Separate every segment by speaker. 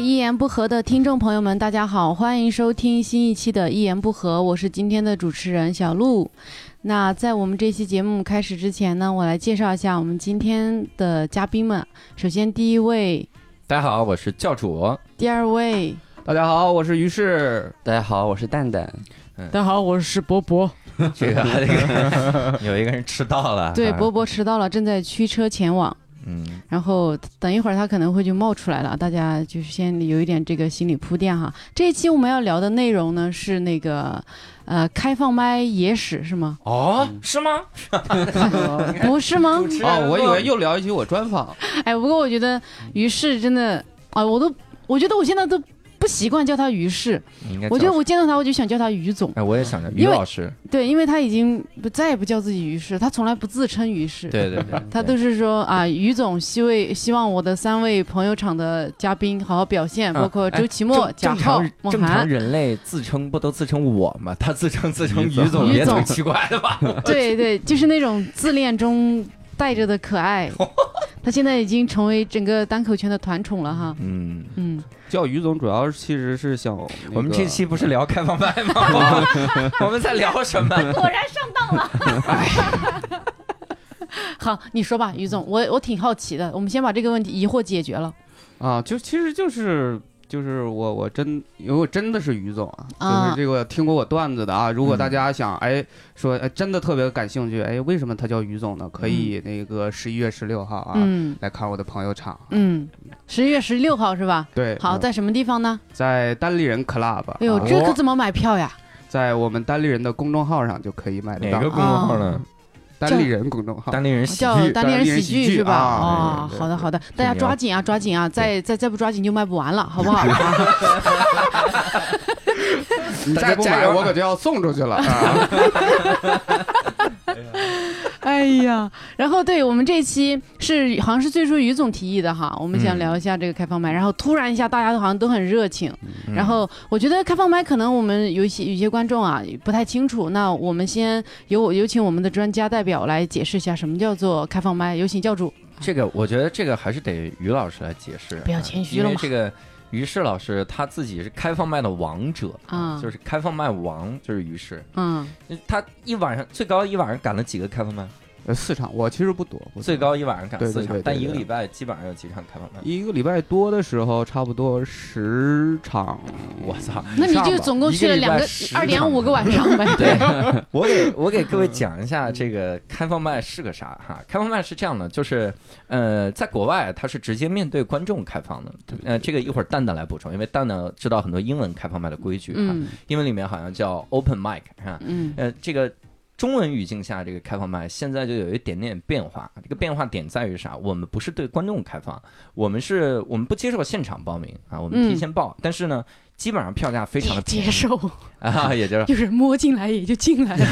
Speaker 1: 言不合的听众朋友们，大家好，欢迎收听新一期的《一言不合》，我是今天的主持人小鹿。那在我们这期节目开始之前呢，我来介绍一下我们今天的嘉宾们。首先，第一位，
Speaker 2: 大家好，我是教主。
Speaker 1: 第二位，
Speaker 2: 大家好，我是于适。
Speaker 3: 大家好，我是蛋蛋。
Speaker 4: 大家好，我是博博。
Speaker 3: 这个这个有一个人迟到了，
Speaker 1: 对，
Speaker 3: 啊
Speaker 1: 博博迟到了，正在驱车前往。
Speaker 3: 嗯，
Speaker 1: 然后等一会儿他可能会就冒出来了，大家就是先有一点这个心理铺垫哈。这一期我们要聊的内容呢是那个，呃，开放麦野史是 吗？
Speaker 2: 哦，是吗？
Speaker 1: 不是吗？
Speaker 2: 哦，
Speaker 3: 嗯
Speaker 2: 我以为又聊一期我专访。
Speaker 1: 哎，不过我觉得于适真的啊，我都我觉得我现在都不习惯叫他于适，
Speaker 3: 你应该
Speaker 1: 我觉得
Speaker 3: 叫
Speaker 1: 我见到他我就想叫他于总，
Speaker 2: 哎，我也想着
Speaker 1: 于
Speaker 2: 于
Speaker 1: 因为
Speaker 2: 老
Speaker 1: 老
Speaker 2: 师。
Speaker 1: 对，因为他已经不再也不叫自己于适，他从来不自称于适，
Speaker 2: 对对对，
Speaker 1: 他都是说啊，于总希位希望我的三位朋友场的嘉宾好好表现，
Speaker 3: 嗯
Speaker 1: 包括周奇墨、贾
Speaker 3: 正
Speaker 1: 浩
Speaker 3: 常、
Speaker 1: 孟
Speaker 3: 正常
Speaker 1: 涵，
Speaker 3: 人类自称不都自称我吗？他自称自称
Speaker 2: 于
Speaker 3: 于
Speaker 2: 总
Speaker 3: 总，
Speaker 1: 于
Speaker 3: 别
Speaker 1: 总
Speaker 3: 挺奇怪的 吧？
Speaker 1: 对对，就是那种自恋中带着的可爱。 他现在已经成为整个单口圈的团宠了哈，
Speaker 3: 嗯，
Speaker 1: 嗯，
Speaker 5: 叫于总主要其实是想、
Speaker 3: 我们这期不是聊开放麦吗？ 我们在聊什 么？
Speaker 6: 果然上当了。
Speaker 1: 好，你说吧，于总，我我挺好奇的，我们先把这个问题疑惑解决了。
Speaker 5: 啊，就其实就是就是我我真因为我真的是于总啊，
Speaker 1: 啊
Speaker 5: 就是这个听过我段子的啊，如果
Speaker 3: 嗯
Speaker 5: 大家想哎说哎真的特别感兴趣，哎为什么他叫于总呢？可以那个十一月十六号啊、
Speaker 1: 嗯
Speaker 5: 来看我的朋友场，啊
Speaker 1: 嗯，十一月十六号是吧？
Speaker 5: 对，嗯
Speaker 1: 好，在什么地方呢？
Speaker 5: 在单立人 club，
Speaker 1: 哎呦，
Speaker 5: 啊
Speaker 1: 这可怎么买票呀？
Speaker 5: 在我们单立人的公众号上就可以买得
Speaker 2: 哪
Speaker 5: 到
Speaker 2: 个，公众号呢？
Speaker 5: 单立人公众号。
Speaker 3: 单立人喜
Speaker 1: 哦叫
Speaker 3: 剧，
Speaker 1: 单立人
Speaker 5: 立人
Speaker 1: 喜
Speaker 5: 喜
Speaker 1: 剧
Speaker 5: 剧
Speaker 1: 是吧？哦，
Speaker 5: 啊对对
Speaker 1: 好的
Speaker 5: 对
Speaker 1: 好的，大
Speaker 3: 你要
Speaker 1: 家抓紧啊抓紧啊！再再再不抓紧就卖不完了，好不 好？
Speaker 5: 你再不买，我可就要送出去 了。啊
Speaker 1: 哎呀，然后对我们这期是好像是最初于总提议的哈，我们想
Speaker 3: 嗯
Speaker 1: 聊一下这个开放麦，然后突然一下大家都好像都很热情，
Speaker 3: 嗯
Speaker 1: 然后我觉得开放麦可能我们有一些有一些观众啊不太清楚，那我们先由我有请我们的专家代表来解释一下什么叫做开放麦，有请教主。
Speaker 2: 这个我觉得这个还是得于老师来解释，
Speaker 1: 啊
Speaker 2: 啊
Speaker 1: 不要谦虚了嘛
Speaker 2: 因为这个于适老师他自己是开放麦的王者
Speaker 1: 啊
Speaker 2: 就是开放麦王，就是于适。
Speaker 1: 嗯，
Speaker 2: 他一晚上最高一晚上赶了几个开放麦？
Speaker 5: 呃四场，我其实不多，不多
Speaker 2: 最高一晚上赶
Speaker 5: 对对
Speaker 2: 四
Speaker 5: 对
Speaker 2: 场，
Speaker 5: 对
Speaker 2: 但
Speaker 5: 对
Speaker 2: 一个礼拜基本上有几场开放麦？
Speaker 5: 一个礼拜多的时候，差不多十场。
Speaker 2: 我操！
Speaker 1: 那你
Speaker 5: 上
Speaker 1: 就
Speaker 5: 吧
Speaker 1: 总共
Speaker 2: 一
Speaker 1: 去
Speaker 2: 个
Speaker 1: 了
Speaker 2: 礼
Speaker 1: 两
Speaker 2: 拜
Speaker 1: 个
Speaker 2: 10
Speaker 1: 二点
Speaker 2: 场
Speaker 1: 五个晚上 呗？
Speaker 2: 对，我给我给各
Speaker 1: 嗯
Speaker 2: 位讲一下这个开放麦是个啥哈？开放麦是这样的，就是呃，在国外它是直接面对观众开放的，呃，这个一会儿蛋蛋来补充，因为蛋蛋知道很多英文开放麦的规矩哈，
Speaker 1: 嗯
Speaker 2: 英文里面好像叫 open mic 哈，
Speaker 1: 嗯
Speaker 2: 呃，这个。中文语境下，这个开放麦现在就有一点点变化。这个变化点在于啥？我们不是对观众开放，我们是我们不接受现场报名啊，我们
Speaker 1: 嗯
Speaker 2: 提前报。但是呢，基本上票价非常
Speaker 1: 也
Speaker 2: 的
Speaker 1: 接
Speaker 2: 便宜
Speaker 1: 受，
Speaker 2: 啊，也就是
Speaker 1: 就是摸进来也就进来 了。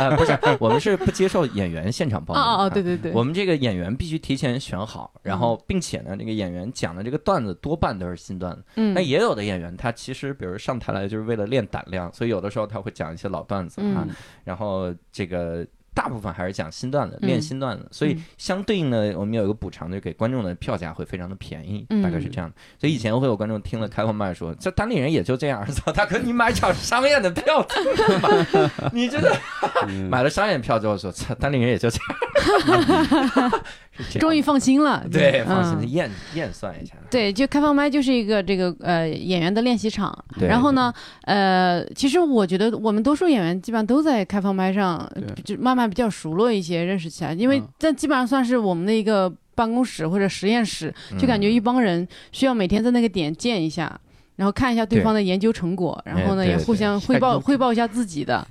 Speaker 2: 啊，不是，我们是不接受演员现场报
Speaker 1: 哦
Speaker 2: 名。
Speaker 1: 哦哦，对
Speaker 2: 啊。
Speaker 1: 对对，嗯
Speaker 2: 我们这个演员必须提前选好，然后并且呢，这个演员讲的这个段子多半都是新段子。
Speaker 1: 嗯
Speaker 2: 那也有的演员他其实，比如上台来就是为了练胆量，所以有的时候他会讲一些老段子啊
Speaker 1: 嗯。
Speaker 2: 然后这个大部分还是讲新段子，
Speaker 1: 嗯
Speaker 2: 练新段子，所以
Speaker 1: 嗯
Speaker 2: 相对应的我们有一个补偿，就给观众的票价会非常的便宜，
Speaker 1: 嗯
Speaker 2: 大概是这样的。所以以前会有观众听了开放麦说，这当地人也就这样， 操，大哥你买场商演的票听吧， 你这个买了商演票之后说，操，当地人也就这样，是这样
Speaker 1: 终于放心了，
Speaker 2: 对，放
Speaker 1: 嗯
Speaker 2: 心验验算一下，
Speaker 1: 对，就开放麦就是一个这个呃演员的练习场。
Speaker 2: 对
Speaker 1: 然后呢，呃，其实我觉得我们多数演员基本上都在开放麦上，呃就慢慢比较熟络一些，认识起来。因为
Speaker 5: 嗯
Speaker 1: 这基本上算是我们的一个办公室或者实验室，
Speaker 2: 嗯
Speaker 1: 就感觉一帮人需要每天在那个点见一下。然后看一下对
Speaker 2: 对
Speaker 1: 方的研究成果，然后呢
Speaker 2: 哎对
Speaker 1: 也互 相汇报汇报一下自己的，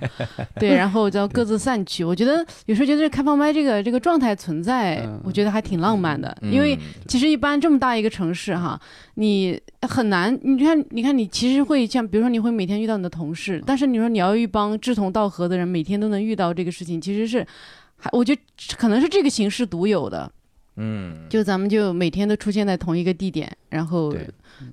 Speaker 1: 对，然后就各自散去。我觉得有时候觉得这开放麦这个这个状态存在
Speaker 5: 嗯，
Speaker 1: 我觉得还挺浪漫的，因为
Speaker 2: 嗯
Speaker 1: 其实一般这么大一个城市哈，你很难，你看，你看，你其实会像，比如说你会每天遇到你的同
Speaker 2: 嗯
Speaker 1: 事，但是你说你要一帮志同道合的人，每天都能遇到这个事情，其实是，还我觉得可能是这个形式独有的。
Speaker 2: 嗯，
Speaker 1: 就咱们就每天都出现在同一个地点，然后
Speaker 2: 对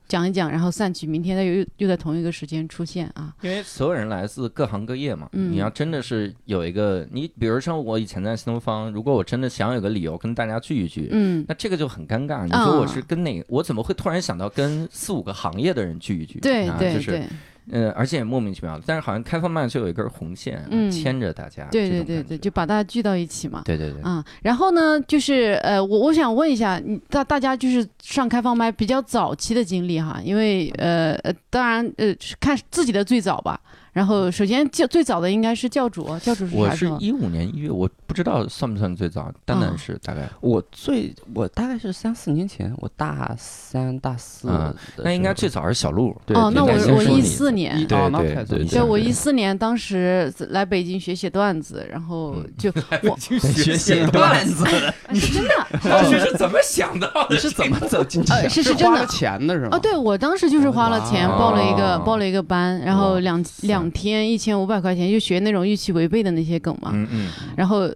Speaker 1: 讲一讲，然后散去，明天再又又在同一个时间出现啊。
Speaker 2: 因为 所有人来自各行各业嘛，
Speaker 1: 嗯
Speaker 2: 你要真的是有一个，你比如说我以前在新东方，如果我真的想有个理由跟大家聚一聚，
Speaker 1: 嗯，哦
Speaker 2: 那这个就很尴尬。你说我是跟哪？我怎么会突然想到跟四五个行业的人聚一聚？
Speaker 1: 对
Speaker 2: 啊、
Speaker 1: 对
Speaker 2: 就
Speaker 1: 对
Speaker 2: 是呃，而且也莫名其妙。但是好像开放麦就有一根红线、啊
Speaker 1: 嗯
Speaker 2: 牵着大家，
Speaker 1: 对
Speaker 2: 这
Speaker 1: 对
Speaker 2: 种
Speaker 1: 对
Speaker 2: 感
Speaker 1: 对，
Speaker 2: 觉
Speaker 1: 就把大家聚到一起嘛。
Speaker 2: 对对对，
Speaker 1: 啊、然后呢，就是呃，我我想问一下，你大大家就是上开放麦比较早期的经历哈，因为呃呃，当然呃是看自己的最早吧。然后首先教最早的应该是教主，教主是
Speaker 2: 我
Speaker 1: 啥时
Speaker 2: 是
Speaker 1: 候？
Speaker 2: 一五年一月，我不知道算不算最早，蛋
Speaker 1: 啊
Speaker 2: 蛋是大概，
Speaker 3: 我最我大概是三四年前，我大三大四
Speaker 2: 嗯
Speaker 3: 的时候，
Speaker 2: 那应该最早还是小鹿。
Speaker 3: 对
Speaker 1: 哦，那
Speaker 2: 对
Speaker 1: 我
Speaker 2: 对
Speaker 1: 是
Speaker 2: 对
Speaker 1: 我
Speaker 2: 对
Speaker 1: 一
Speaker 2: 对
Speaker 1: 四年，
Speaker 2: 对
Speaker 5: 哦那
Speaker 2: 对
Speaker 5: 太早
Speaker 2: 对
Speaker 5: 了
Speaker 1: 对我
Speaker 2: 对
Speaker 1: 一四年当时来北京学写段子，然后
Speaker 2: 嗯
Speaker 1: 就我
Speaker 3: 学习段子，
Speaker 1: 你是真的
Speaker 2: 当时是怎么想到的？
Speaker 3: 你是怎么走进去
Speaker 1: 呃
Speaker 3: 的？
Speaker 1: 是是真
Speaker 5: 花了
Speaker 1: 的。
Speaker 5: 钱的是吗？
Speaker 1: 哦，对，我当时就是花了钱
Speaker 2: 哇
Speaker 1: 报了一个报了一个班，然后两两天一千五百块钱，就学那种预期违背的那些梗嘛。
Speaker 2: 嗯嗯，
Speaker 1: 然后呃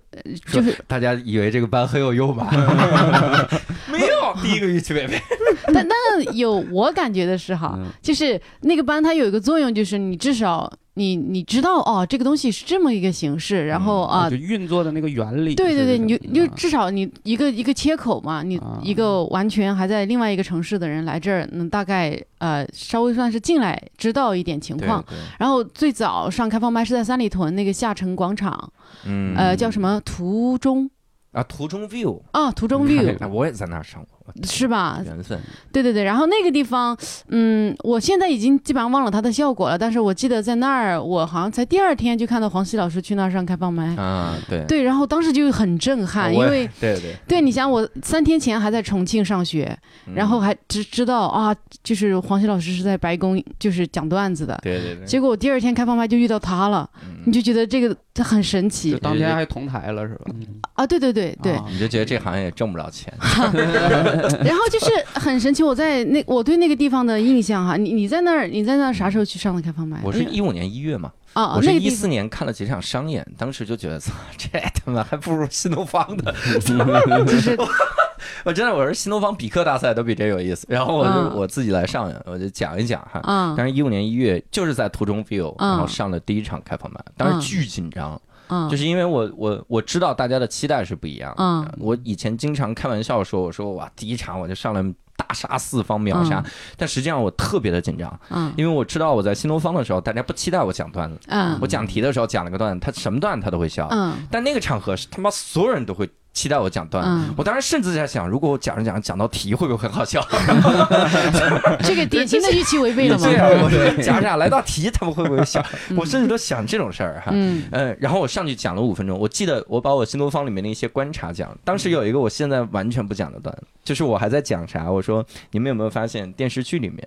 Speaker 1: 就是，
Speaker 2: 大家以为这个班很有 用吧？没有，第一个预期违背。
Speaker 1: 但但有我感觉的是哈，就是那个班它有一个作用，就是你至少你你知道哦，这个东西是这么一个形式，然后啊
Speaker 5: 就，运作的那个原理。
Speaker 1: 对对对，
Speaker 5: 是什么
Speaker 1: 你就你就
Speaker 5: 啊
Speaker 1: 至少你一个一个切口嘛，你
Speaker 5: 啊
Speaker 1: 一个完全还在另外一个城市的人来这儿，能大概呃稍微算是进来知道一点情况。然后最早上开放麦是在三里屯那个下沉广场，
Speaker 2: 嗯
Speaker 1: 呃叫什么途中
Speaker 2: 啊，途中 view，
Speaker 1: 啊途 中
Speaker 2: 看
Speaker 1: view
Speaker 2: 那我也在那儿上过，我
Speaker 1: 是吧？
Speaker 2: 缘分。
Speaker 1: 对对对，然后那个地方，嗯，我现在已经基本上忘了它的效果了，但是我记得在那儿，我好像才第二天就看到黄西老师去那儿上开放麦。
Speaker 2: 啊，对
Speaker 1: 哎对，然后当时就很震撼，因
Speaker 2: 我也
Speaker 1: 为
Speaker 2: 对对，
Speaker 1: 对，你想我三天前还在重庆上学，
Speaker 2: 嗯
Speaker 1: 然后还只知道啊，就是黄西老师是在白宫就是讲段子的，
Speaker 2: 对对对，
Speaker 1: 结果我第二天开放麦就遇到他了，你
Speaker 2: 嗯
Speaker 1: 就觉得这个他很神
Speaker 5: 就
Speaker 1: 奇
Speaker 5: 当天还同台了是吧？
Speaker 1: 啊！对对对对，
Speaker 5: 啊
Speaker 2: 你就觉得这行业也挣不了钱。
Speaker 1: 哎然后就是很神奇，我在那我对那个地方的印象哈，你你在那儿你在那儿啥时候去上的开放麦？
Speaker 2: 我是一五年一月嘛，
Speaker 1: 啊，
Speaker 2: 我是
Speaker 1: 那个
Speaker 2: 一
Speaker 1: 地
Speaker 2: 四
Speaker 1: 方
Speaker 2: 年看了几场商演，当时就觉得，操，这他妈还不如新东方 的。
Speaker 1: 就是
Speaker 2: 我真的，我说新东方比克大赛都比这有意思。然后我就、
Speaker 1: 嗯
Speaker 2: 我自己来上演，我就讲一讲哈。
Speaker 1: 啊
Speaker 2: 但是，一五年一月就是在途中 view，、
Speaker 1: 嗯
Speaker 2: 然后上了第一场开放麦，当时巨紧张，
Speaker 1: 啊
Speaker 2: 就是因为我我我知道大家的期待是不一样的。
Speaker 1: 嗯
Speaker 2: 我以前经常开玩笑说，我说哇，第一场我就上来大杀四方秒杀，
Speaker 1: 嗯
Speaker 2: 但实际上我特别的紧张，
Speaker 1: 啊
Speaker 2: 因为我知道我在新东方的时候，大家不期待我讲段子，
Speaker 1: 嗯
Speaker 2: 我讲题的时候讲了个段子，他什么段子他都会笑，
Speaker 1: 嗯
Speaker 2: 但那个场合是他妈所有人都会期待我讲段子。
Speaker 1: 嗯，
Speaker 2: 我当时甚至在想，如果我讲着讲着讲到题，会不会很好笑？
Speaker 1: 这 个典型的预期违背了吗
Speaker 2: 对？啊，我说讲着讲来到题，他们会不会笑？我甚至都想这种事儿哈。
Speaker 1: 嗯
Speaker 2: 呃，然后我上去讲了五分钟，我记得我把我新东方里面的一些观察讲了。当时有一个我现在完全不讲的段子，就是我还在讲啥？我说你们有没有发现电视剧里面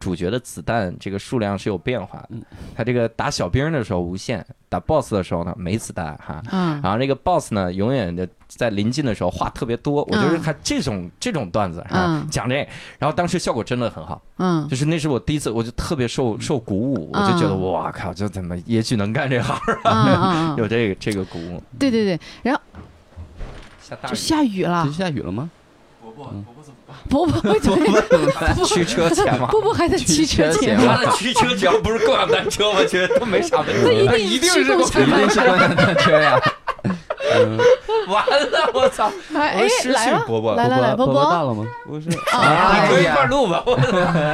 Speaker 2: 主角的子弹这个数量是有变化的？
Speaker 1: 嗯
Speaker 2: 他这个打小兵的时候无限，打 BOSS 的时候呢没子弹哈。
Speaker 1: 嗯
Speaker 2: 然后那个 boss 呢，永远的在临近的时候话特别多，我就是看这种、这种段子啊，
Speaker 1: 嗯
Speaker 2: 讲这，然后当时效果真的很好，
Speaker 1: 嗯
Speaker 2: 就是那是我第一次，我就特别受受鼓舞，我就觉得
Speaker 1: 嗯
Speaker 2: 哇靠，就怎么也许能干这行，
Speaker 1: 嗯嗯，嗯
Speaker 2: 有这个这个鼓舞。
Speaker 1: 对对对，然后
Speaker 2: 下大
Speaker 1: 就下雨了
Speaker 3: 这，下雨了吗？
Speaker 1: 伯伯为什么
Speaker 2: 雨，驱 车前往。
Speaker 1: 伯伯还在骑车
Speaker 3: 骑车前
Speaker 1: 前吗
Speaker 3: 往？
Speaker 2: 他的驱车只要不是共享单车，我觉得都没啥问
Speaker 1: 那
Speaker 2: 题。
Speaker 1: 一定是共
Speaker 3: 一
Speaker 1: 产
Speaker 3: 定
Speaker 1: 党
Speaker 3: 是共产党车呀！
Speaker 2: 完了，我操！
Speaker 1: 哎
Speaker 2: 我失
Speaker 1: 来
Speaker 2: 去
Speaker 1: 了
Speaker 2: 伯伯，
Speaker 1: 来来来，
Speaker 3: 伯
Speaker 1: 伯
Speaker 3: 伯到了
Speaker 1: 伯
Speaker 3: 吗？
Speaker 5: 不是，
Speaker 2: 你
Speaker 1: 啊，
Speaker 2: 跟我一块儿录吧。我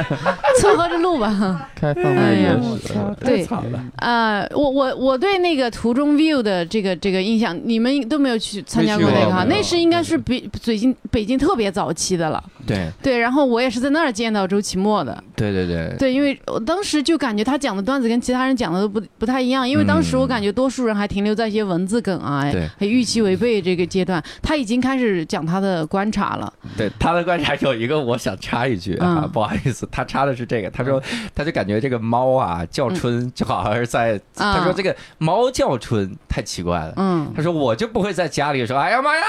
Speaker 1: 凑合着录吧。
Speaker 3: 开放麦
Speaker 1: 哎呀
Speaker 3: 也是，
Speaker 1: 对
Speaker 2: 惨了。
Speaker 1: 啊，我我我对那个途中 view 的这个这个印象，你们都没有去参加过
Speaker 5: 没
Speaker 1: 那
Speaker 5: 去过
Speaker 1: 个哈，
Speaker 5: 没有
Speaker 1: 那是应该是北北京北京特别早期的了。
Speaker 2: 对
Speaker 1: 对，然后我也是在那儿见到周奇墨的。
Speaker 2: 对对对，
Speaker 1: 对，因为我当时就感觉他讲的段子跟其他人讲的都不不太一样，因为当时我感觉多数人还停留在一些文字梗啊，
Speaker 2: 对
Speaker 1: 还预期违背这个阶段，他已经开始讲他的观察了。
Speaker 2: 对他的观察有一个，我想插一句啊，
Speaker 1: 嗯
Speaker 2: 不好意思，他插的是这个，他说他就感觉这个猫啊叫
Speaker 1: 嗯
Speaker 2: 春就好像是在，
Speaker 1: 啊
Speaker 2: 他说这个猫叫春太奇怪了。
Speaker 1: 嗯，
Speaker 2: 他说：“我就不会在家里说，哎呀妈呀，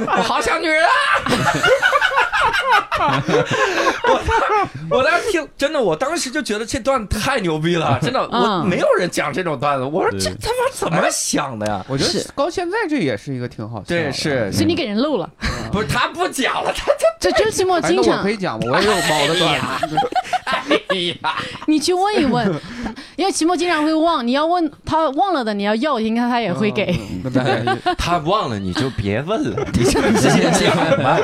Speaker 2: 我好想女人啊！” 我当时听，真的，我当时就觉得这段太牛逼了，真的，我
Speaker 1: 嗯
Speaker 2: 没有人讲这种段子，我说
Speaker 3: 对
Speaker 2: 这他妈怎么想的呀？
Speaker 5: 我觉得
Speaker 1: 是哦
Speaker 5: 高现在这也是一个挺好笑的。哎
Speaker 2: 对，是，
Speaker 4: 所以你给人漏了，
Speaker 2: 不是他不讲了，他
Speaker 1: 这周奇墨
Speaker 5: 哎，
Speaker 1: 经
Speaker 5: 那我
Speaker 1: 常
Speaker 5: 可以讲吗？我也有猫的段子。
Speaker 2: 哎呀，
Speaker 1: 你去问一 问，因为期末经常会忘，你要问他忘了的，你要要，应该他也会给。
Speaker 5: 嗯。 嗯嗯
Speaker 3: 他忘了你就别问了，你就直接讲吧。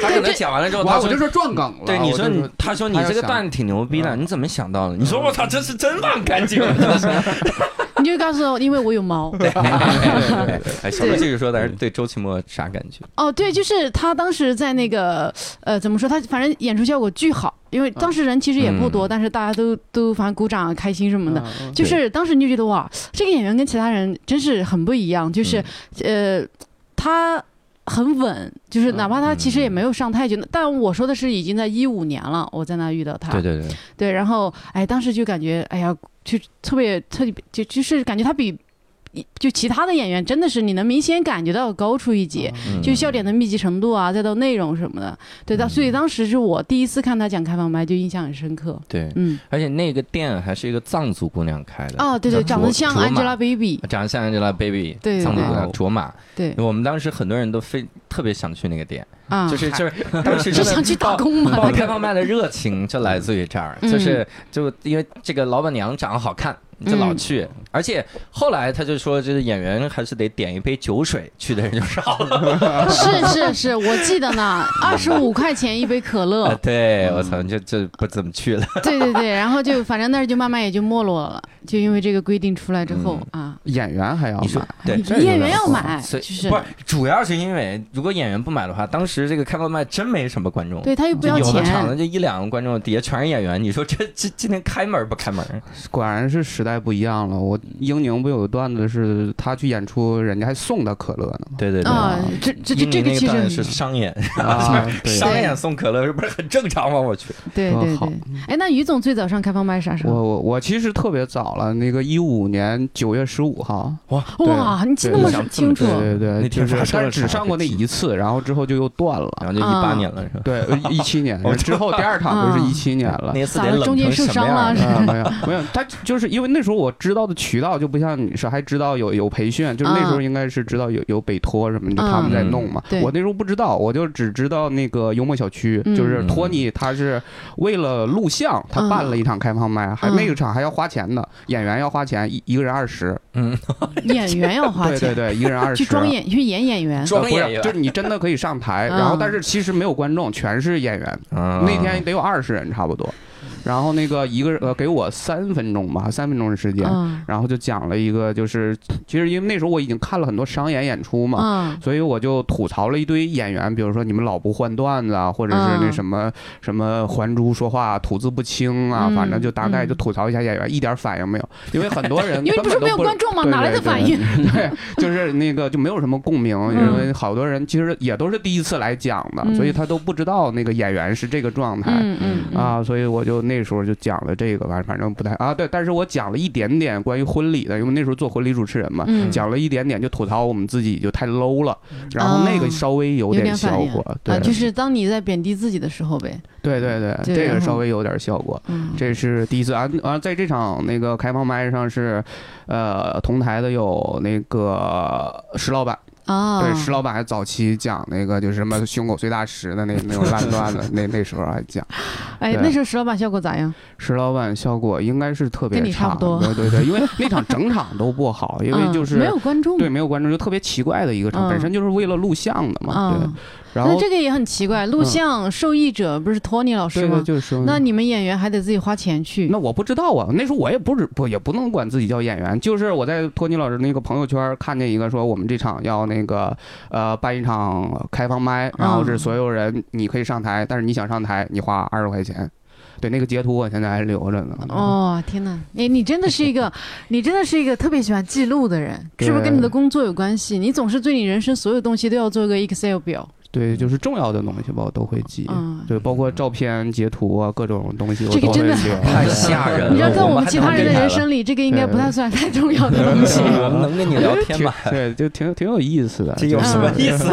Speaker 3: 他可能讲完了之后，
Speaker 5: 我
Speaker 3: 他
Speaker 5: 我
Speaker 3: 说
Speaker 5: 就说撞梗了。
Speaker 3: 对，你
Speaker 5: 我
Speaker 3: 说
Speaker 5: 就
Speaker 3: 你，他说你
Speaker 5: 他要
Speaker 3: 这个
Speaker 5: 想
Speaker 3: 段子挺牛逼的，你怎么想到的？你
Speaker 2: 你
Speaker 3: 说
Speaker 2: 说
Speaker 3: 我
Speaker 2: 我
Speaker 3: 操，
Speaker 2: 操，这是真忘干净啊了，真是。
Speaker 5: 嗯
Speaker 1: 你就告诉我，因为我有毛。
Speaker 2: 哎，小
Speaker 1: 对嗯
Speaker 2: 鹿继续说，但是对周奇墨啥感觉？
Speaker 1: 哦，对，就是他当时在那个呃，怎么说？他反正演出效果巨好，因为当时人其实也不多，
Speaker 2: 嗯
Speaker 1: 但是大家都都反正鼓掌啊开心什么的。
Speaker 5: 嗯
Speaker 1: 就是当时你就觉得哇，这个演员跟其他人真是很不一样，就是、
Speaker 2: 嗯
Speaker 1: 呃，他很稳，就是哪怕他其实也
Speaker 2: 嗯
Speaker 1: 没有上太久，但我说的是已经在一五年了，我在那遇到他，
Speaker 2: 对对对，
Speaker 1: 对，然后哎，当时就感觉哎呀，就特别特别就就是感觉他比就其他的演员真的是你能明显感觉到高出一截，
Speaker 2: 嗯
Speaker 1: 就笑点的密集程度啊，再到内容什么的，对的，所以当时是我第一次看他讲开放麦，就印象很深刻。
Speaker 2: 对，
Speaker 1: 嗯，
Speaker 2: 而且那个店还是一个藏族姑娘开的，
Speaker 1: 哦，对对，
Speaker 2: 叫
Speaker 1: 长得
Speaker 2: 卓
Speaker 1: 像
Speaker 2: 卓玛
Speaker 1: Angelababy，
Speaker 2: 长得像 Angelababy，
Speaker 1: 对对哦
Speaker 2: 藏族姑
Speaker 5: 对
Speaker 2: 娘卓玛，
Speaker 1: 对
Speaker 2: 我们当时很多人都非特别想去那个店，
Speaker 1: 啊，
Speaker 2: 就是就是 当时
Speaker 1: 是
Speaker 2: 真的
Speaker 1: 想去打工 嘛？
Speaker 2: 报
Speaker 1: 那
Speaker 2: 开
Speaker 1: 个
Speaker 2: 放麦的热情就来自于这儿，
Speaker 1: 嗯
Speaker 2: 就是就因为这个老板娘长得好看，就老
Speaker 1: 嗯
Speaker 2: 去，而且后来他就说，这个演员还是得点一杯酒水，去的人就少了。
Speaker 1: 是是是，我记得呢，二十五块钱一杯可
Speaker 2: 啊
Speaker 1: 乐，
Speaker 2: 对我操，就就不怎么去了。
Speaker 1: 对对对，然后就反正那儿就慢慢也就没落了，就因为这个规定出来之后啊，
Speaker 5: 演员还要
Speaker 2: 你说
Speaker 5: 买，
Speaker 2: 嗯对
Speaker 1: 你
Speaker 5: 这有点
Speaker 1: 演员要
Speaker 5: 过
Speaker 1: 买，
Speaker 2: 所
Speaker 1: 就
Speaker 2: 以
Speaker 1: 是
Speaker 2: 不是，主要是因为如果演员不买的话，当时这个开放麦真没什么观众。
Speaker 1: 对他又不
Speaker 2: 就
Speaker 1: 要
Speaker 2: 有的场子
Speaker 1: 钱，
Speaker 2: 就一两个观众，底下全是演员，你说这这今天开门不开门？
Speaker 5: 果然是时代不一样了。我英宁不有段子是他去演出，人家还送他可乐呢 吗？
Speaker 2: 对对对，
Speaker 1: 啊，这这这这
Speaker 2: 因为
Speaker 1: 个
Speaker 2: 那
Speaker 1: 其实
Speaker 2: 段
Speaker 1: 很
Speaker 2: 是商演，
Speaker 5: 啊，对。
Speaker 2: 商演送可乐是不是很正常吗？我去，
Speaker 1: 对
Speaker 5: 多
Speaker 1: 对
Speaker 5: 好
Speaker 1: 对，
Speaker 2: 嗯
Speaker 1: 哎，那于总最早上开放麦啥时
Speaker 5: 我
Speaker 1: 候？
Speaker 5: 我我其实特别早了，那个一五年九月十五号，
Speaker 1: 哇，你记得那
Speaker 2: 对
Speaker 1: 么清楚
Speaker 5: 对，对对，
Speaker 2: 那天
Speaker 5: 就是
Speaker 2: 发生
Speaker 5: 但
Speaker 2: 了
Speaker 5: 是
Speaker 2: 啥
Speaker 5: 只上过那一次，然后之后就又断了。
Speaker 2: 然后就一八年了是吧？
Speaker 5: 对，呃一七年
Speaker 2: 我
Speaker 5: 之后第二
Speaker 1: 嗯
Speaker 5: 场就是一七年了。
Speaker 2: 那次得冷成什么
Speaker 1: 咋了
Speaker 2: 样
Speaker 1: 中
Speaker 2: 的？
Speaker 1: 间
Speaker 5: 啊，没有没有，他就是因为那时候我知道的渠道就不像你是还知道有有培训，就是那时候应该是知道有有北托什么，就他们在弄嘛
Speaker 1: 嗯。对
Speaker 5: 我那时候不知道，我就只知道那个幽默小区，
Speaker 1: 嗯
Speaker 5: 就是托尼他是为了录像，他办了一场开放麦，还
Speaker 1: 嗯
Speaker 5: 那个场还要花钱的，演员要花钱，一一个人二十，
Speaker 2: 嗯，
Speaker 1: 演员要花
Speaker 5: 对对
Speaker 1: 钱
Speaker 5: 对，一个人二十。
Speaker 1: 去
Speaker 5: 啊
Speaker 1: 装演去演演员，
Speaker 2: 装演
Speaker 5: 呃
Speaker 2: 员
Speaker 5: 不是，就是你真的可以上台，然后
Speaker 1: 嗯
Speaker 5: 但是其实没有观众，全是演员。那
Speaker 2: 那
Speaker 5: 天得有二十人差不多，然后那个一个人呃给我三分钟吧，三分钟的时间，
Speaker 1: 嗯
Speaker 5: 然后就讲了一个就是，其实因为那时候我已经看了很多商演演出嘛。
Speaker 1: 嗯
Speaker 5: 所以我就吐槽了一堆演员，比如说你们老不换段子啊，或者是那
Speaker 1: 嗯
Speaker 5: 什么、什么还珠说话吐字不清啊，
Speaker 1: 嗯
Speaker 5: 反正就大概
Speaker 1: 嗯
Speaker 5: 就吐槽一下演员，一点反应没有，因为很多人
Speaker 1: 因为你不
Speaker 5: 根
Speaker 1: 是
Speaker 5: 本都
Speaker 1: 没有观众吗？哪来的反应？
Speaker 5: 对，就是那个就没有什么共鸣，因
Speaker 1: 嗯
Speaker 5: 为好多人其实也都是第一次来讲的，
Speaker 1: 嗯
Speaker 5: 所以他都不知道那个演员是这个状态。
Speaker 1: 嗯嗯嗯
Speaker 5: 啊，所以我就那时候就讲了这个吧，反正不太啊，对，但是我讲了一点点关于婚礼的，因为那时候做婚礼主持人嘛，
Speaker 1: 嗯
Speaker 5: 讲了一点点就吐槽我们自己就太 low 了，然后那个
Speaker 1: 哦
Speaker 5: 稍微有
Speaker 1: 有点
Speaker 5: 效
Speaker 1: 反应
Speaker 5: 果，对、
Speaker 1: 啊，就是当你在贬低自己的时候呗，
Speaker 5: 对对对，
Speaker 1: 对
Speaker 5: 这
Speaker 1: 然
Speaker 5: 个
Speaker 1: 后
Speaker 5: 稍微有点效果，
Speaker 1: 嗯，
Speaker 5: 这是第一次啊啊，在这场那个开放麦上是，呃，同台的有那个石老板。
Speaker 1: 啊，
Speaker 5: 对，嗯石老板还早期讲那个就是什么胸口碎大石的那那种烂段子，那那时候还讲，
Speaker 1: 哎，
Speaker 5: 对
Speaker 1: 那时候石老板效果咋样？
Speaker 5: 石老板效果应该是特别
Speaker 1: 跟你差
Speaker 5: 差
Speaker 1: 不多
Speaker 5: 对对对，因为那场整场都 不好，因为
Speaker 1: 嗯
Speaker 5: 就是、
Speaker 1: 没有观众
Speaker 5: 对没有观众，就特别奇怪的一个
Speaker 1: 嗯
Speaker 5: 场，本身就是为了录像的嘛，
Speaker 1: 啊
Speaker 5: 对，，然
Speaker 1: 那
Speaker 5: 后
Speaker 1: 这个也很奇怪，录
Speaker 5: 嗯
Speaker 1: 像受益者不是托尼老师
Speaker 5: 对对
Speaker 1: 吗？
Speaker 5: 就是嗯说
Speaker 1: 那你们演员还得自己花钱去，
Speaker 5: 那我不知道啊，那时候我也不是不也不能管自己叫演员，就是我在托尼老师那个朋友圈看见一个说我们这场要那个呃办一场开放麦，然后
Speaker 2: 嗯
Speaker 5: 是所有人你可以上台，但是你想上台你花二十块钱。对，那个截图我现在还留着呢。
Speaker 1: 哦，天哪，你你真的是一 个，你真的是一个特别喜欢记录的人，
Speaker 5: 对
Speaker 1: 是不是跟你的工作有关系？你总是对你人生所有东西都要做一个 Excel 表，
Speaker 5: 对，就是重要的东西吧，我都会记。
Speaker 1: 嗯
Speaker 5: 对，包括照片、截图啊，各种东西我
Speaker 1: 这个
Speaker 5: 都
Speaker 1: 真
Speaker 5: 会
Speaker 1: 的
Speaker 5: 留。
Speaker 2: 太吓
Speaker 5: 呃
Speaker 2: 人了。
Speaker 1: 你要在
Speaker 2: 我
Speaker 1: 我
Speaker 2: 们
Speaker 1: 们
Speaker 2: 还
Speaker 1: 其他人的
Speaker 2: 能跟
Speaker 1: 人
Speaker 2: 你
Speaker 1: 生里，这个应该不太算太重要的东西。
Speaker 2: 聊我们能跟你聊天 吗？
Speaker 5: 对，就挺挺有意思的。
Speaker 3: 这有什么意思？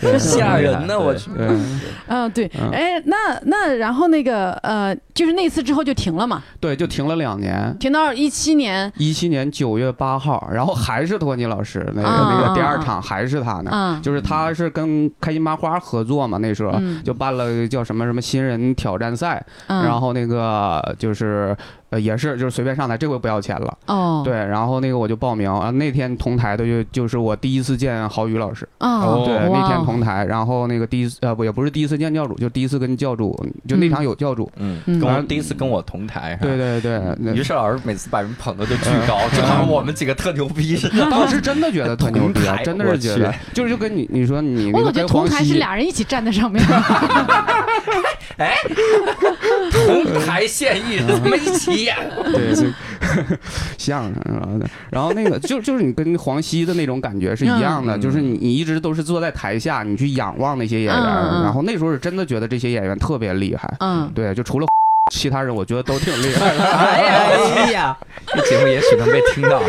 Speaker 5: 对
Speaker 2: 吓人呢！我去，
Speaker 5: 对，
Speaker 1: 嗯，对，
Speaker 5: 嗯
Speaker 1: 哎，那那然后那个呃，就是那次之后就停了嘛，
Speaker 5: 对，就停了两年。
Speaker 1: 停到一七年，
Speaker 5: 一七年九月八号，然后还是托尼老师那个、
Speaker 1: 啊
Speaker 5: 那个第
Speaker 1: 啊
Speaker 5: 二
Speaker 1: 啊
Speaker 5: 场还是他呢，
Speaker 1: 啊
Speaker 5: 就是他是跟开心麻花合作嘛，那时候、
Speaker 1: 嗯
Speaker 5: 就办了叫什么什么新人挑战赛，
Speaker 1: 嗯，
Speaker 5: 然后那个就是呃也是就是随便上台，这回不要钱了，
Speaker 1: 哦，
Speaker 5: 对，然后那个我就报名啊，那天同台的就就是我第一次见郝宇老师，
Speaker 1: 哦，
Speaker 5: 对，
Speaker 1: 哇
Speaker 5: 那天同台，然后那个第一次呃不也不是第一次见教主，就第一次跟教主就那场有教主，
Speaker 3: 嗯，
Speaker 1: 嗯
Speaker 3: 跟我第一次跟我同
Speaker 2: 嗯
Speaker 3: 台，
Speaker 5: 对。对对，那
Speaker 2: 于是老师每次把人捧的都巨高，就好像我们几个特牛逼似的。
Speaker 5: 当时真的觉得特牛逼
Speaker 2: 同，台
Speaker 5: 真的是觉得
Speaker 2: 我，
Speaker 5: 就是就跟你你说你
Speaker 1: 我
Speaker 5: 那个
Speaker 1: 老觉得
Speaker 5: 跟
Speaker 1: 同
Speaker 5: 黄
Speaker 1: 台是
Speaker 5: 西，
Speaker 1: 俩人一起站在上面，
Speaker 2: 同台现役，咱们一起 演。
Speaker 5: 对， 就相声是吧？然后那个就就是你跟黄西的那种感觉是一样的，
Speaker 2: 嗯
Speaker 5: 就是你你一直都是坐在台下，你去仰望那些演员，
Speaker 1: 嗯嗯
Speaker 5: 然后那时候是真的觉得这些演员特别厉害，
Speaker 1: 嗯，
Speaker 5: 对，就除了其他人，我觉得都挺厉害的。
Speaker 2: 哎呀，这节目也许能被听到啊。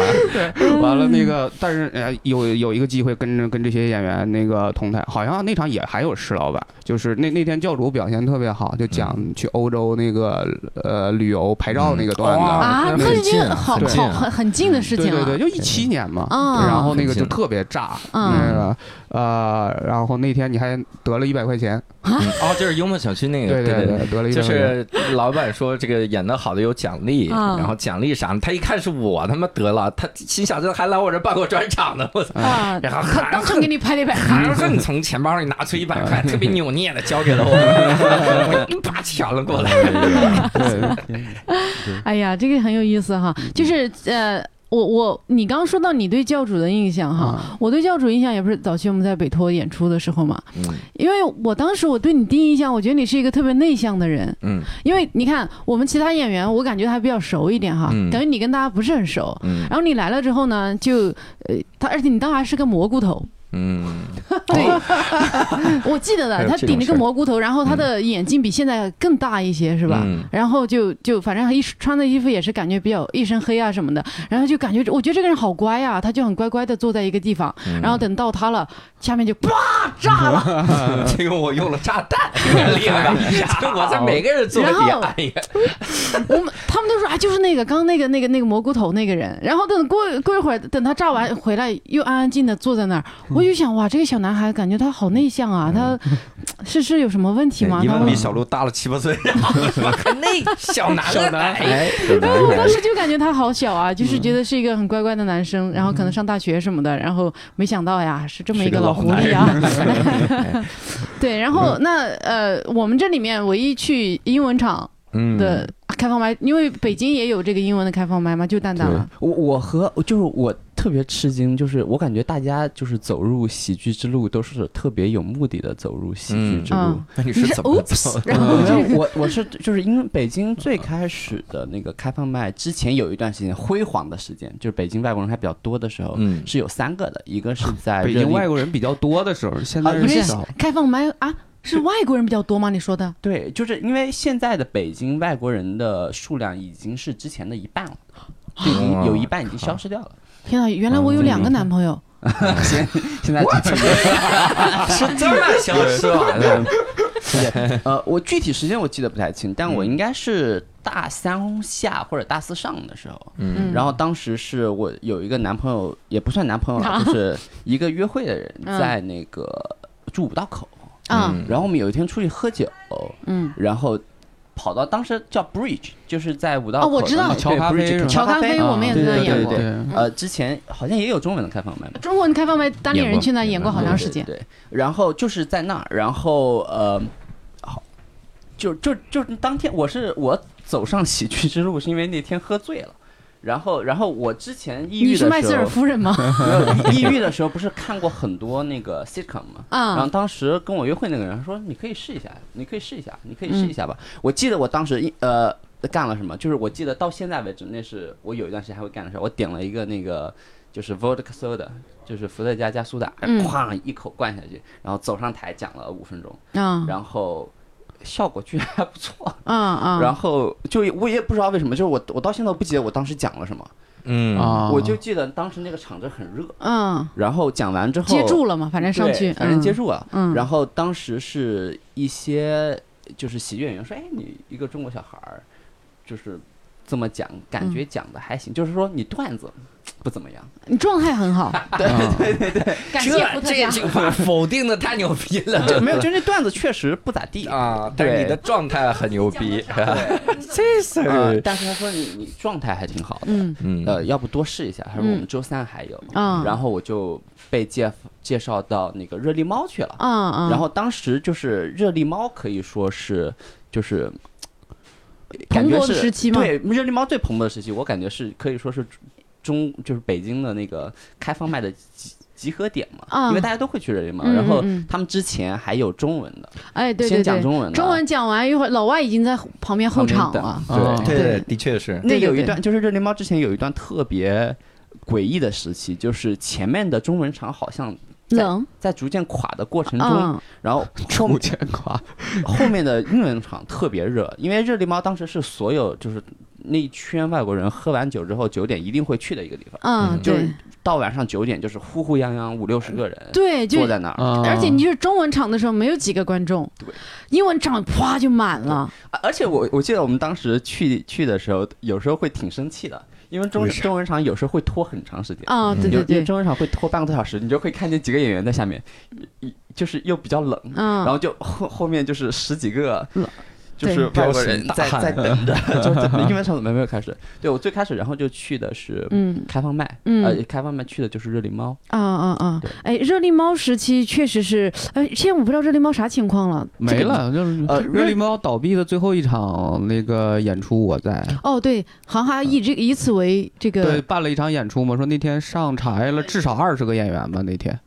Speaker 5: 完了那个，但是呃，有有一个机会跟着跟这些演员那个同台，好像那场也还有石老板，就是那那天教主表现特别好，就讲去欧洲那个呃旅游牌照那个段子。
Speaker 3: 嗯哇
Speaker 1: 啊，
Speaker 3: 那
Speaker 1: 那
Speaker 3: 很
Speaker 1: 已经
Speaker 3: 近
Speaker 1: 好
Speaker 3: 很
Speaker 1: 好
Speaker 3: 近
Speaker 1: 很很近的事
Speaker 5: 对
Speaker 1: 情
Speaker 5: 对
Speaker 1: 了，
Speaker 5: 对，就一七年嘛，
Speaker 1: 嗯
Speaker 5: 然后那个
Speaker 2: 很近
Speaker 5: 就特别炸，
Speaker 1: 嗯
Speaker 5: 那个呃，然后那天你还得了一百块钱，
Speaker 2: 哦，就是幽默小区那个，
Speaker 5: 对
Speaker 2: 对
Speaker 5: 对，得了一
Speaker 2: 就
Speaker 5: 百块钱，
Speaker 2: 是老板说这个演的好的有奖励，
Speaker 1: 嗯
Speaker 2: 然后奖励啥？他一看是我他妈得了，他心想这还来我这办过专场呢，我操！
Speaker 1: 啊，
Speaker 2: 然后
Speaker 1: 他
Speaker 2: 还
Speaker 1: 当场给你拍了一百，
Speaker 2: 含恨从钱包里拿出一百块，特别扭捏的交给 了我，我一把抢了过来。
Speaker 5: 对，
Speaker 1: 哎呀，这个很有意思哈，
Speaker 2: 嗯
Speaker 1: 就是呃。我我你刚刚说到你对教主的印象哈，
Speaker 5: 啊
Speaker 1: 我对教主印象也不是早期我们在北托演出的时候嘛，
Speaker 2: 嗯
Speaker 1: 因为我当时我对你第一印象，我觉得你是一个特别内向的人，
Speaker 2: 嗯
Speaker 1: 因为你看我们其他演员，我感觉还比较熟一点哈，
Speaker 2: 嗯
Speaker 1: 等于你跟大家不是很熟。
Speaker 2: 嗯
Speaker 1: 然后你来了之后呢，就呃，他而且你当时还是个蘑菇 头，
Speaker 2: 嗯，
Speaker 1: 对，我记得
Speaker 2: 还
Speaker 1: 的，
Speaker 2: 有
Speaker 1: 他
Speaker 2: 这
Speaker 1: 顶了
Speaker 2: 种
Speaker 1: 个
Speaker 2: 事儿
Speaker 1: 蘑菇头，然后他的眼睛比现在更大一些，是吧？
Speaker 2: 嗯
Speaker 1: 然后就就反正一穿的衣服也是感觉比较一身黑啊什么的，然后就感觉我觉得这个人好乖啊，他就很乖乖的坐在一个地方，
Speaker 2: 嗯
Speaker 1: 然后等到他了，下面就啪炸了，
Speaker 2: 这个我用了炸弹，厉害 吧？我在每个人座底下按一个，
Speaker 1: 我们 他们都说啊，就是那个刚刚那个那个那个蘑菇头那个人，然后等过过一会儿，等他炸完回来又安安静的坐在那儿，我就想哇，这个小男孩感觉他好内向啊，他是是有什么问题吗？
Speaker 3: 一
Speaker 1: 他
Speaker 3: 问
Speaker 1: 会
Speaker 3: 比小鹿大了七八岁，
Speaker 2: 那小男哎
Speaker 3: 小男
Speaker 2: 孩，
Speaker 1: 然后我当时就感觉他好小啊，就是觉得是一个很乖乖的男生，然后可能上大学什么的，然后没想到呀是这么一个老狐狸啊。 对，然后那呃，我们这里面唯一去英文场
Speaker 2: 嗯
Speaker 1: 的开放麦，因为北京也有这个英文的开放麦嘛，就蛋蛋了。
Speaker 6: 我我和就是我特别吃惊，就是我感觉大家就是走入喜剧之路都是特别有目的的走入喜剧之路。
Speaker 1: 嗯，
Speaker 2: 那你
Speaker 1: 你
Speaker 2: 是
Speaker 1: 是
Speaker 2: 怎么做
Speaker 1: oops，然后
Speaker 6: 没
Speaker 1: 这
Speaker 6: 有
Speaker 1: 个
Speaker 6: 嗯我我是就是因为北京最开始的那个开放麦之前有一段时间辉煌的时间，就是北京外国人还比较多的时候，
Speaker 2: 嗯
Speaker 6: 是有三个的，一个是在
Speaker 5: 北
Speaker 6: 热
Speaker 5: 京
Speaker 6: 力
Speaker 5: 外国人比较多的时候，现在
Speaker 6: 啊
Speaker 1: 不是
Speaker 5: 少，
Speaker 1: 开放麦啊，是外国人比较多吗？你说的？
Speaker 6: 对，就是因为现在的北京外国人的数量已经是之前的一半了，就已
Speaker 5: 哦
Speaker 6: 经有一半已经消失掉了。
Speaker 1: 天呐，原来我有两个男朋友。
Speaker 6: 现现在只
Speaker 2: 是这么消失完了？
Speaker 6: 呃，我具体时间我记得不太清，但
Speaker 5: 嗯
Speaker 6: 我应该是大三下或者大四上的时候。
Speaker 2: 嗯
Speaker 6: 然后当时是我有一个男朋友，也不算男朋友了，就是一个约会的人，
Speaker 1: 嗯
Speaker 6: 在那个住五道口。
Speaker 2: 嗯
Speaker 1: 啊，
Speaker 6: 嗯然后我们有一天出去喝酒，
Speaker 1: 嗯，
Speaker 6: 然后跑到当时叫 Bridge，就是在五道
Speaker 1: 哦
Speaker 6: 口
Speaker 1: 我知道
Speaker 6: 的那个
Speaker 5: 乔咖啡
Speaker 6: Bridge
Speaker 5: 是吧
Speaker 1: 乔咖啡我们也
Speaker 6: 对
Speaker 1: 在
Speaker 6: 对
Speaker 1: 演
Speaker 6: 对
Speaker 1: 过，
Speaker 6: 对。
Speaker 5: 对，
Speaker 6: 呃，之前好像也有中文的开放麦嘛，
Speaker 1: 啊中文开放麦单立人去那演过
Speaker 6: 嗯
Speaker 1: 好长时间。
Speaker 6: 对，对对然后就是在那儿，然后呃，好，就就就是当天我是我走上喜剧之路，是因为那天喝醉了。然后，然后我之前
Speaker 1: 你
Speaker 6: 抑郁
Speaker 1: 是
Speaker 6: 的
Speaker 1: 麦瑟
Speaker 6: 时
Speaker 1: 尔
Speaker 6: 候，
Speaker 1: 夫人吗？
Speaker 6: 没有抑抑郁的时候，不是看过很多那个 sitcom 嘛？然后
Speaker 1: 啊，
Speaker 6: 当时跟我约会那个人说：“你可以试一下，你可以试一下，你可以试一下吧。
Speaker 1: 嗯
Speaker 6: 我记得我当时一呃干了什么，就是我记得到现在为止，那是我有一段时间还会干的事儿。我点了一个那个就是 vodka soda，就是伏特加加苏打，
Speaker 1: 嗯
Speaker 6: 哐一口灌下去，然后走上台讲了五分钟，
Speaker 1: 嗯
Speaker 6: 然后效果居然还不错。
Speaker 1: 嗯嗯，
Speaker 6: 然后就我也不知道为什么，就是我我到现在都不记得我当时讲了什么，
Speaker 2: 嗯
Speaker 5: 啊，
Speaker 6: 我就记得当时那个场子很热，
Speaker 1: 嗯
Speaker 6: 然后讲完之后
Speaker 1: 接住了嘛，反正上
Speaker 6: 对
Speaker 1: 去，
Speaker 6: 反正
Speaker 1: 嗯
Speaker 6: 接住了。
Speaker 1: 嗯，
Speaker 6: 然
Speaker 1: 后
Speaker 6: 后当时是一些就是喜剧演员说：“哎，你一个中国小孩儿，就是这么讲，感觉讲的还行，就是说你段子不怎么样。
Speaker 1: 你状态很 好，
Speaker 6: 对对对
Speaker 1: 感
Speaker 2: 这
Speaker 1: 谢伏特
Speaker 2: 这
Speaker 1: 加，
Speaker 2: 这个话 否定的太牛逼了，
Speaker 6: 对，
Speaker 2: 这
Speaker 6: 没 有，就那段子确实不咋 地。
Speaker 2: 啊，但是
Speaker 6: 对
Speaker 2: 你的状态很牛 逼，
Speaker 6: 这事儿，呃但是他说你你状态还挺好的，
Speaker 1: 嗯
Speaker 2: 嗯
Speaker 6: 呃，要不多试一下。他说我们周三还有，
Speaker 1: 嗯
Speaker 6: 然后我就被介介绍到那个热力猫去了。
Speaker 1: 嗯嗯，
Speaker 6: 然后当时就是热力猫可以说是就是。感
Speaker 1: 蓬
Speaker 6: 觉
Speaker 1: 勃的
Speaker 6: 是
Speaker 1: 时期嘛
Speaker 6: 对热力猫最蓬勃的时期，我感觉是可以说是中就是北京的那个开放麦的集集合点嘛，
Speaker 1: 啊
Speaker 6: 因为大家都会去热力猫，
Speaker 1: 嗯
Speaker 6: 然后
Speaker 1: 嗯嗯
Speaker 6: 他们之前还有中文的，
Speaker 1: 哎对对
Speaker 6: 先讲
Speaker 1: 对，
Speaker 6: 中文的，啊
Speaker 1: 中文讲完一会儿，老外已经在旁边候场了
Speaker 6: 旁，边等
Speaker 5: 啊
Speaker 6: 对，
Speaker 1: 对
Speaker 2: 的确是，
Speaker 1: 对
Speaker 6: 那
Speaker 1: 对
Speaker 6: 有一
Speaker 1: 对
Speaker 6: 段就是热力猫之前有一段特别诡异的时期，就是前面的中文场好像
Speaker 1: 冷，
Speaker 6: 在逐渐垮的过程中，
Speaker 1: 嗯
Speaker 6: 然后后
Speaker 5: 出见夸，
Speaker 6: 后面的英文场特别热，因为热力猫当时是所有就是那一圈外国人喝完酒之后九点一定会去的一个地方，
Speaker 1: 嗯，
Speaker 6: 就
Speaker 1: 对
Speaker 6: 是到晚上九点就是呼呼泱泱五六十个人
Speaker 1: 对，就
Speaker 6: 坐在那儿，
Speaker 5: 啊
Speaker 1: 而且你就是中文场的时候没有几个观众，
Speaker 6: 对
Speaker 1: 英文场啪就满了，
Speaker 6: 啊而且我我记得我们当时去去的时候，有时候会挺生气的，因为中
Speaker 2: 为啥
Speaker 6: 中文场有时候会拖很长时间。
Speaker 1: 啊，对
Speaker 6: 嗯有
Speaker 1: 对
Speaker 6: 有
Speaker 1: 对，
Speaker 6: 中文场会拖半个多小时，你就会看见几个演员在下面，一一就是又比较冷，然
Speaker 1: 嗯，
Speaker 6: 后就后后面就是十几个
Speaker 1: 冷，
Speaker 6: 就是外国人
Speaker 2: 对彪形
Speaker 6: 在
Speaker 2: 大汉
Speaker 6: 在等着，就在英文场怎么没有开始？对我最开始，然后就去的是
Speaker 1: 嗯
Speaker 6: 开放麦，
Speaker 1: 嗯
Speaker 6: 呃，开放麦去的就是热力猫，
Speaker 1: 啊啊啊
Speaker 6: 对！
Speaker 1: 哎，热力猫时期确实是，哎，现在我不知道热力猫啥情况了，这
Speaker 5: 没
Speaker 1: 个。
Speaker 5: 了，就是
Speaker 6: 呃
Speaker 5: 热力猫倒闭的最后一场那个演出，我在。
Speaker 1: 哦，对，航还以这以此为这
Speaker 5: 对，
Speaker 1: 个，
Speaker 5: 办了一场演出嘛，说那天上台了至少二十个演员吧，那天。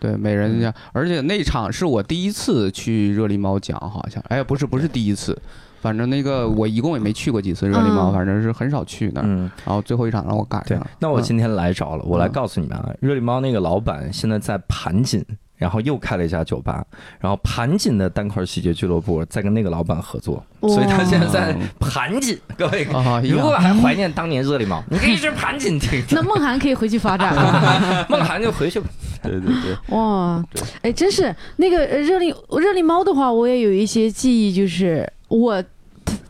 Speaker 5: 对，每人
Speaker 2: 嗯
Speaker 5: 家，而且那场是我第一次去热力猫讲，好像，哎，不是，不是第一次，反正那个我一共也没去过几次热力猫，
Speaker 1: 嗯
Speaker 5: 反正是很少去那儿。
Speaker 2: 嗯，
Speaker 5: 然后最后一场让我赶
Speaker 2: 对
Speaker 5: 上嗯了，。
Speaker 2: 那我今天来着了，我来告诉你们啊，热力猫那个老板现在在盘锦。然后又开了一家酒吧，然后盘锦的单口喜剧俱乐部在跟那个老板合作，
Speaker 1: 哇
Speaker 2: 所以他现在在盘锦。各位，
Speaker 5: 啊，一
Speaker 2: 如果
Speaker 5: 样
Speaker 2: 还怀念当年热力猫，你可以去盘锦听 听
Speaker 1: 那。梦涵可以回去发 展了。
Speaker 2: 梦涵就回去吧。
Speaker 6: 对对对，
Speaker 1: 哇，哎，真是那个呃热力热力猫的话，我也有一些记忆，就是我。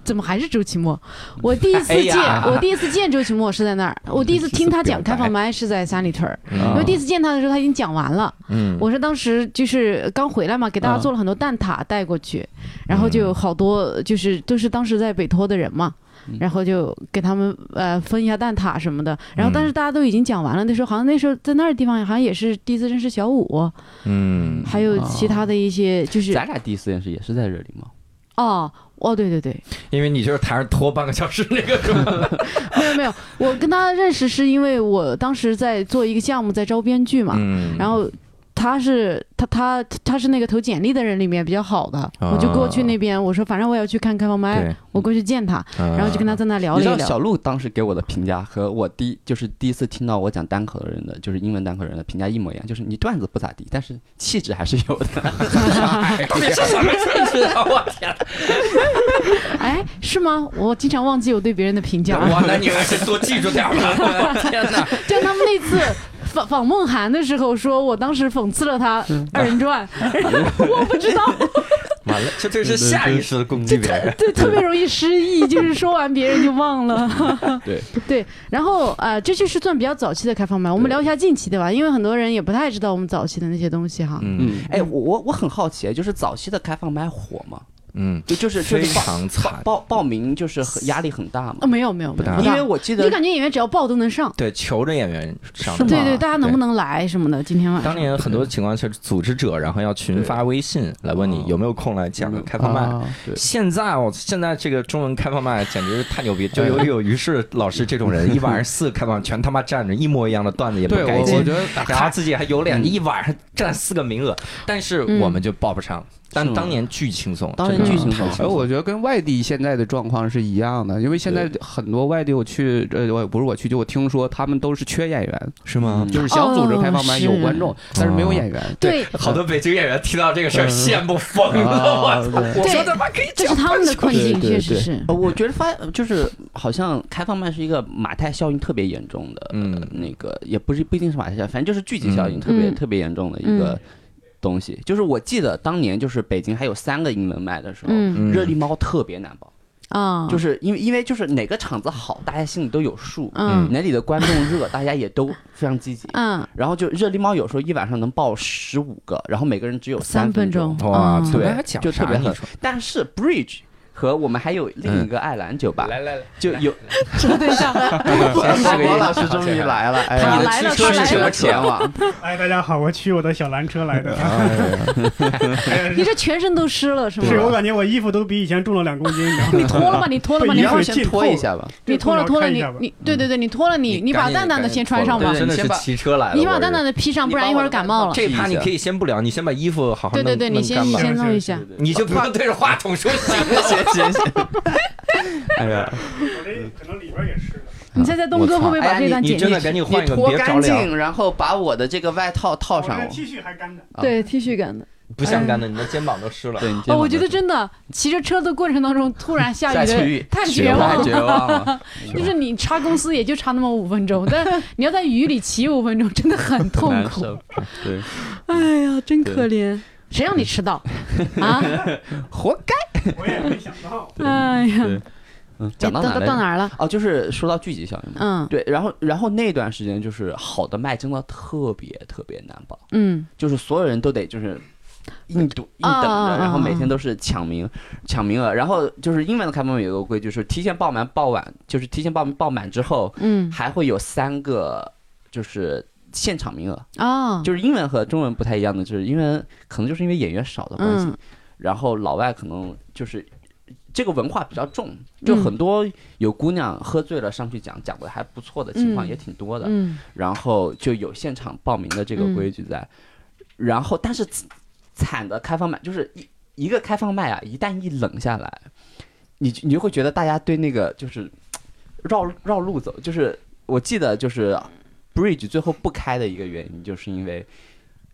Speaker 1: 怎么还是周奇墨？我第一次
Speaker 2: 哎
Speaker 1: 见、
Speaker 2: 呀
Speaker 1: 我第一次见周奇墨是在那儿，我第一次听他讲
Speaker 2: 第一次表
Speaker 1: 开
Speaker 2: 白
Speaker 1: 放麦是在三里屯儿。因
Speaker 5: 啊
Speaker 1: 为第一次见他的时候他已经讲完了，
Speaker 2: 嗯，
Speaker 1: 我是当时就是刚回来嘛，给大家
Speaker 5: 嗯
Speaker 1: 做了很多蛋挞带过去，然后就有好多就是都是当时在北托的人嘛。
Speaker 6: 嗯
Speaker 1: 然后就给他们呃分一下蛋挞什么的，然后但是大家都已经讲完了。那时候好像那时候在那儿地方好像也是第一次认识小五，
Speaker 2: 嗯，
Speaker 1: 还有其他的一些就是
Speaker 6: 咱俩第一次认识也是在热力猫，
Speaker 1: 哦哦对对对，
Speaker 2: 因为你就是台上拖半个小时那个是吧？
Speaker 1: 没有没有，我跟他认识是因为我当时在做一个项目在招编剧嘛，
Speaker 2: 嗯
Speaker 1: 然后他是他他他是那个投简历的人里面比较好的，
Speaker 6: 啊
Speaker 1: 我就过去那边，我说反正我也要去看开放麦
Speaker 2: 对，嗯
Speaker 1: 我过去见他，
Speaker 2: 哎然
Speaker 1: 然后就跟他在那聊
Speaker 6: 啊你
Speaker 1: 了
Speaker 6: 知道
Speaker 1: 一
Speaker 6: 小
Speaker 1: 聊。
Speaker 6: 鹿当时给我的评价和我第就是第一次听到我讲单口的人的，就是英文单口人的评价一模一样，就是你段子不咋地，但是气质还是有的。
Speaker 2: 你是什么气质啊？我天！
Speaker 1: 哎，是吗？我经常忘记我对别人的评价，
Speaker 2: 哇，那你还是多记住点儿吧！我的天哪！
Speaker 1: 就他们那次 访访梦涵的时候，说我当时讽刺了他
Speaker 6: 嗯
Speaker 1: 二人转， 然后我不 知道，
Speaker 2: 完了，这这是下意识的攻击别人。啊
Speaker 1: 对，特别容易失忆，就是说完别人就忘了。
Speaker 6: 对
Speaker 1: 对，然后呃，这就是算比较早期的开放麦，我们聊一下近期的吧，因为很多人也不太知道我们早期的那些东西哈。
Speaker 2: 嗯
Speaker 5: 嗯，
Speaker 6: 哎，我我我很好奇，就是早期的开放麦火吗？
Speaker 2: 嗯，
Speaker 6: 就就是就
Speaker 2: 非
Speaker 6: 是报
Speaker 2: 常
Speaker 6: 报
Speaker 2: 惨。
Speaker 6: 报报名就是很压力很大嘛
Speaker 1: 啊，，没有没有，没有
Speaker 2: 大
Speaker 1: 不
Speaker 6: 因
Speaker 1: 大
Speaker 6: 为我记
Speaker 1: 你
Speaker 6: 得
Speaker 1: 感觉演员只要报都能上，
Speaker 2: 对，求着演员上
Speaker 5: 是
Speaker 2: 的。
Speaker 5: 吗
Speaker 1: 对对，大家能不能来什么的，今天晚
Speaker 2: 当
Speaker 1: 上。
Speaker 2: 年很多情况是组织者，然后要群发微信来问你有没有空来讲个开放麦。
Speaker 5: 啊
Speaker 6: 对
Speaker 2: 现在我现在这个中文开放麦简直是太牛逼，就有有于是老师这种人，一晚上四个开放全他妈站着，一模一样的段子也不
Speaker 5: 对，我
Speaker 2: 改进
Speaker 5: 我觉，得
Speaker 2: 然后自己还有脸一晚上占四个名额，但是我们就报不上。但当年巨轻松，
Speaker 6: 当
Speaker 2: 真
Speaker 6: 然
Speaker 5: 嗯
Speaker 6: 剧情很轻松。
Speaker 5: 哎，我觉得跟外地现在的状况是一样的，因为现在很多外地我去，呃，我不是我去，就我听说他们都是缺演员，
Speaker 3: 是
Speaker 2: 嗯
Speaker 3: 吗？
Speaker 5: 就是想组织开放
Speaker 1: 哦
Speaker 5: 班有
Speaker 1: 是
Speaker 5: 观众，但是没有演员。
Speaker 1: 对，
Speaker 2: 好多北京演员听到这个事儿羡慕疯了，我操！我说他妈可以
Speaker 1: 这是
Speaker 2: 讲
Speaker 1: 他们的困境，
Speaker 5: 对对
Speaker 1: 确实
Speaker 5: 对
Speaker 1: 是。
Speaker 6: 呃，我觉得发就是好像开放麦是一个马太效应特别严重的，
Speaker 2: 嗯
Speaker 6: 呃那个也不是不一定是马太效应，反正就是聚集效应特别、
Speaker 1: 嗯
Speaker 6: 特别严重的一个东西。就是我记得当年就是北京还有三个英文麦的时候，
Speaker 1: 嗯
Speaker 6: 热力猫特别难报，
Speaker 1: 啊，
Speaker 6: 就是是因为因为就是哪个场子好，大家心里都有数，
Speaker 1: 嗯
Speaker 6: 哪里的观众热，大家也都非常积极。
Speaker 1: 嗯，
Speaker 6: 然后就热力猫有时候一晚上能报十五个，然后每个人只有
Speaker 1: 三
Speaker 6: 分
Speaker 1: 分钟，
Speaker 2: 哇
Speaker 1: 嗯
Speaker 2: 操
Speaker 6: 对
Speaker 2: 那啊还，讲
Speaker 6: 就
Speaker 2: 啥
Speaker 6: 特别
Speaker 2: 你
Speaker 6: 狠
Speaker 2: 说。
Speaker 6: 但是 Bridge 和我们还有另一个爱兰酒吧，
Speaker 2: 来来，
Speaker 6: 就有哎什么对象？王老师终于来了，哎
Speaker 1: 他来了
Speaker 6: 驱
Speaker 1: 他来了
Speaker 6: 驱车前往，
Speaker 7: 哎，大家好，我骑我的小蓝车来的。
Speaker 1: 你这全身都湿了是吗？
Speaker 7: 是我感觉我衣服都比以前重了两公斤，你知
Speaker 1: 你脱
Speaker 7: 道吗？
Speaker 1: 了吧，你脱了 吧，
Speaker 7: 对
Speaker 1: 你
Speaker 7: 一样
Speaker 1: 放
Speaker 7: 会
Speaker 1: 心
Speaker 7: 先脱一下
Speaker 6: 吧。
Speaker 1: 你脱了
Speaker 7: 这
Speaker 1: 脱
Speaker 7: 个
Speaker 1: 了
Speaker 7: 看一
Speaker 1: 你
Speaker 7: 下吧
Speaker 1: 你对对对，你脱了你你把蛋蛋的先穿上吧
Speaker 6: 对，
Speaker 2: 真的
Speaker 6: 你
Speaker 2: 是
Speaker 6: 先把
Speaker 2: 骑车来了。
Speaker 1: 你把
Speaker 2: 我
Speaker 1: 蛋蛋
Speaker 2: 这
Speaker 1: 的披上，不然一会儿感冒了。
Speaker 2: 这趴你可以先不聊，你先把衣服好好
Speaker 1: 对
Speaker 2: 弄
Speaker 1: 对对，你
Speaker 2: 弄
Speaker 1: 先
Speaker 2: 干
Speaker 1: 你
Speaker 2: 吧
Speaker 1: 先弄一下，
Speaker 2: 你 就不用对着话筒说行了。
Speaker 6: 行行行，
Speaker 2: 哎呀，
Speaker 7: 我这
Speaker 6: 嗯
Speaker 7: 可能里边也湿了。
Speaker 1: 你猜猜东哥会不会把
Speaker 6: 哎呀
Speaker 1: 这段
Speaker 2: 你
Speaker 1: 剪
Speaker 2: 真
Speaker 1: 进
Speaker 2: 的
Speaker 1: 去？
Speaker 2: 赶紧换
Speaker 6: 你
Speaker 2: 一个，
Speaker 6: 脱
Speaker 2: 别着
Speaker 6: 干
Speaker 2: 凉，
Speaker 6: 净，然后把我的这个外套套
Speaker 7: 我
Speaker 6: 上
Speaker 7: 这
Speaker 6: 我。
Speaker 7: T 恤还干着，
Speaker 1: 对 T 恤感的。
Speaker 2: 不像干的，你的肩膀都湿了。
Speaker 6: 对，你
Speaker 1: 哦，我觉得真的骑着车的过程当中，突然下雨
Speaker 6: 下
Speaker 1: 的
Speaker 6: 雨
Speaker 1: 太绝望
Speaker 6: 太
Speaker 1: 了。
Speaker 6: 绝望
Speaker 2: 啊
Speaker 6: 了。
Speaker 1: 就是你差公司也就差那么五分钟，但你要在雨里骑五分钟，真的很痛
Speaker 6: 难
Speaker 1: 苦。
Speaker 6: 受，对，
Speaker 1: 哎呀，真可怜，谁让你迟 到啊？
Speaker 6: 活该。
Speaker 7: 我也没想到。
Speaker 1: 哎呀，
Speaker 6: 对嗯，讲到
Speaker 1: 哎
Speaker 6: 哪
Speaker 1: 到
Speaker 6: 了？
Speaker 1: 哪儿了？
Speaker 6: 哦，就是说到聚集效应嘛。
Speaker 1: 嗯
Speaker 6: 对，然后然后那段时间就是好的麦真的特别特别难保，
Speaker 1: 嗯
Speaker 6: 就是所有人都得就是硬堵硬
Speaker 1: 啊
Speaker 6: 等
Speaker 1: 啊啊
Speaker 6: 着，然后每
Speaker 1: 啊
Speaker 6: 天都是抢名抢名额，然后就是英文的开放麦有个规矩，就是提前报满报晚，就是提前报报满之后
Speaker 1: 嗯
Speaker 6: 还会有三个就是。现场名额
Speaker 1: 哦，
Speaker 6: 就是英文和中文不太一样的，就是英文可能就是因为演员少的关系，
Speaker 1: 嗯
Speaker 6: 然后老外可能就是这个文化比较重，就很多有姑娘喝醉了上去讲，讲的还不错的情况
Speaker 1: 嗯
Speaker 6: 也挺多的，
Speaker 1: 嗯
Speaker 6: 然后就有现场报名的这个规矩在。然后，但是惨的开放麦就是一一个开放麦啊，一旦一冷下来，你就你就会觉得大家对那个就是绕绕路走，就是我记得就是 Bridge 最后不开的一个原因，就是因为。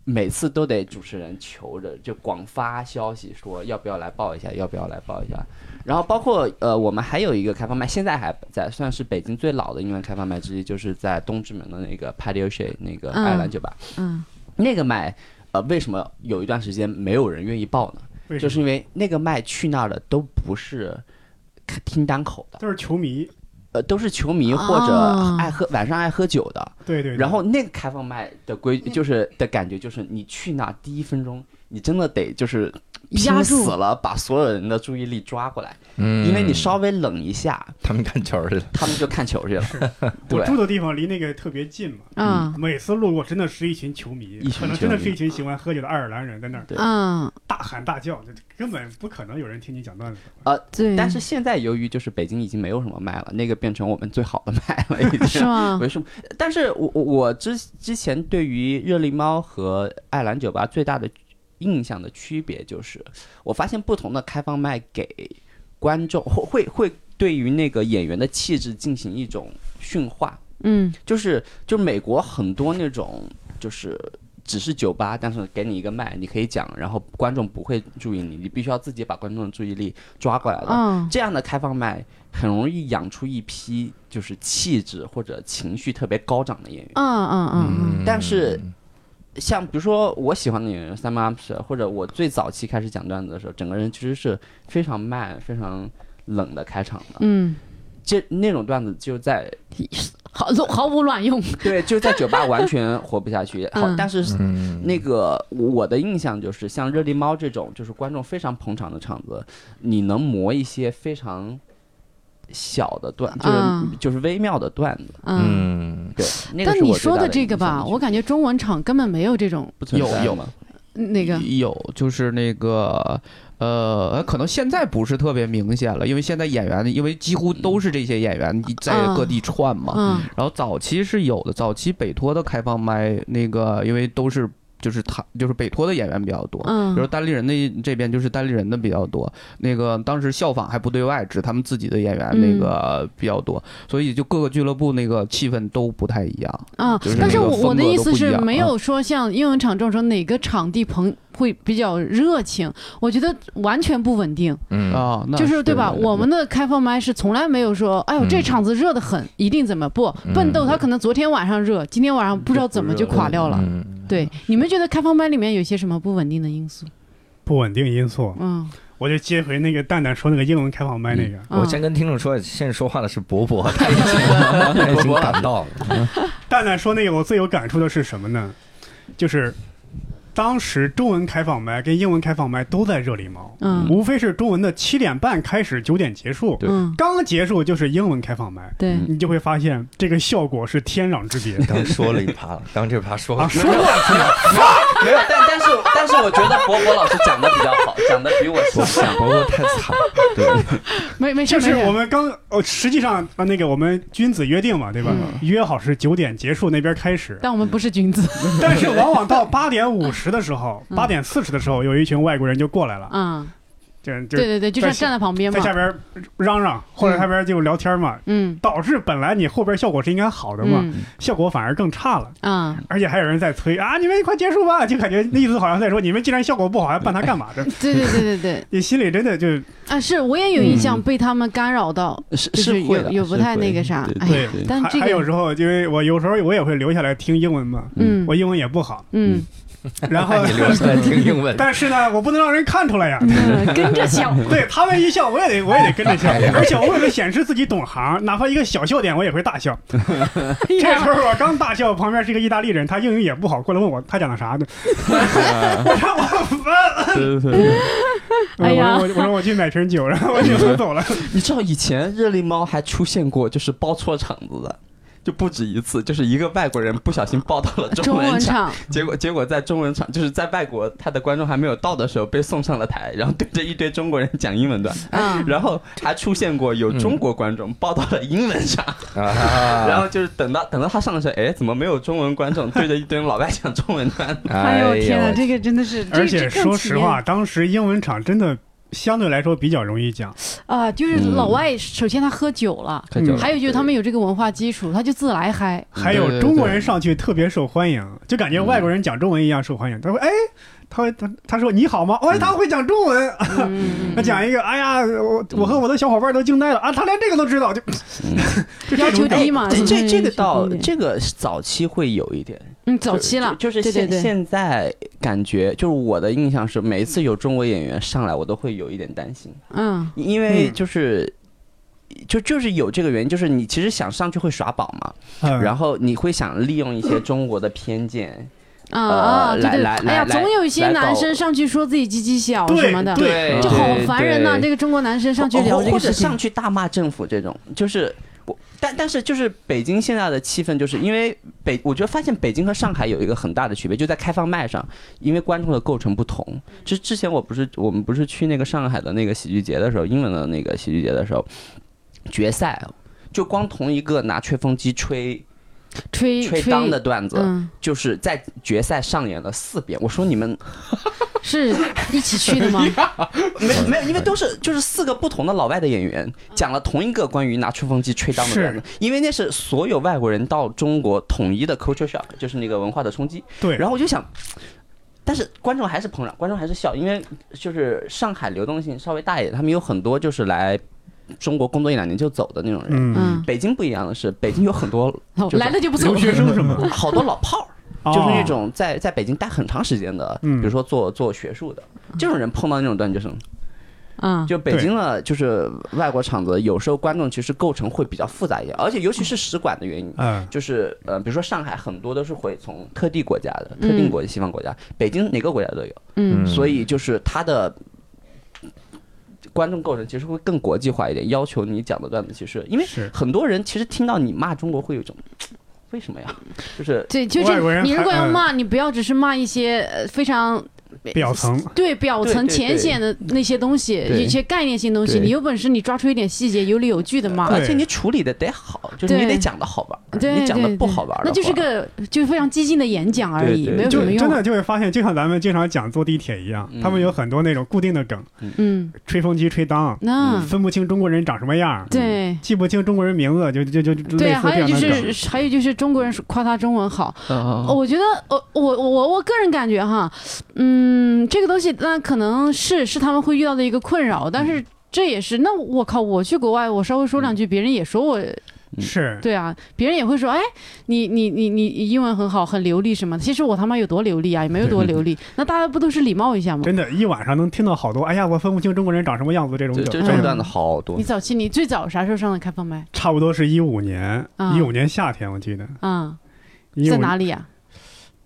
Speaker 6: 每次都得主持人求着，就广发消息说要不要来报一下，要不要来报一下。然后包括呃，我们还有一个开放麦，现在还在，算是北京最老的英文开放麦之一，就是在东直门的那个 Patio Shay 那个
Speaker 1: 嗯
Speaker 6: 爱尔兰酒吧。
Speaker 1: 嗯
Speaker 6: 那个麦，呃，为什么有一段时间没有人愿意报呢？
Speaker 7: 为什
Speaker 6: 就
Speaker 7: 么
Speaker 6: 是因 为那个麦去那儿的都不是看听单口的，
Speaker 7: 都是球迷，
Speaker 6: 呃，都是球迷或
Speaker 1: 哦
Speaker 6: 者爱喝、晚上爱喝酒的。
Speaker 7: 对对。对
Speaker 6: 然后那个开放麦的规
Speaker 1: 嗯
Speaker 6: 就是的感觉就是，你去那儿第一分钟，你真的得就是
Speaker 1: 压
Speaker 6: 拼
Speaker 1: 住
Speaker 6: 死了把所有人的注意力抓过来，
Speaker 2: 嗯
Speaker 6: 因为你稍微冷一下，
Speaker 2: 他们看球去了，
Speaker 6: 他们就看球去了。
Speaker 7: 我
Speaker 6: 对，
Speaker 7: 住的地方离那个特别近嘛，
Speaker 1: 嗯
Speaker 7: 每次路过真的是一群球迷
Speaker 6: 一，群
Speaker 7: 可能真的
Speaker 6: 球迷
Speaker 7: 是一群喜欢喝酒的爱尔兰人在那儿
Speaker 6: 对
Speaker 1: 嗯，
Speaker 7: 大喊大叫，就根本不可能有人听你讲段子。
Speaker 1: 对，
Speaker 6: 但是现在由于就是北京已经没有什么麦了，那个变成我们最好的麦了，已
Speaker 1: 是
Speaker 6: 经。
Speaker 1: 吗？
Speaker 6: 为什么？但是我我我之之前对于热力猫和爱尔兰酒吧最大的印象的区别就是，我发现不同的开放麦给观众 会会会对于那个演员的气质进行一种驯化，
Speaker 1: 嗯
Speaker 6: 就是就美国很多那种就是。只是酒吧，但是给你一个麦，你可以讲，然后观众不会注意你，你必须要自己把观众的注意力抓过来的。
Speaker 1: 嗯
Speaker 6: 这样的开放麦很容易养出一批就是气质或者情绪特别高涨的演员
Speaker 1: 嗯。嗯嗯
Speaker 6: 但是像比如说我喜欢的演员 Sam a m s 或者我最早期开始讲段子的时候，整个人其实是非常慢、非常冷的开场的。
Speaker 1: 嗯，
Speaker 6: 这那种段子就在
Speaker 1: 毫毫无卵用。
Speaker 6: 对就在酒吧完全活不下去。好
Speaker 1: 嗯，
Speaker 6: 但是
Speaker 2: 嗯
Speaker 6: 那个我的印象就是，像热力猫这种就是观众非常捧场的场子，你能磨一些非常小的段，就是、
Speaker 1: 嗯
Speaker 6: 就是微妙的段子。
Speaker 1: 嗯，
Speaker 2: 嗯，
Speaker 6: 对，那个
Speaker 1: 但
Speaker 6: 是
Speaker 1: 你
Speaker 6: 我最
Speaker 1: 说
Speaker 6: 大
Speaker 1: 的
Speaker 6: 的
Speaker 1: 这个
Speaker 6: 印象
Speaker 1: 吧，
Speaker 6: 的
Speaker 1: 我感觉中文场根本没有这种
Speaker 6: 不存
Speaker 5: 有
Speaker 6: 在
Speaker 5: 有
Speaker 6: 嘛
Speaker 1: 那
Speaker 6: 嗯
Speaker 1: 个。
Speaker 5: 有，就是那个。呃，可能现在不是特别明显了，因为现在演员，因为几乎都是这些演员在各地串嘛。
Speaker 1: 嗯
Speaker 5: 然后早期是有的，早期北托的开放麦那个，因为都是就是他就是北托的演员比较多，
Speaker 1: 嗯
Speaker 5: 比如单立人的这边就是单立人的比较多，那个当时效仿还不对外，只他们自己的演员那
Speaker 1: 嗯
Speaker 5: 个比较多，所以就各个俱乐部那个气氛都不太一样。
Speaker 1: 啊
Speaker 5: 就是，
Speaker 1: 但
Speaker 5: 那
Speaker 1: 是
Speaker 5: 个
Speaker 1: 我我
Speaker 5: 风
Speaker 1: 的
Speaker 5: 格
Speaker 1: 意
Speaker 5: 都
Speaker 1: 思
Speaker 5: 不一
Speaker 1: 是
Speaker 5: 样
Speaker 1: 没
Speaker 5: 啊
Speaker 1: 有说像英文场这种说哪个场地朋会比较热情，我觉得完全不稳定，
Speaker 2: 嗯
Speaker 5: 啊，那
Speaker 1: 就是对吧？我们
Speaker 5: 的
Speaker 1: 的开放麦是从来没有说，哎呦这
Speaker 2: 嗯
Speaker 1: 场子热得很，一定怎么不笨豆他可能昨天晚上热，今天晚上不知道怎么就垮掉了。
Speaker 2: 嗯
Speaker 1: 对，你们觉得开放麦里面有些什么不稳定的因素？
Speaker 7: 不稳定因素，
Speaker 1: 嗯，
Speaker 7: 我就接回那个蛋蛋说那个英文开放麦那个，
Speaker 2: 我
Speaker 1: 嗯
Speaker 2: 先跟听众说，现在说话的是博博， 他已经他已经赶到了。
Speaker 7: 蛋蛋说那个我最有感触的是什么呢？就是当时中文开放麦跟英文开放麦都在热力猫，
Speaker 1: 嗯
Speaker 7: 无非是中文的七点半开始，九点结束，
Speaker 1: 嗯，
Speaker 7: 刚结束就是英文开放麦，
Speaker 1: 对，
Speaker 7: 你就会发现这个效果是天壤之别。
Speaker 3: 刚说了一趴了，刚这趴说
Speaker 7: 啊，
Speaker 3: 了，
Speaker 7: 说过
Speaker 6: 没有，但但是但是我觉得博博老师讲的比较好，讲的比我
Speaker 3: 不
Speaker 6: 想
Speaker 3: 想伯伯太惨了，
Speaker 1: 没没事
Speaker 7: 就
Speaker 1: 没
Speaker 7: 是我
Speaker 1: 事，
Speaker 7: 们刚呃，实际上啊，那个我们君子约定嘛，对吧？约好是九点结束那边开始，
Speaker 1: 但我们不是君子
Speaker 7: 但是往往到八点五十的时候，
Speaker 1: 嗯
Speaker 7: 八点四十的时候，有一群外国人就过来了，
Speaker 1: 啊，
Speaker 7: 就就
Speaker 1: 对嗯对对，就像
Speaker 7: 在下
Speaker 1: 站在旁边嘛
Speaker 7: 在，下边嚷嚷，或者下边就聊天嘛，
Speaker 1: 嗯
Speaker 7: 导致本来你后边效果是应该好的嘛，
Speaker 1: 嗯
Speaker 7: 效果反而更差了，
Speaker 1: 啊，
Speaker 7: 而且还有人在催啊，你们快结束吧，就感觉那意思好像在说你们既然效果不好，还办它干嘛的？
Speaker 1: 对对对对对
Speaker 7: 你心里真的就
Speaker 1: 啊，是我也有印象被他们干扰到，
Speaker 6: 嗯是
Speaker 1: 就是
Speaker 6: 是会
Speaker 1: 有
Speaker 6: 的，
Speaker 1: 有不太
Speaker 6: 是会
Speaker 1: 那个啥
Speaker 6: 对，
Speaker 1: 哎
Speaker 7: 对
Speaker 1: 呀，
Speaker 6: 对
Speaker 1: 但
Speaker 7: 还
Speaker 1: 这
Speaker 7: 还有
Speaker 1: 个，
Speaker 7: 时候，因为我有时候我也会留下来听英文嘛，
Speaker 1: 嗯
Speaker 7: 我英文也不 好，
Speaker 1: 嗯
Speaker 7: 然后
Speaker 2: 你哎留下来听英文，
Speaker 7: 但是呢，我不能让人看出来呀。
Speaker 1: 嗯， 哎跟着笑，
Speaker 7: 对他们一笑，我也得我也得跟着 笑，而且我为了显示自己懂行，哪怕一个小笑点，我也会 大笑。这时候我刚大笑，旁边是一个意大利人，他英语也不好，过来问我他讲的啥呢？
Speaker 1: 啊
Speaker 7: 我说我
Speaker 5: 对对对，
Speaker 7: 我
Speaker 1: 哎呀
Speaker 7: 我我说我去买瓶酒，然后我就
Speaker 1: 嗯
Speaker 7: 走了。
Speaker 6: 你知道以前热力猫还出现过就是包错场子的，就不止一次，就是一个外国人不小心报到了
Speaker 1: 中
Speaker 6: 文
Speaker 1: 文
Speaker 6: 场，
Speaker 1: 唱，
Speaker 6: 结果结果在中文场就是在外国他的观众还没有到的时候被送上了台，然后对着一堆中国人讲英文段，
Speaker 1: 啊
Speaker 6: 然后还出现过有中国观众报到了英文场，
Speaker 2: 然
Speaker 6: 然后就是等到等到他上的时候，哎，怎么没有中文观众对着一堆老外讲中文段？
Speaker 1: 哎呦
Speaker 2: 啊
Speaker 1: 天哪，这个真的是，这
Speaker 7: 而
Speaker 1: 这
Speaker 7: 且
Speaker 1: 更
Speaker 7: 说
Speaker 1: 体
Speaker 7: 实
Speaker 1: 验
Speaker 7: 话，当时英文场真的相对来说比较容易讲，
Speaker 1: 啊，就是
Speaker 6: 嗯
Speaker 1: 老外，首先他喝酒了，
Speaker 7: 喝酒了
Speaker 1: 还有就是他们有这个文化基础，他就自来 嗨，
Speaker 7: 还
Speaker 5: 对
Speaker 7: 有
Speaker 5: 对
Speaker 7: 中国人上去特别受欢迎，就感觉外国人讲中文一样受欢迎。他说：“哎，他会他他说你好吗？哦，他会讲中文。
Speaker 1: 嗯
Speaker 7: 他 讲一个，哎呀，
Speaker 6: 嗯
Speaker 7: 我我和我的小伙伴都惊呆了啊，他连这个都知道，就
Speaker 6: 嗯
Speaker 7: 就
Speaker 1: 要
Speaker 7: 这
Speaker 1: 求
Speaker 7: 种感
Speaker 1: 低嘛，
Speaker 6: 哎这
Speaker 1: 总
Speaker 6: 这
Speaker 1: 是
Speaker 6: 这个
Speaker 1: 要求
Speaker 6: 到
Speaker 1: 低一点
Speaker 6: 这个早期会有一点，
Speaker 1: 嗯早期了，
Speaker 6: 就就是
Speaker 1: 对对
Speaker 6: 现
Speaker 1: 对，
Speaker 6: 现在感觉，就是我的印象是，每一次有中国演员上来，我都会有一点担心，
Speaker 1: 嗯
Speaker 6: 因为
Speaker 7: 嗯
Speaker 6: 就是。就就是有这个原因，就是你其实想上去会耍宝嘛，
Speaker 7: 嗯
Speaker 6: 然后你会想利用一些中国的偏见，
Speaker 1: 啊啊，对
Speaker 6: 呃来
Speaker 1: 对，
Speaker 6: 来
Speaker 1: 哎呀，
Speaker 6: 来
Speaker 1: 总有一些
Speaker 6: 来搞
Speaker 1: 男生上去说自己鸡鸡小什么的，
Speaker 7: 对
Speaker 6: 嗯对
Speaker 1: 就好烦人呐、
Speaker 6: 对
Speaker 1: 这个中国男生上去
Speaker 6: 或
Speaker 1: 聊这
Speaker 6: 啊哦或
Speaker 1: 个
Speaker 6: 者
Speaker 1: 事情
Speaker 6: 上，去大骂政府这种，就是我，但但是就是北京现在的气氛，就是因为北，我觉得发现北京和上海有一个很大的区别，就在开放麦上，因为观众的构成不同。之之前我不是我们不是去那个上海的那个喜剧节的时候，英文的那个喜剧节的时候，决赛就光同一个拿吹风机吹
Speaker 1: 吹
Speaker 6: 吹裆的段子，
Speaker 1: 嗯，
Speaker 6: 就是在决赛上演了四遍。我说你们
Speaker 1: 是一起去 的吗？
Speaker 6: 没
Speaker 7: 嗯
Speaker 6: 有没有，因为都是就是四个不同的老外的演员讲了同一个关于拿吹风机吹裆的段子，因为那是所有外国人到中国统一的 culture shock，就是那个文化的冲击。
Speaker 7: 对，
Speaker 6: 然后我就想，但是观众还是捧场，观众还是笑，因为就是上海流动性稍微大一点，他们有很多就是来中国工作一两年就走的那种人。
Speaker 7: 嗯，
Speaker 1: 嗯，
Speaker 6: 北京不一样的是，北京有很多
Speaker 1: 好
Speaker 6: 就是
Speaker 1: 来了就不走
Speaker 7: 留
Speaker 1: 了，
Speaker 7: 学生是吗？
Speaker 6: 好多老 炮儿。就是那种在在北京待很长时间的，
Speaker 7: 哦嗯
Speaker 6: 比如说做做学术的这种人，碰到那种段就是，
Speaker 1: 嗯
Speaker 6: 就北京的，就是外国场子，有时候观众其实构成会比较复杂一点，而且尤其是使馆的原因，
Speaker 7: 嗯，
Speaker 6: 就是呃，比如说上海很多都是会从特定国家的、
Speaker 1: 嗯
Speaker 6: 特定国家、西方国家，北京哪个国家都有，
Speaker 1: 嗯
Speaker 6: 所以就是它的。观众构成其实会更国际化一点，要求你讲的段子其实，因为
Speaker 7: 是
Speaker 6: 很多人其实听到你骂中国会有一种，为什么呀？就是
Speaker 1: 对，就
Speaker 7: 外国
Speaker 1: 是
Speaker 7: 人
Speaker 1: 你如
Speaker 7: 还
Speaker 1: 果要
Speaker 7: 嗯
Speaker 1: 骂，你不要只是骂一些呃非常
Speaker 7: 表层，
Speaker 1: 对表层
Speaker 6: 对对
Speaker 1: 浅显的那些东西，
Speaker 6: 对
Speaker 1: 一些概念性东西，
Speaker 6: 对
Speaker 1: 你有本事你抓出一点细节，有理有据的嘛。
Speaker 6: 而且你处理的得好，就是你
Speaker 1: 对
Speaker 6: 得讲的好玩儿，
Speaker 1: 对
Speaker 6: 你讲的
Speaker 1: 对
Speaker 6: 不
Speaker 1: 对
Speaker 6: 好玩儿的话，
Speaker 1: 那就是个就是非常激进的演讲而已，
Speaker 6: 对对
Speaker 1: 没有什
Speaker 7: 就
Speaker 1: 么
Speaker 7: 真
Speaker 1: 用。
Speaker 7: 的就会发现，就像咱们经常讲坐地铁一样，他们
Speaker 6: 嗯
Speaker 7: 有很多那种固定的梗，
Speaker 1: 嗯，
Speaker 7: 吹风机吹裆，
Speaker 1: 那
Speaker 7: 分不清中国人长什么样，
Speaker 1: 对。
Speaker 7: 记不清中国人名字，就就就就
Speaker 1: 对
Speaker 7: 类
Speaker 1: 啊，
Speaker 7: 似
Speaker 1: 还
Speaker 7: 这
Speaker 1: 有
Speaker 7: 样
Speaker 1: 就
Speaker 7: 的梗。
Speaker 1: 是，还有就是中国人说夸他中文好，
Speaker 5: 嗯
Speaker 6: 哦
Speaker 1: 我觉得，呃我我我我个人感觉哈，嗯，这个东西那可能是是他们会遇到的一个困扰，但是这也是那我靠，我去国外，我稍微说两句，别人也说我，
Speaker 6: 嗯
Speaker 7: 是
Speaker 1: 对啊，别人也会说，哎，你你你你你英文很好，很流利什么的。其实我他妈有多流利啊，也没有多流利，那大家不都是礼貌一下吗？
Speaker 7: 真的，一晚上能听到好多。哎呀，我分不清中国人长什么样子这种
Speaker 6: 这
Speaker 7: 梗，
Speaker 6: 这
Speaker 1: 嗯
Speaker 6: 中断的好多
Speaker 1: 你，早期你最早啥时候上的开放麦
Speaker 7: 差不多是一五年，
Speaker 1: 啊
Speaker 7: 一五年夏天我记得，
Speaker 1: 啊、
Speaker 7: 15
Speaker 1: 在哪里啊呀、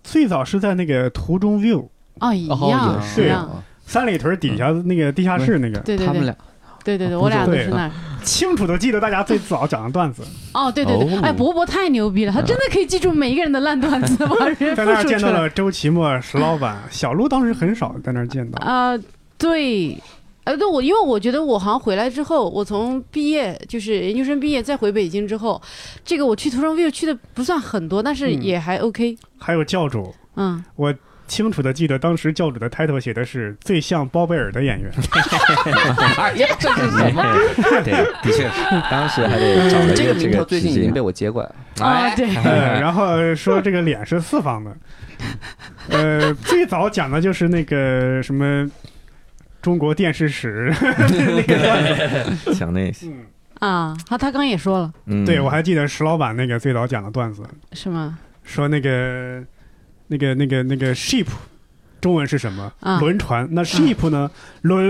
Speaker 7: 最早是在那个途中 view
Speaker 1: 啊？哦，一样
Speaker 7: 是
Speaker 1: 一样，
Speaker 7: 三里屯底下那个地下室那个，
Speaker 1: 嗯对对
Speaker 5: 啊他们
Speaker 1: 对
Speaker 5: 俩
Speaker 1: 对对对，我俩都是那儿。
Speaker 7: 清楚的记得大家最早讲的 段子，
Speaker 1: 哦，对对对，
Speaker 6: 哦
Speaker 1: 哎，博博太牛逼了，他真的可以记住每一个人的烂段 子，把人
Speaker 7: 嗯在
Speaker 1: 复
Speaker 7: 那儿
Speaker 1: 述
Speaker 7: 见
Speaker 1: 出
Speaker 7: 到
Speaker 1: 来。
Speaker 7: 了周奇墨、石老板、小鹿，当时很少在那儿见到。
Speaker 1: 啊、对，呃，对我，因为我觉得我好像回来之后，我从毕业就是研究生毕业再回北京之后，这个我去途中 view 去的不算很多，但是
Speaker 7: 嗯
Speaker 1: 也还 OK，
Speaker 7: 还有教主，
Speaker 1: 嗯，
Speaker 7: 清楚的记得当时教主的 title 写的是最像包贝尔的演员，
Speaker 2: 哎呀，这是什么？对，的确是，当时还得找了一
Speaker 6: 嗯这
Speaker 2: 个
Speaker 6: 名头最近已
Speaker 2: 直接
Speaker 6: 经被我接过来了，
Speaker 1: 啊、对，
Speaker 7: 呃然后说这个脸是四方的。呃，最早讲的就是那个什么中国电视史，
Speaker 2: 讲那些，
Speaker 7: 嗯，
Speaker 1: 啊，他他刚也说了，
Speaker 2: 嗯，
Speaker 7: 对我还记得石老板那个最早讲的段子，
Speaker 1: 是吗？
Speaker 7: 说那个那个那个那个 sheep。中文是什么？
Speaker 1: 啊
Speaker 7: 轮船。那 sheep 呢？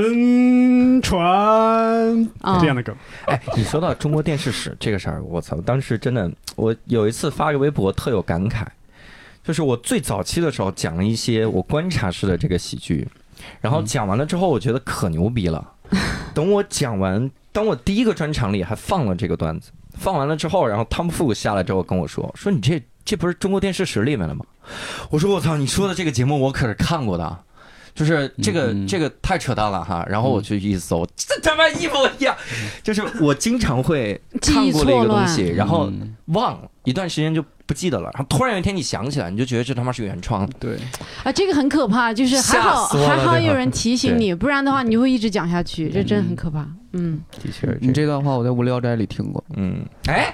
Speaker 7: 轮船
Speaker 1: 啊
Speaker 7: 这样的梗。
Speaker 2: 哎，你说到中国电视史这个事儿，我操，当时真的，我有一次发个微博特有感慨，就是我最早期的时候讲了一些我观察式的这个喜剧，然后讲完了之后，我觉得可牛逼了。等我讲完，当我第一个专场里还放了这个段子，放完了之后，然后汤姆·富下来之后跟我说，说你这这不是中国电视史里面的吗？我说我操，你说的这个节目我可是看过的啊。就是这个、
Speaker 6: 嗯嗯
Speaker 2: 这个太扯淡了哈，然后我去一搜， 这他妈一模一样，就是我经常会
Speaker 1: 记忆
Speaker 2: 看过的一
Speaker 1: 错乱
Speaker 2: 个东西，然后
Speaker 6: 嗯
Speaker 2: 忘了一段时间就不记得了，然后突然有一天你想起来，你就觉得这他妈是原创。
Speaker 6: 对，
Speaker 1: 啊，这个很可怕，就是还
Speaker 2: 吓
Speaker 1: 好
Speaker 2: 死我了
Speaker 1: 还好
Speaker 2: 这会儿
Speaker 1: 有人提醒
Speaker 2: 对
Speaker 1: 你，不然的话你就会一直讲下去，这真的很可怕。嗯
Speaker 2: 的确是
Speaker 5: 你这段话我在无聊斋里听过，
Speaker 2: 嗯， 哎，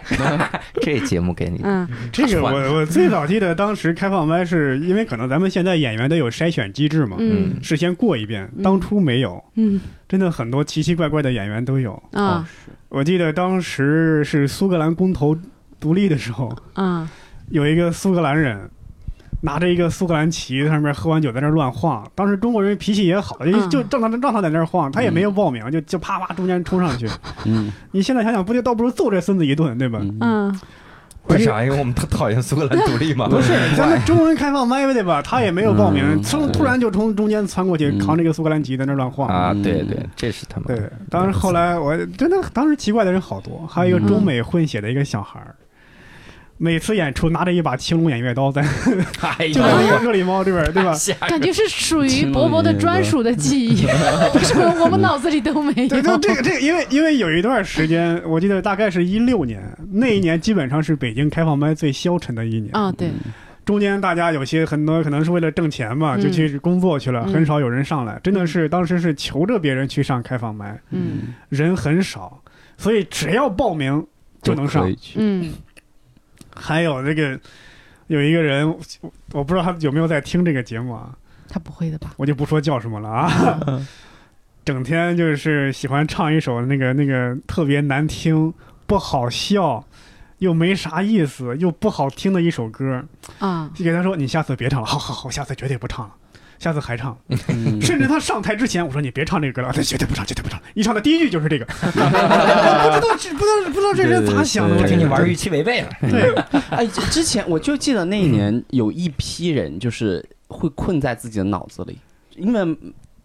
Speaker 2: 这节目给你，
Speaker 1: 嗯
Speaker 7: 这个
Speaker 2: 船
Speaker 7: 我我最早记得当时开放麦是因为可能咱们现在演员都有筛选机制嘛，
Speaker 1: 嗯
Speaker 7: 事先过一遍
Speaker 1: 嗯，
Speaker 7: 当初没有，
Speaker 1: 嗯
Speaker 7: 真的很多奇奇怪怪的演员都有。
Speaker 1: 啊
Speaker 7: 我记得当时是苏格兰公投独立的时候，
Speaker 1: 啊
Speaker 7: 有一个苏格兰人拿着一个苏格兰旗，上面喝完酒在那儿乱晃。当时中国人脾气也好，就
Speaker 1: 嗯
Speaker 7: 就让他让他在那儿晃，他也没有报名，就就啪啪中间冲上去。
Speaker 6: 嗯
Speaker 7: 你现在想想，不就倒不如揍这孙子一顿，对吧？
Speaker 6: 嗯，
Speaker 1: 嗯
Speaker 2: 为啥？因为我们都讨厌苏格兰独立嘛。
Speaker 7: 不是，咱们中国人开放麦对吧？他也没有报名，
Speaker 6: 嗯
Speaker 7: 从突然就从中间窜过去，
Speaker 6: 嗯
Speaker 7: 扛着一个苏格兰旗在那儿乱晃。
Speaker 2: 啊，
Speaker 6: 嗯
Speaker 2: 对对，这是他们。
Speaker 7: 对，当时后来我真的当时奇怪的人好多，还
Speaker 1: 嗯
Speaker 7: 有一个中美混血的一个小孩儿，每次演出拿着一把青龙偃月 刀在，
Speaker 1: 嗯
Speaker 2: 哎
Speaker 7: 就在
Speaker 2: 呀，
Speaker 7: 我这里猫这边儿对吧？
Speaker 1: 感觉是属于
Speaker 6: 青龙
Speaker 1: 博博的
Speaker 6: 偃月
Speaker 1: 专
Speaker 6: 刀
Speaker 1: 属的记忆，为什么我们脑子里都没有？
Speaker 7: 对，就这个这个，因为因为有一段时间，我记得大概是一六年，那一年基本上是北京开放麦最消沉的一年。
Speaker 1: 啊，对，
Speaker 7: 中间大家有些很多可能是为了挣钱嘛，
Speaker 1: 嗯
Speaker 7: 就去工作去了，
Speaker 1: 嗯
Speaker 7: 很少有人上来。真的
Speaker 1: 嗯
Speaker 7: 是当时是求着别人去上开放麦，
Speaker 1: 嗯
Speaker 7: 人很少，所以只要报名就能上。
Speaker 1: 嗯
Speaker 7: 还有那个有一个人，我我不知道他有没有在听这个节目啊，，
Speaker 1: 他不会的吧？
Speaker 7: 我就不说叫什么了啊。整天就是喜欢唱一首那个那个特别难听、不好笑，又没啥意思，又不好听的一首歌。
Speaker 1: 啊，
Speaker 7: 就给他说：“你下次别唱了，好好好，我下次绝对不唱了。”下次还唱，
Speaker 6: 嗯
Speaker 7: 甚至他上台之前，我说你别唱这个歌了，他绝对不唱，绝对不唱。一唱的第一句就是这个， 我不知道这不知道不知道这人咋想的，我
Speaker 2: 这
Speaker 7: 听
Speaker 2: 跟你
Speaker 7: 着
Speaker 2: 玩预期违背了。
Speaker 7: 对，
Speaker 6: 哎，之之前我就记得那一
Speaker 2: 嗯
Speaker 6: 年有一批人就是会困在自己的脑子里，因为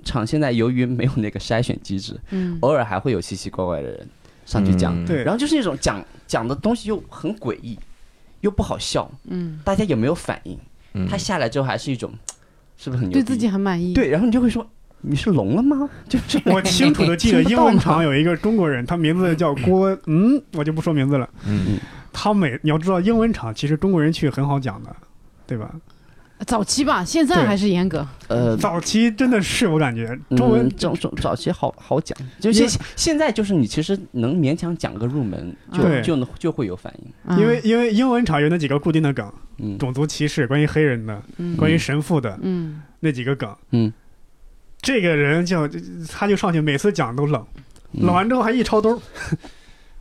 Speaker 6: 场现在由于没有那个筛选机制，
Speaker 1: 嗯
Speaker 6: 偶尔还会有奇奇怪怪的人上去讲，
Speaker 2: 嗯
Speaker 7: 对
Speaker 6: 然后就是那种讲讲的东西又很诡异，又不好笑，
Speaker 1: 嗯
Speaker 6: 大家有没有反应？
Speaker 2: 嗯
Speaker 6: 他下来之后还是一种是不是很牛
Speaker 1: 对
Speaker 6: 逼？
Speaker 1: 自己很满意。
Speaker 6: 对，然后你就会说你是聋了吗？就这
Speaker 7: 我 清楚的记得，英文场有一个中国人，他名字叫郭，嗯，我就不说名字了。
Speaker 3: 嗯，
Speaker 7: 他每你要知道，英文场其实中国人去很好讲的，对吧？
Speaker 1: 早期吧，现在
Speaker 7: 对
Speaker 1: 还是严格。
Speaker 6: 呃，
Speaker 7: 早期真的是我感觉中文
Speaker 6: 嗯中中早期好好讲，就
Speaker 7: 因为
Speaker 6: 现现在就是你其实能勉强讲个入门，就
Speaker 7: 对
Speaker 6: 就能就会有反应。
Speaker 1: 嗯
Speaker 7: 因为因为英文场有那几个固定的梗，
Speaker 6: 嗯
Speaker 7: 种族歧视、关于黑人的、
Speaker 1: 嗯
Speaker 7: 关于神父的
Speaker 1: 嗯，
Speaker 7: 那几个梗。
Speaker 6: 嗯，
Speaker 7: 这个人就他就上去每次讲都冷，
Speaker 6: 嗯
Speaker 7: 冷完之后还一 抄兜儿，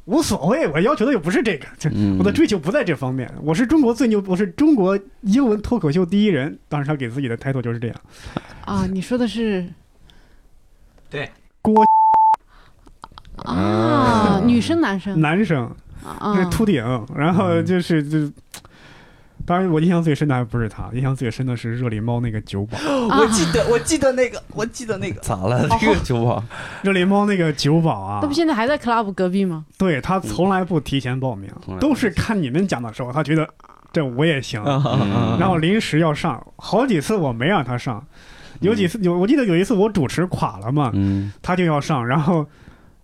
Speaker 7: 无所谓，我要求的又不是这个，就
Speaker 6: 嗯
Speaker 7: 我的追求不在这方面。我是中国最牛，我是中国英文脱口秀第一人。当时他给自己的 title 就是这样。
Speaker 1: 啊，你说的是
Speaker 7: 郭
Speaker 1: 啊，女生男生
Speaker 7: 男生
Speaker 1: 啊
Speaker 7: 是秃顶，然后就是就。当然，我印象最深的还不是他，印象最深的是热力猫那个酒保。
Speaker 6: 哦我记得我记得那个我记得那个
Speaker 3: 咋了？这个酒保
Speaker 7: 热力猫那个酒保啊
Speaker 1: 那，不现在还在 club 隔壁吗？
Speaker 7: 对他从来不提前报名
Speaker 6: 从来，不
Speaker 7: 都是看你们讲的时候，他觉得这我也行，
Speaker 6: 嗯
Speaker 2: 嗯
Speaker 3: 啊
Speaker 7: 然后临时要上，好几次我没让他上，有几次有我记得有一次我主持垮了嘛，
Speaker 6: 嗯
Speaker 7: 他就要上，然后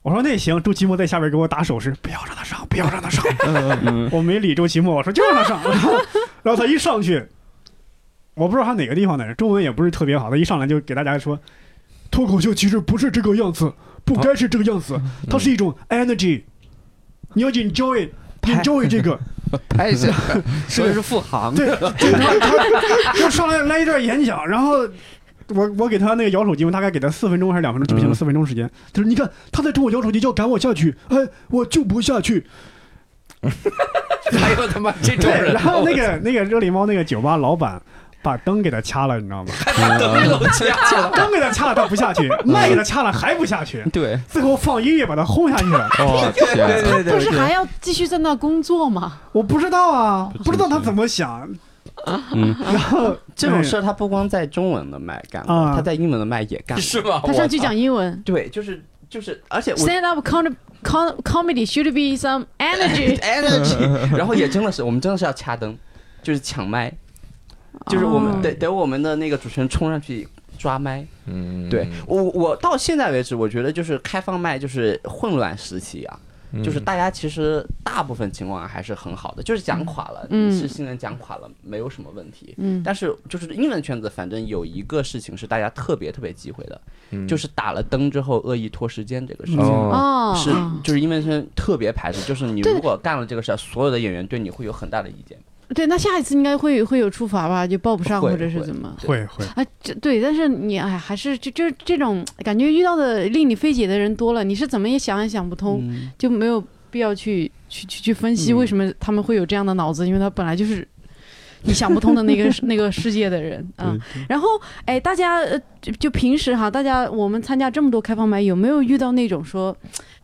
Speaker 7: 我说那行，周奇墨在下边给我打手势，不要让他上，不要让他上，我没理周奇墨，我说就让他上， 然后然后他一上去，我不知道他哪个地方的人，中文也不是特别好，他一上来就给大家说，脱口秀其实不是这个样子，不该是这个样子，它是一种 energy，你要 enjoy enjoy 这个，
Speaker 5: 拍一下，
Speaker 3: 说的是复航
Speaker 7: 对，经常他就上来来一段演讲，然后我我给他那个摇手机，我大概给他四分钟还是两分钟，就不行了，四分钟时间。他说：“你看他在冲我摇手机，要赶我下去，哎，我就不下去。
Speaker 3: 还有他妈这”种
Speaker 7: 对，
Speaker 3: 人，
Speaker 7: 然后那个那个热力猫那个酒吧老板。把灯给他掐了，你知道吗？
Speaker 3: 等楼掐 了，
Speaker 7: 灯给他掐了，他不下去；麦给他掐了，还不下去。
Speaker 5: 对，
Speaker 7: 最后放音乐把他轰下去了。
Speaker 5: 哦天，
Speaker 3: 对
Speaker 1: 不是还要继续在那工作吗？
Speaker 7: 我不知道啊，不知道他怎么想。
Speaker 6: 嗯，
Speaker 7: 然 后
Speaker 6: 这种事儿他不光在中文的麦干过，
Speaker 7: 啊
Speaker 6: 他在英文的麦也干过。
Speaker 3: 是吗？
Speaker 1: 他上去讲英文
Speaker 6: 对，就是就是，而且我
Speaker 1: ，stand up com com comedy should be some energy。
Speaker 6: energy，然后也真的是，我们真的是要掐灯，就是抢麦，就是我们
Speaker 1: 哦
Speaker 6: 得得我们的那个主持人冲上去抓麦。
Speaker 3: 嗯，
Speaker 6: 对我我到现在为止，我觉得就是开放麦就是混乱时期啊，
Speaker 2: 嗯
Speaker 6: 就是大家其实大部分情况还是很好的，就是讲垮了，
Speaker 1: 嗯
Speaker 6: 是新人讲垮了，没有什么问题。
Speaker 1: 嗯，
Speaker 6: 但是就是英文圈子，反正有一个事情是大家特别特别忌讳的，
Speaker 2: 嗯
Speaker 6: 就是打了灯之后恶意拖时间这个事情。
Speaker 3: 哦，
Speaker 1: 哦，
Speaker 6: 是，就是因为是特别排斥，就是你
Speaker 1: 对
Speaker 6: 如果干了这个事儿，所有的演员对你会有很大的意见。
Speaker 1: 对，那下一次应该会会有处罚吧？就报不上
Speaker 6: 会
Speaker 1: 或者是
Speaker 6: 会
Speaker 1: 怎么？
Speaker 7: 哎会会，
Speaker 1: 啊，这对，但是你哎，还是就就是这种感觉，遇到的令你费解的人多了，你是怎么也想也想不通，
Speaker 6: 嗯，
Speaker 1: 就没有必要去去去去分析为什么他们会有这样的脑子，因为他本来就是你想不通的那个那个世 界的人啊。然后哎，大家呃就就平时哈，大家我们参加这么多开放麦，有没有遇到那种说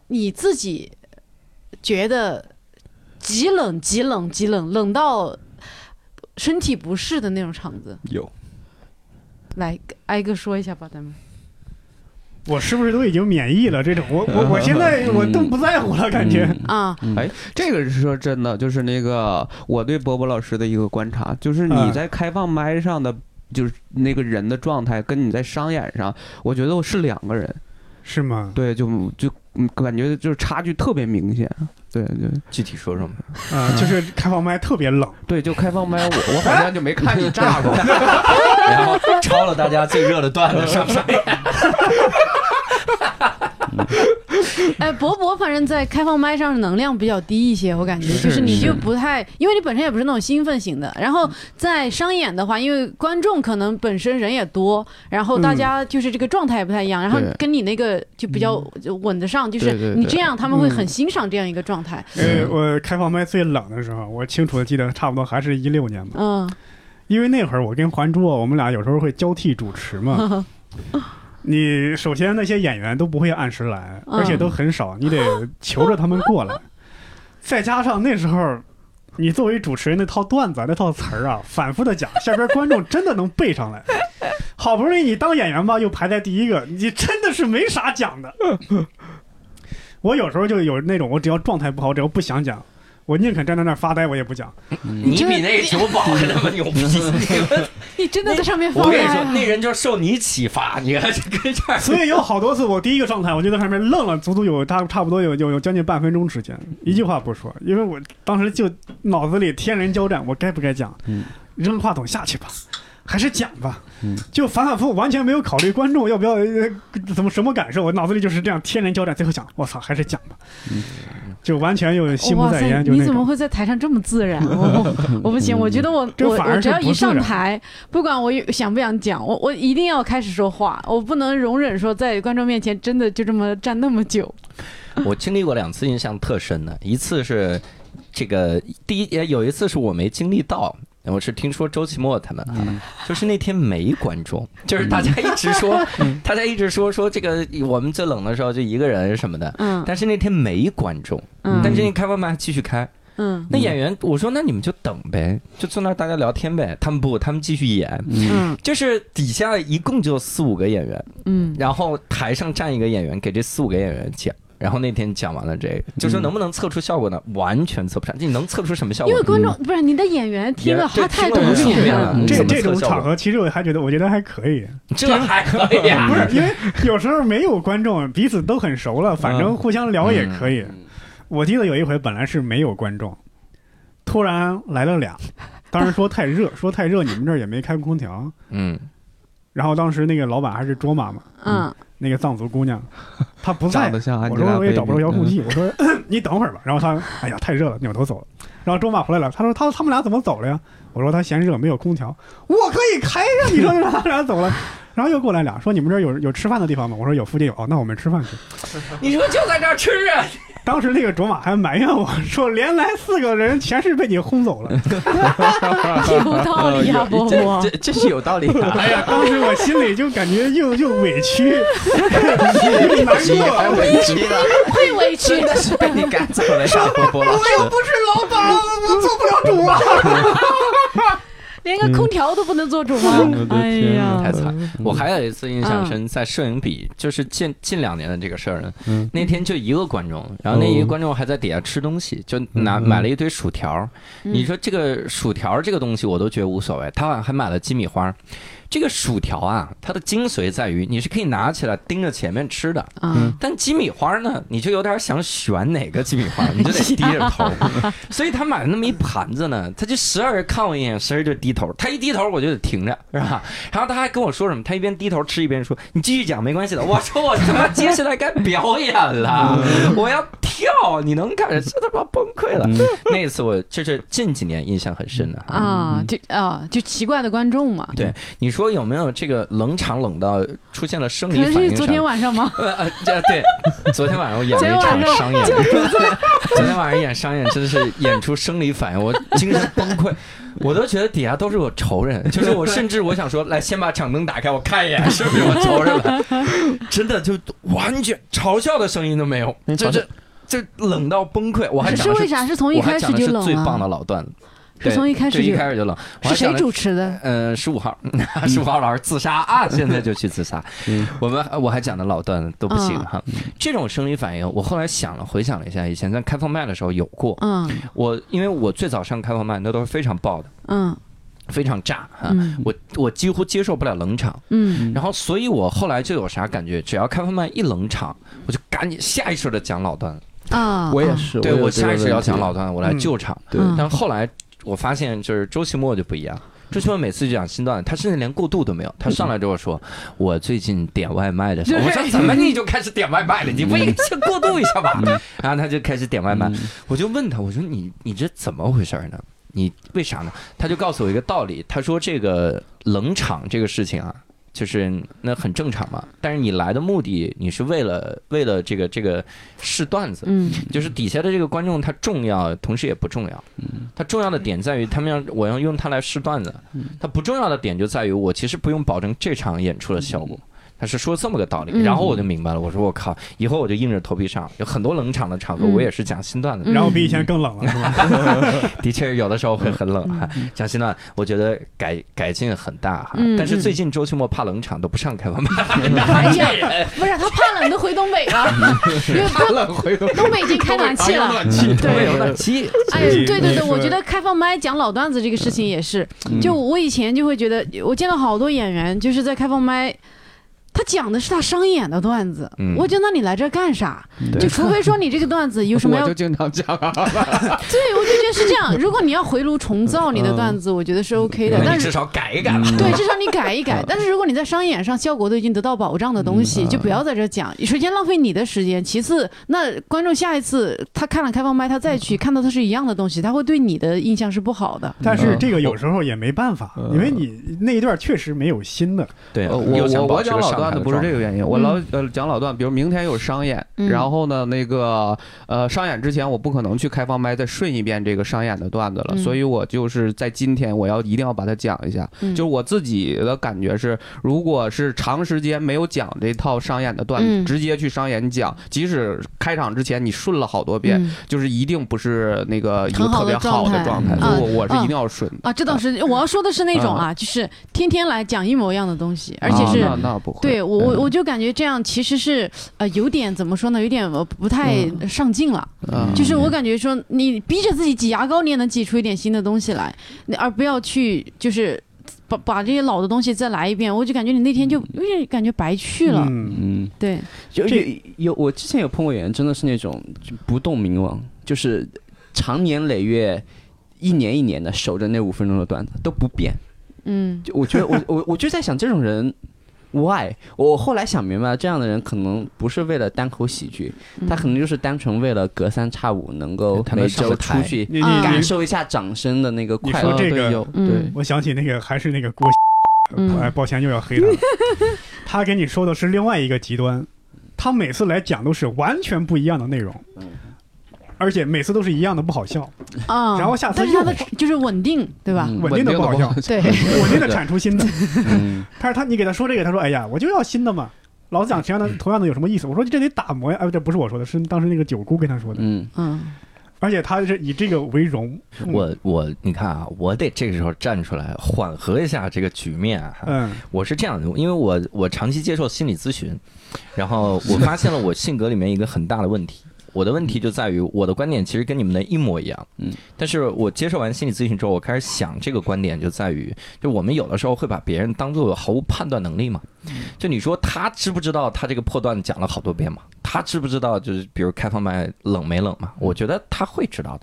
Speaker 1: 你自己觉得极冷、极冷、极冷，冷到身体不适的那种场子？
Speaker 6: 有。
Speaker 1: 来挨个说一下吧，咱们。
Speaker 7: 我是不是都已经免疫了？这种我我我现在我都不在乎了，感觉。
Speaker 1: 啊，
Speaker 5: 哎，这个是说真的，就是那个我对波波老师的一个观察，就是你
Speaker 7: 嗯
Speaker 5: 在开放麦上的，就是那个人的状态，跟你在商演上，我觉得是两个人，
Speaker 7: 是吗？
Speaker 5: 对，就就嗯感觉就是差距特别明显，对对
Speaker 3: 具体说说嘛。
Speaker 7: 啊、就是开放麦特别冷，
Speaker 5: 对，就开放麦我我好像就没看你炸 过，
Speaker 3: 然后抄了大家最热的段 子，是不是？
Speaker 1: 哎，博博反正在开放麦上能量比较低一些，我感觉就是你就不太，因为你本身也不是那种兴奋型的。然后在商演的话，因为观众可能本身人也多，然后大家就是这个状态也不太一样，然后
Speaker 5: 嗯对嗯
Speaker 1: 跟你那个就比较就吻得上，就
Speaker 5: 对对
Speaker 1: 是
Speaker 5: 对嗯
Speaker 1: 你这样他们会很欣赏这样一个状态。
Speaker 7: 呃，我开放麦最冷的时候，我清楚的记得，差不多还是一六年吧，
Speaker 1: 嗯，
Speaker 7: 因为那会儿我跟还珠，啊我们俩有时候会交替主持
Speaker 6: 啊
Speaker 7: 嘛。你首先那些演员都不会按时来，
Speaker 1: 嗯
Speaker 7: 而且都很少，你得求着他们过来。再加上那时候，你作为主持人那套段子啊那套词儿啊，反复的讲，下边观众真的能背上来。好不容易你当演员吧，又排在第一个，你真的是没啥讲的。我有时候就有那种，我只要状态不好，只要不想讲，我宁肯站在那儿发呆，我也不讲。
Speaker 6: 你比那个酒保还他 妈 牛逼！
Speaker 1: 你真的在上面发
Speaker 6: 我跟你
Speaker 1: 呆
Speaker 6: 说，
Speaker 1: 啊
Speaker 6: 那人就受你启发，你看这跟这 儿。
Speaker 7: 所以有好多次，我第一个状态，我就在上面愣了，足足有差差不多有有有将近半分钟时间，一句话不说，因为我当时就脑子里天人交战，我该不该讲？
Speaker 8: 嗯
Speaker 7: 扔话筒下去吧，还是讲吧？
Speaker 8: 嗯
Speaker 7: 就反反复复，完全没有考虑观众要不要、呃、怎么什么感受，我脑子里就是这样天人交战，最后想，我操，还是讲吧，
Speaker 8: 嗯
Speaker 7: 就完全有心不
Speaker 1: 哇
Speaker 7: 在
Speaker 1: 塞，
Speaker 7: 焉，就
Speaker 1: 你
Speaker 7: 那
Speaker 1: 怎么
Speaker 7: 种。嗯
Speaker 1: 会在台上这么自 然？我我我不行，我觉得我
Speaker 7: 这
Speaker 1: 我
Speaker 7: 反而
Speaker 1: 我只
Speaker 7: 是
Speaker 1: 要
Speaker 7: 不
Speaker 1: 一
Speaker 7: 自然
Speaker 1: 上台，不管我有想不想讲，我我一定要开始说话，我不能容忍说在观众面前真的就这么站那么久。
Speaker 2: 我经历过两次印象特深的，一次是这个第一，有一次是我没经历到。我是听说周奇墨他们啊，
Speaker 5: 嗯
Speaker 2: 就是那天没观众，就是大家一直说，大家一直说说这个我们最冷的时候就一个人什么的，
Speaker 1: 嗯
Speaker 2: 但是那天没观众，
Speaker 1: 嗯
Speaker 2: 但是那开放麦继续开，
Speaker 1: 嗯
Speaker 2: 那演员我说那你们就等呗，就坐那儿大家聊天呗，他们不，他们继续演，
Speaker 1: 嗯
Speaker 2: 就是底下一共就四五个演员，
Speaker 1: 嗯
Speaker 2: 然后台上站一个演员，给这四五个演员讲。然后那天讲完了这个，就说能不能测出效果呢？完全测不上，你能测出什么效
Speaker 1: 因
Speaker 2: 果呢？
Speaker 1: 为观众不是你的演员听了
Speaker 2: 也
Speaker 1: 他太
Speaker 2: 这
Speaker 1: 懂
Speaker 2: 听
Speaker 1: 你
Speaker 2: 了很多遍
Speaker 1: 了
Speaker 2: 了，嗯
Speaker 7: 嗯这
Speaker 2: 怎么
Speaker 7: 这种
Speaker 2: 测效果
Speaker 7: 场合，其实我还觉得，我觉得还可以，
Speaker 2: 这还可以
Speaker 6: 嗯
Speaker 2: 啊，
Speaker 7: 不是因为有时候没有观众，彼此都很熟了，反
Speaker 8: 嗯
Speaker 7: 正互相聊也可以。我记得有一回本来是没有观众，突然来了俩，当时说太热，说太热，你们这儿也没开空调。
Speaker 2: 嗯，
Speaker 7: 然后当时那个老板还是卓玛嘛，
Speaker 1: 嗯
Speaker 7: 那个藏族姑娘，她不在
Speaker 5: 长，得像安
Speaker 7: 我
Speaker 5: 吉拉
Speaker 7: 说我
Speaker 5: 贝
Speaker 7: 也
Speaker 5: 利
Speaker 7: 找不着遥控
Speaker 5: 嗯
Speaker 7: 器，我说 你等会儿吧。然后她哎呀太热了，扭头走了。然后卓玛回来了，她说他他们俩怎么走了呀？我说他嫌热没有空调，我可以开呀、你说让他俩走了。 然后又过来俩，说你们这儿有有吃饭的地方吗？我说有，附近有。哦，那我们吃饭去。
Speaker 6: 你说就在这儿吃啊？
Speaker 7: 当时那个卓玛还埋怨我说，连来四个人全是被你轰走了。嗯
Speaker 1: 有道理啊呀，
Speaker 7: 呃
Speaker 1: 波波
Speaker 8: 这，这是有道理的。
Speaker 7: 哎呀，当时我心里就感觉又又委屈，又难过。
Speaker 8: 委屈了，
Speaker 1: 会委屈
Speaker 8: 真。的是被你赶走了，小波波老师。
Speaker 1: 连个空调都不能做主 吗？哎呀，
Speaker 2: 太惨。我还有一次印象深，在摄影比，就是近近两年的这个事儿了。
Speaker 5: 嗯
Speaker 2: 那天就一个观众，然后那一个观众还在底下吃东西，就拿买了一堆薯条。
Speaker 1: 嗯
Speaker 2: 你说这个薯条这个东西，我都觉得无所谓。他好像还买了鸡米花。这个薯条啊，它的精髓在于你是可以拿起来盯着前面吃的，
Speaker 1: 啊，
Speaker 7: 嗯
Speaker 2: 但鸡米花呢，你就有点想选哪个鸡米花，你就得低着头。所以他买了那么一盘子呢，他就时而看我一眼，时而就低头。他一低头我就得停着，是吧？然后他还跟我说什么，他一边低头吃一边说：“你继续讲，没关系的。”我说：“我他妈接下来该表演了，我要跳，你能看着？这他妈崩溃了。”那一次我就是近几年印象很深的啊。
Speaker 1: 啊，就啊，就奇怪的观众嘛，
Speaker 2: 对，你说有没有这个冷场冷到出现了生
Speaker 7: 嗯
Speaker 1: 可
Speaker 2: 理
Speaker 1: 能
Speaker 2: 反应
Speaker 1: 是
Speaker 2: 上？
Speaker 1: 昨天晚上吗？
Speaker 2: 呃呃，这对，昨天晚上我演
Speaker 1: 昨天
Speaker 2: 了一
Speaker 1: 晚
Speaker 2: 场
Speaker 1: 上
Speaker 2: 商演，昨天晚上演商演真的是演出生理反应，我精神崩溃，我都觉得底下都是我仇人，就是我甚至我想说，来先把场灯打开，我看 一眼是不是我仇人了，真的就完全嘲笑的声音都没有，就这这冷到崩溃，我还
Speaker 1: 是
Speaker 2: 讲的
Speaker 1: 为
Speaker 2: 是
Speaker 1: 啥？是从一
Speaker 2: 我还
Speaker 1: 开
Speaker 2: 讲
Speaker 1: 始
Speaker 2: 的
Speaker 1: 就是冷
Speaker 2: 最棒的
Speaker 1: 了，
Speaker 2: 老段子，
Speaker 1: 是从一开始
Speaker 2: 对一
Speaker 1: 就
Speaker 2: 开始就冷，我还
Speaker 1: 是谁
Speaker 2: 讲的
Speaker 1: 主持的？
Speaker 2: 呃，十五号， 十五号老师自杀啊，现在就去自杀。我们呃我还讲的老段子都不行哈。这种生理反应，我后来想了，回想了一下，以前在开放麦的时候有过。
Speaker 1: 嗯
Speaker 2: 我因为我最早上开放麦，那都是非常爆的，
Speaker 1: 嗯
Speaker 2: 非常炸哈。
Speaker 1: 嗯
Speaker 2: 我我几乎接受不了冷场，
Speaker 1: 嗯
Speaker 2: 然后所以我后来就有啥感觉，只要开放麦一冷场，我就赶紧下意识的讲老段子。
Speaker 1: 啊，
Speaker 8: 我也
Speaker 1: 啊，
Speaker 8: 是，
Speaker 2: 对
Speaker 8: 我
Speaker 2: 我
Speaker 8: 有这个
Speaker 2: 下意识要讲
Speaker 8: 问题
Speaker 2: 老段，我来
Speaker 7: 嗯
Speaker 2: 救场。
Speaker 8: 对
Speaker 1: 嗯
Speaker 2: 但后来我发现，就是周奇墨就不一样。周奇墨每次就讲新段子，他甚至连过渡都没有。他上来之后说：“我最近点外卖的时候，
Speaker 1: 对
Speaker 2: 我说怎么你就开始点外卖了？你不应该先过渡一下 吧？”
Speaker 1: 嗯
Speaker 2: 然后他就开始点外卖，我就问他：“我说你你这怎么回事呢？你为啥呢？”他就告诉我一个道理，他说：“这个冷场这个事情啊。”就是那很正常嘛，但是你来的目的你是为了为了这个这个试段子，
Speaker 1: 嗯
Speaker 2: 就是底下的这个观众他重要，同时也不重要。
Speaker 5: 嗯
Speaker 2: 他重要的点在于他们要我要
Speaker 5: 嗯
Speaker 2: 用它来试段子，他不重要的点就在于我其实不用保证这场演出的效果。
Speaker 3: 他是说这么个道理，
Speaker 1: 嗯
Speaker 3: 然后我就明白了，我说我靠，以后我就硬着头皮上，有很多冷场的场合，
Speaker 1: 嗯
Speaker 3: 我也是讲新段子的，
Speaker 7: 然后比以前更冷了，是吧？
Speaker 3: 的确有的时候会很
Speaker 5: 嗯
Speaker 3: 冷哈。讲新段，我觉得改改进很大哈
Speaker 1: 嗯，
Speaker 3: 但是最近周奇墨怕冷场都不上开放麦，
Speaker 1: 哎呀，不是他怕冷都回东北了，因为
Speaker 5: 怕冷回头，
Speaker 1: 东北已经 开暖气了。嗯
Speaker 5: 暖气，
Speaker 3: 对，有点急。
Speaker 1: 哎，
Speaker 7: 所以
Speaker 1: 对对
Speaker 7: 你
Speaker 1: 对，我
Speaker 7: 是
Speaker 1: 觉得开放麦讲老段子这个事情也是，
Speaker 2: 嗯
Speaker 1: 就
Speaker 5: 嗯
Speaker 1: 我以前就会觉得，我见到好多演员就是在开放麦。他讲的是他商演的段子，
Speaker 3: 嗯
Speaker 1: 我觉得那你来这儿干啥？
Speaker 3: 对
Speaker 1: 就除非说你这个段子 有什么
Speaker 5: 嗯我
Speaker 1: 要
Speaker 5: 就经常讲啊，
Speaker 1: 对，我就觉得是这样。如果你要回炉重造你的段子，我觉得是 OK 的，但
Speaker 3: 你
Speaker 1: 是
Speaker 3: 至少改一改吧。
Speaker 5: 嗯
Speaker 1: 对，至少你改一改。但是如果你在商演上效果都已经得到保障的东西，就不要在这讲。首先浪费你的时间，其次，那观众下一次他看了开放麦，他再去看到他是一样的东西，他会对你的印象是不好的。
Speaker 7: 但是这个有时候也没办法，因为你那一段确实没有新的，
Speaker 3: 对，
Speaker 5: 呃
Speaker 3: 你
Speaker 5: 我
Speaker 3: 又想
Speaker 5: 我
Speaker 3: 保
Speaker 5: 我
Speaker 3: 持
Speaker 5: 讲
Speaker 3: 个上
Speaker 5: 老段
Speaker 3: 海
Speaker 5: 子
Speaker 3: 的
Speaker 5: 不是
Speaker 3: 状
Speaker 5: 这
Speaker 3: 态
Speaker 5: 个原因，我老呃讲老段，比如明天有商演，
Speaker 1: 嗯
Speaker 5: 然后呢那个呃商演之前我不可能去开放麦再顺一遍这个商演的段子了，
Speaker 1: 嗯
Speaker 5: 所以我就是在今天我要一定要把它讲一下。
Speaker 1: 嗯
Speaker 5: 就是我自己的感觉是，如果是长时间没有讲这套商演的段子，
Speaker 1: 嗯
Speaker 5: 直接去商演讲，即使开场之前你顺了好多遍，
Speaker 1: 嗯
Speaker 5: 就是一定不是那个一个
Speaker 1: 很好
Speaker 5: 特
Speaker 1: 的
Speaker 5: 别好的状
Speaker 1: 状
Speaker 5: 态，
Speaker 1: 态
Speaker 5: 所以我我是
Speaker 1: 啊
Speaker 5: 一定要顺的。
Speaker 1: 啊，这倒是我要说的是那种啊，就是天天来讲一模一样的东西，而且
Speaker 5: 啊
Speaker 1: 是
Speaker 5: 那那不会，
Speaker 1: 对我我我就感觉这样其实是呃有点怎么说呢，有点呃不太上进了。
Speaker 5: 嗯
Speaker 1: 就是我感觉说，你逼着自己挤牙膏，你也能挤出一点新的东西来，那而不要去就是把把这些老的东西再来一遍。我就感觉你那天就有点感觉白去了。
Speaker 7: 嗯，
Speaker 6: 嗯，
Speaker 1: 对，
Speaker 6: 有
Speaker 7: 这
Speaker 6: 有有，我之前有碰过演员，真的是那种就不动明王，就是长年累月、一年一年的守着那五分钟的段子都不变。
Speaker 1: 嗯
Speaker 6: 就我觉得我我我就在想，这种人 why？我后来想明白了，这样的人可能不是为了单口喜剧，
Speaker 1: 嗯
Speaker 6: 他可能就是单纯为了隔三差五能够
Speaker 3: 他能
Speaker 6: 每
Speaker 3: 上
Speaker 6: 周
Speaker 3: 个
Speaker 6: 出
Speaker 3: 台
Speaker 6: 去
Speaker 7: 你你
Speaker 1: 啊
Speaker 6: 感
Speaker 7: 你，
Speaker 6: 受一下掌声的那个
Speaker 7: 你
Speaker 6: 快
Speaker 7: 说
Speaker 6: 乐。
Speaker 7: 这个
Speaker 5: 对有对
Speaker 1: 嗯，
Speaker 7: 我想起那个还是那个郭，
Speaker 1: 嗯
Speaker 7: 哎，抱歉又要黑 他了，他跟你说的是另外一个极端，他每次来讲都是完全不一样的内容，而且每次都是一样的不好笑，
Speaker 1: 啊。
Speaker 7: 然后下次
Speaker 1: 但是他的
Speaker 7: 又
Speaker 1: 就是稳定，对吧？
Speaker 6: 嗯
Speaker 7: 稳定的不好笑，
Speaker 1: 对，
Speaker 7: 稳定的产出新的。
Speaker 6: 嗯
Speaker 7: 但是他你给他说这个，他说：“哎呀，我就要新的嘛。”老子讲同
Speaker 1: 嗯
Speaker 7: 样的同样的有什么意思？我说这得打磨呀！哎，这不是我说的，是当时那个九姑跟他说的。
Speaker 6: 嗯，
Speaker 1: 嗯
Speaker 7: 而且他是以这个为荣。嗯
Speaker 2: 我我你看啊，我得这个时候站出来缓和一下这个局面啊。
Speaker 7: 嗯，
Speaker 2: 我是这样的，因为我我长期接受心理咨询，然后我发现了我性格里面一个很大的问题。 我的问题就在于我的观点其实跟你们的一模一样，
Speaker 6: 嗯，
Speaker 2: 但是我接受完心理咨询之后，我开始想这个观点就在于，就我们有的时候会把别人当做毫无判断能力嘛，就你说他知不知道他这个破段讲了好多遍嘛？他知不知道就是比如开放麦冷没冷嘛？我觉得他会知道的，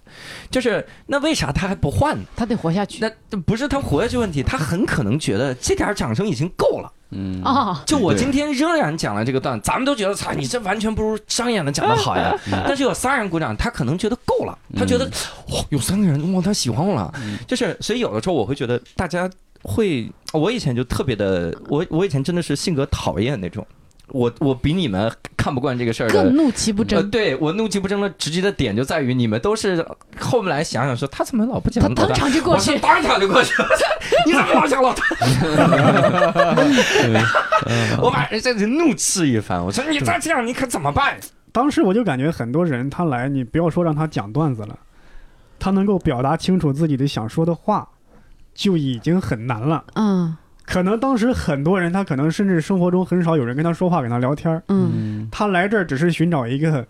Speaker 2: 就是那为啥他还不换呢？
Speaker 1: 他得活下去。
Speaker 2: 那这不是他活下去问题，他很可能觉得这点儿掌声已经够了。
Speaker 6: 嗯
Speaker 1: 啊，
Speaker 2: 就我今天仍然讲了这个段，咱们都觉得操，你这完全不如商演的讲的好呀。但是有三人鼓掌，他可能觉得够了，他觉得哇，有三个人哇，他喜欢我了。就是所以有的时候我会觉得大家会，哦我以前就特别的，我我以前真的是性格讨厌那种，我我比你们看不惯这个事儿的
Speaker 1: 更怒其不
Speaker 2: 呃，
Speaker 1: 争。
Speaker 2: 对我怒气不争的直接的点就在于你们都是后来想想说他怎么老不讲
Speaker 1: 他
Speaker 2: 老
Speaker 1: 当
Speaker 2: 大，
Speaker 1: 场就过
Speaker 2: 呃我是
Speaker 1: 去，
Speaker 2: 当场就过 去了，你怎么老讲老大？我把人家怒斥一番，我说你再这样你可怎么办？
Speaker 7: 当时我就感觉很多人他来，你不要说让他讲段子了，他能够表达清楚自己的想说的话，就已经很难了。
Speaker 1: 嗯
Speaker 7: 可能当时很多人，他可能甚至生活中很少有人跟他说话、跟他聊天儿，
Speaker 1: 嗯
Speaker 7: 他来这儿只是寻找一个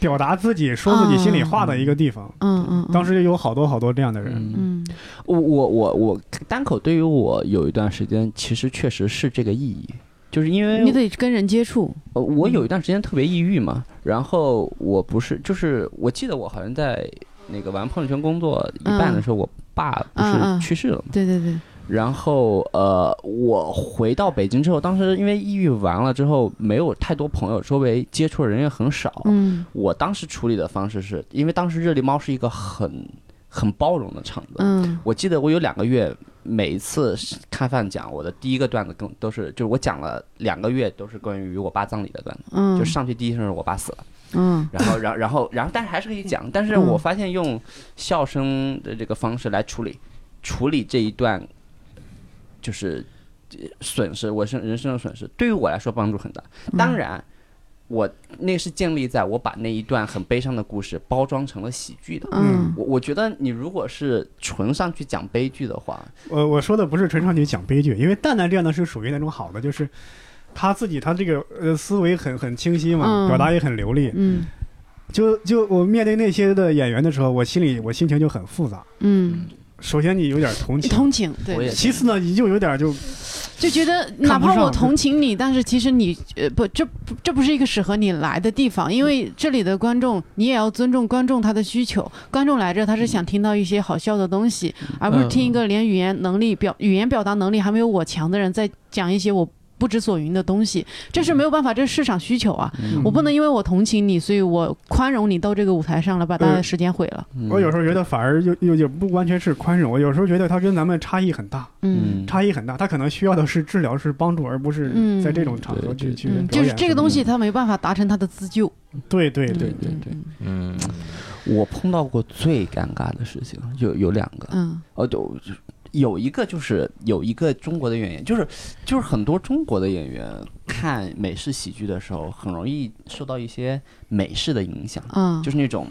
Speaker 7: 表达自己、说自己心里话的一个地方。
Speaker 1: 嗯嗯，
Speaker 7: 当时就有好多好多这样的人。
Speaker 1: 嗯
Speaker 6: 我我我我单口对于我有一段时间其实确实是这个意义，就是因为
Speaker 1: 你得跟人接触，
Speaker 6: 呃，我
Speaker 1: 嗯
Speaker 6: 有一段时间特别抑郁嘛，然后我不是，就是我记得我好像在那个玩朋友圈工作一半的时候，我爸不
Speaker 1: 嗯嗯
Speaker 6: 是去世了嘛，
Speaker 1: 对对对，
Speaker 6: 然后呃，我回到北京之后，当时因为抑郁完了之后，没有太多朋友，周围接触的人也很少，
Speaker 1: 嗯
Speaker 6: 我当时处理的方式是因为当时热力猫是一个很很包容的场子，
Speaker 1: 嗯
Speaker 6: 我记得我有两个月，每一次开饭讲，我的第一个段子跟都是，就是我讲了两个月都是关于我爸葬礼的段子，
Speaker 1: 嗯，
Speaker 6: 就上去第一声是我爸死了，
Speaker 1: 嗯
Speaker 6: 然后，然后，然后，然后，但是还是可以讲，但是我发现用笑声的这个方式来处理，处理这一段，就是损失，我生人生的损失，对于我来说帮助很大。
Speaker 1: 嗯
Speaker 6: 当然，我那是建立在我把那一段很悲伤的故事包装成了喜剧的。
Speaker 1: 嗯
Speaker 6: 我我觉得你如果是纯上去讲悲剧的话，
Speaker 7: 我我说的不是纯上去讲悲剧，因为蛋蛋这样的是属于那种好的，就是他自己他这个呃思维很很清晰嘛，
Speaker 1: 嗯
Speaker 7: 表达也很流利。
Speaker 1: 嗯
Speaker 7: 就就我面对那些的演员的时候，我心里我心情就很复杂。
Speaker 1: 嗯，
Speaker 7: 首先你有点同 情，
Speaker 1: 同情，
Speaker 6: 我
Speaker 1: 对
Speaker 6: 也，
Speaker 7: 其次呢你就有点就
Speaker 1: 嗯就觉得
Speaker 7: 不
Speaker 1: 哪怕
Speaker 7: 上
Speaker 1: 我同情你，但是其实你呃不，这不这不是一个适合你来的地方，因为这里的观众你也要尊重观众他的需求，观众来这他是想听到一些好笑的东西，而不是听一个连语言能力表语言表达能力还没有我强的人在讲一些我。不知所云的东西，这是没有办法，这是市场需求啊！
Speaker 6: 嗯
Speaker 1: 我不能因为我同情你，所以我宽容你到这个舞台上来，把大家的时间毁了。
Speaker 7: 我有时候觉得反而又又也不完全是宽容，我有时候觉得他跟咱们差异很大，
Speaker 1: 嗯
Speaker 7: 差异很大，他可能需要的是治疗是帮助，而不是
Speaker 1: 嗯
Speaker 7: 在这种场合去、
Speaker 6: 对
Speaker 7: 去
Speaker 1: 嗯，
Speaker 7: 表
Speaker 1: 就
Speaker 7: 演
Speaker 1: 是这个东西他没办法达成他的自救。
Speaker 7: 对对对，
Speaker 1: 对对，
Speaker 3: 嗯，
Speaker 6: 我碰到过最尴尬的事情有有两个，
Speaker 1: 嗯
Speaker 6: 哦，对，我就有一个就是有一个中国的演员，就是就是很多中国的演员看美式喜剧的时候，很容易受到一些美式的影响，
Speaker 1: 嗯，
Speaker 6: 就是那种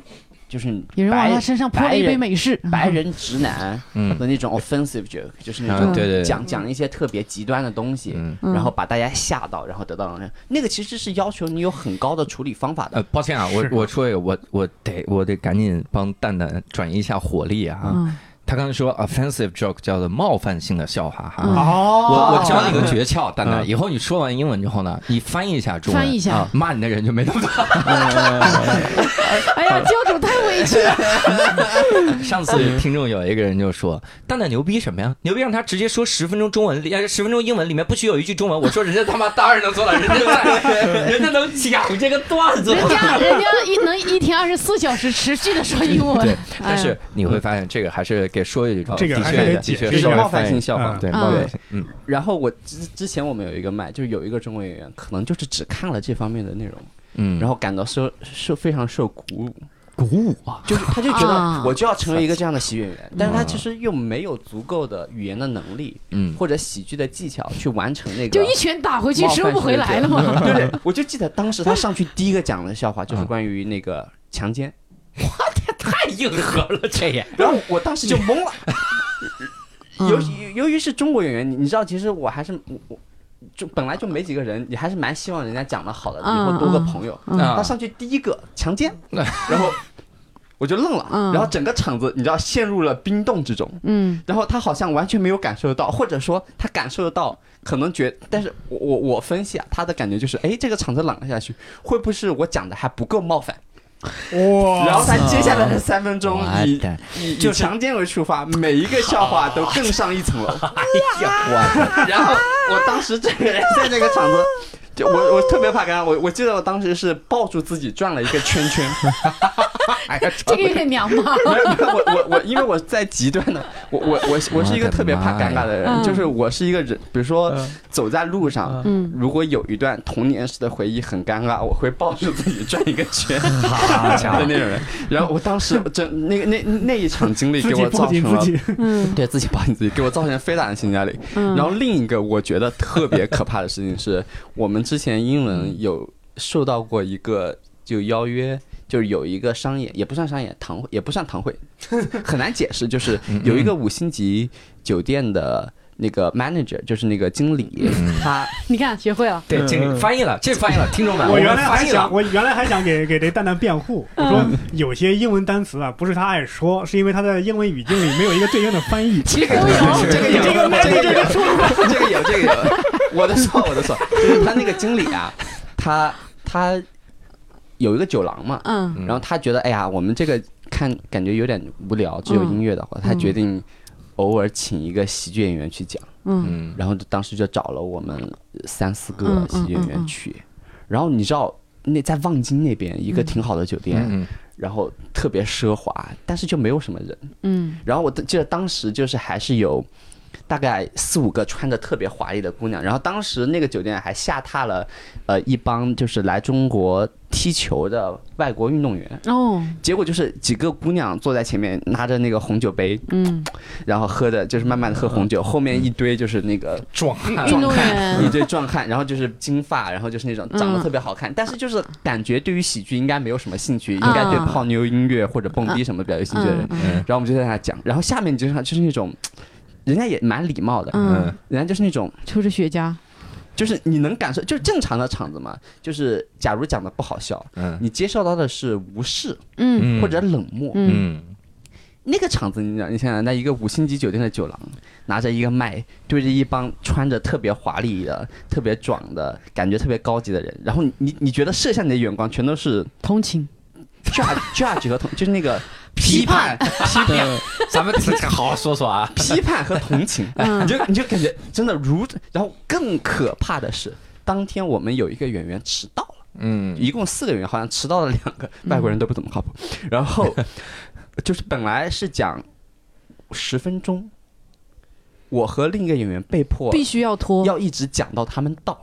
Speaker 6: 就是
Speaker 1: 有人往
Speaker 6: 白
Speaker 1: 他身上泼了一杯美式，
Speaker 6: 白人直男
Speaker 2: 嗯
Speaker 6: 的 那种 offensive joke，就是那
Speaker 2: 啊，
Speaker 6: 种
Speaker 2: 对对，对
Speaker 6: 讲讲一些特别极端的东西。
Speaker 2: 嗯。
Speaker 1: 嗯，
Speaker 6: 然后把大家吓到，然后得到能量。那个其实是要求你有很高的处理方法的
Speaker 2: 呃，。抱歉啊，我
Speaker 7: 是
Speaker 2: 我说一个，我我得我得赶紧帮蛋蛋转移一下火力啊！
Speaker 1: 嗯
Speaker 2: 他刚才说 offensive joke 叫做冒犯性的笑话哈，
Speaker 1: 嗯
Speaker 6: 啊
Speaker 7: 哦，
Speaker 2: 我我教你个诀窍，蛋蛋，以后你说完英文之后呢，你翻译一下中文，
Speaker 1: 翻译一下
Speaker 2: 啊骂你的人就没那么多。
Speaker 1: 哎呀，教主太委 屈了。
Speaker 2: 上次听众有一个人就说：“蛋蛋牛逼什么呀？牛逼让他直接说十分钟中文，呃，十分钟英文里面不许有一句中文。”我说：“人家他妈当然能做到，人家在人家能讲这个段子。”
Speaker 1: 人家人家一能一天二十四小时持续的说英文
Speaker 2: 对，但是你会发现，这个还是给说一句，
Speaker 7: 这个
Speaker 2: 的
Speaker 7: 还
Speaker 2: 确
Speaker 7: 是
Speaker 2: 的
Speaker 7: 得解
Speaker 2: 确
Speaker 7: 释一
Speaker 2: 是
Speaker 7: 下
Speaker 6: 冒犯性笑话
Speaker 2: 对
Speaker 1: 嗯
Speaker 2: 冒犯性，嗯，
Speaker 6: 然后我之之前我们有一个麦，就是有一个中国演员，可能就是只看了这方面的内容，
Speaker 2: 嗯，
Speaker 6: 然
Speaker 2: 后
Speaker 6: 后感到受受非常受鼓舞，嗯
Speaker 2: 鼓舞啊，
Speaker 6: 就是他就觉
Speaker 1: 啊
Speaker 6: 得我就要成为一个这样的喜剧演员，但是他其实又没有足够的语言的能力
Speaker 2: 嗯，
Speaker 6: 或者喜剧的技巧去完成那个。
Speaker 1: 就一拳打回去收不回来了嘛。
Speaker 6: 对对，我就记得当时他上去第一个讲的笑话就是关于那个强奸，
Speaker 2: 太硬核了，这也
Speaker 6: 然后我当时就懵了。
Speaker 1: 嗯
Speaker 6: 由于由于是中国演员，你你知道，其实我还是我我就本来就没几个人，你还是蛮希望人家讲的好的，以后多个朋友。
Speaker 1: 嗯
Speaker 2: 啊
Speaker 6: 他上去第一个强奸，然后我就愣了
Speaker 1: 嗯，
Speaker 6: 然后整个场子你知道陷入了冰冻之中。
Speaker 1: 嗯
Speaker 6: 然后他好像完全没有感受到，或者说他感受得到，可能觉，但是我我我分析啊，他的感觉就是，哎，这个场子冷了下去，会不会是我讲的还不够冒犯？
Speaker 7: 哇，
Speaker 6: 然后他接下来的三分钟
Speaker 2: 我
Speaker 6: 以
Speaker 2: 的
Speaker 6: 以以强奸为出发，每一个笑话都更上一层楼。 哎呀，我然后我当时这个人在那个场子。就我我特别怕尴尬，我我记得我当时是抱住自己转了一个圈圈，
Speaker 1: 这个有点娘 嘛。
Speaker 6: 没有没有我我我，因为我在极端的，我我我我是一个特别怕尴尬
Speaker 1: 我
Speaker 6: 的
Speaker 1: 的妈呀
Speaker 6: 人，就是我是一个人，比如说走在路上，
Speaker 1: 嗯
Speaker 6: 如果有一段童年时的回忆很尴尬，我会抱住自己转一个圈
Speaker 2: 好家伙
Speaker 6: 的那种人。然后我当时真那个那那一场经历
Speaker 7: 自
Speaker 6: 给
Speaker 7: 己
Speaker 6: 我
Speaker 7: 抱
Speaker 6: 造
Speaker 7: 紧
Speaker 6: 成
Speaker 7: 自
Speaker 6: 了。
Speaker 7: 己，
Speaker 1: 嗯
Speaker 6: 对自己抱紧自己，给我造成非常的心理压力。
Speaker 1: 嗯，
Speaker 6: 然后另一个我觉得特别可怕的事情是，我们之前英文有受到过一个就邀约，就是有一个商演，也不算商演，堂会也不算堂会， 很难解释。就是有一个五星级酒店的那个 manager，就是那个经理，他
Speaker 1: 你看学 会了，
Speaker 2: 对，这个翻译了，这翻译了，听众们，
Speaker 7: 我原
Speaker 2: 们
Speaker 7: 来还
Speaker 2: 翻译
Speaker 7: 想，
Speaker 2: 了，
Speaker 7: 我原来还想给给这蛋蛋辩护，我说有些英文单词啊，不是他爱说，是因为他在英文语境里没有一个对应的翻译。
Speaker 1: 其实都有。
Speaker 6: 哎这个有，
Speaker 7: 这个
Speaker 6: 这个有，这个有，这个有，我的错，我的错，就是他那个经理啊，他他有一个酒廊嘛，
Speaker 1: 嗯
Speaker 6: 然后他觉得，哎呀，我们这个看感觉有点无聊，只有音乐的话，他决定偶尔请一个喜剧演员去讲，
Speaker 1: 嗯
Speaker 2: 嗯，
Speaker 6: 然后就当时就找了我们三四个
Speaker 1: 嗯
Speaker 6: 喜剧演
Speaker 1: 嗯嗯
Speaker 6: 员去，然后你知道那在望京那边一个挺好的酒店，
Speaker 2: 嗯嗯
Speaker 6: 然后特别奢华，但是就没有什么人。
Speaker 1: 嗯
Speaker 6: 然后我记得当时就是还是有大概四五个穿着特别华丽的姑娘，然后当时那个酒店还下榻了，呃，一帮就是来中国踢球的外国运动员。
Speaker 1: 哦，
Speaker 6: 结果就是几个姑娘坐在前面，拿着那个红酒杯，
Speaker 1: 嗯，
Speaker 6: 然后喝着就是慢慢的喝红酒，后面一堆就是那个
Speaker 9: 壮汉，
Speaker 1: 运动
Speaker 6: 一
Speaker 1: 员，
Speaker 6: 堆壮嗯汉，然后就是金发，然后就是那种长得特别好
Speaker 1: 嗯
Speaker 6: 看，但是就是感觉对于喜剧应该没有什么兴趣，应该对泡妞音乐或者蹦迪什么比较有兴趣的人。
Speaker 1: 嗯嗯
Speaker 6: 然后我们就在那讲，然后下面就是就是那种，人家也蛮礼貌的，
Speaker 1: 嗯，
Speaker 6: 人家就是那种，
Speaker 1: 抽着雪茄，
Speaker 6: 就是你能感受，就是正常的场子嘛，就是假如讲的不好笑，
Speaker 2: 嗯
Speaker 6: 你接受到的是无视
Speaker 1: 嗯
Speaker 6: 或者冷漠。
Speaker 1: 嗯
Speaker 2: 嗯，
Speaker 6: 那个场子，你想，你想想，那一个五星级酒店的酒廊，拿着一个麦，对着一帮穿着特别华丽的、特别壮的感觉特别高级的人，然后你你你觉得射向你的眼光全都是
Speaker 1: 同情，
Speaker 6: judge judge 和同，就是那个批判、批判、
Speaker 3: 咱们这个好好说说啊。
Speaker 6: 批判和同情，
Speaker 1: 嗯
Speaker 6: 你就你就感觉真的如，然后更可怕的是，当天我们有一个演员迟到了，
Speaker 2: 嗯，
Speaker 6: 一共四个演员，好像迟到了两个，外国人都不怎么靠谱。然后就是本来是讲十分钟，我和另一个演员被迫
Speaker 1: 必须要拖，
Speaker 6: 要一直讲到他们到，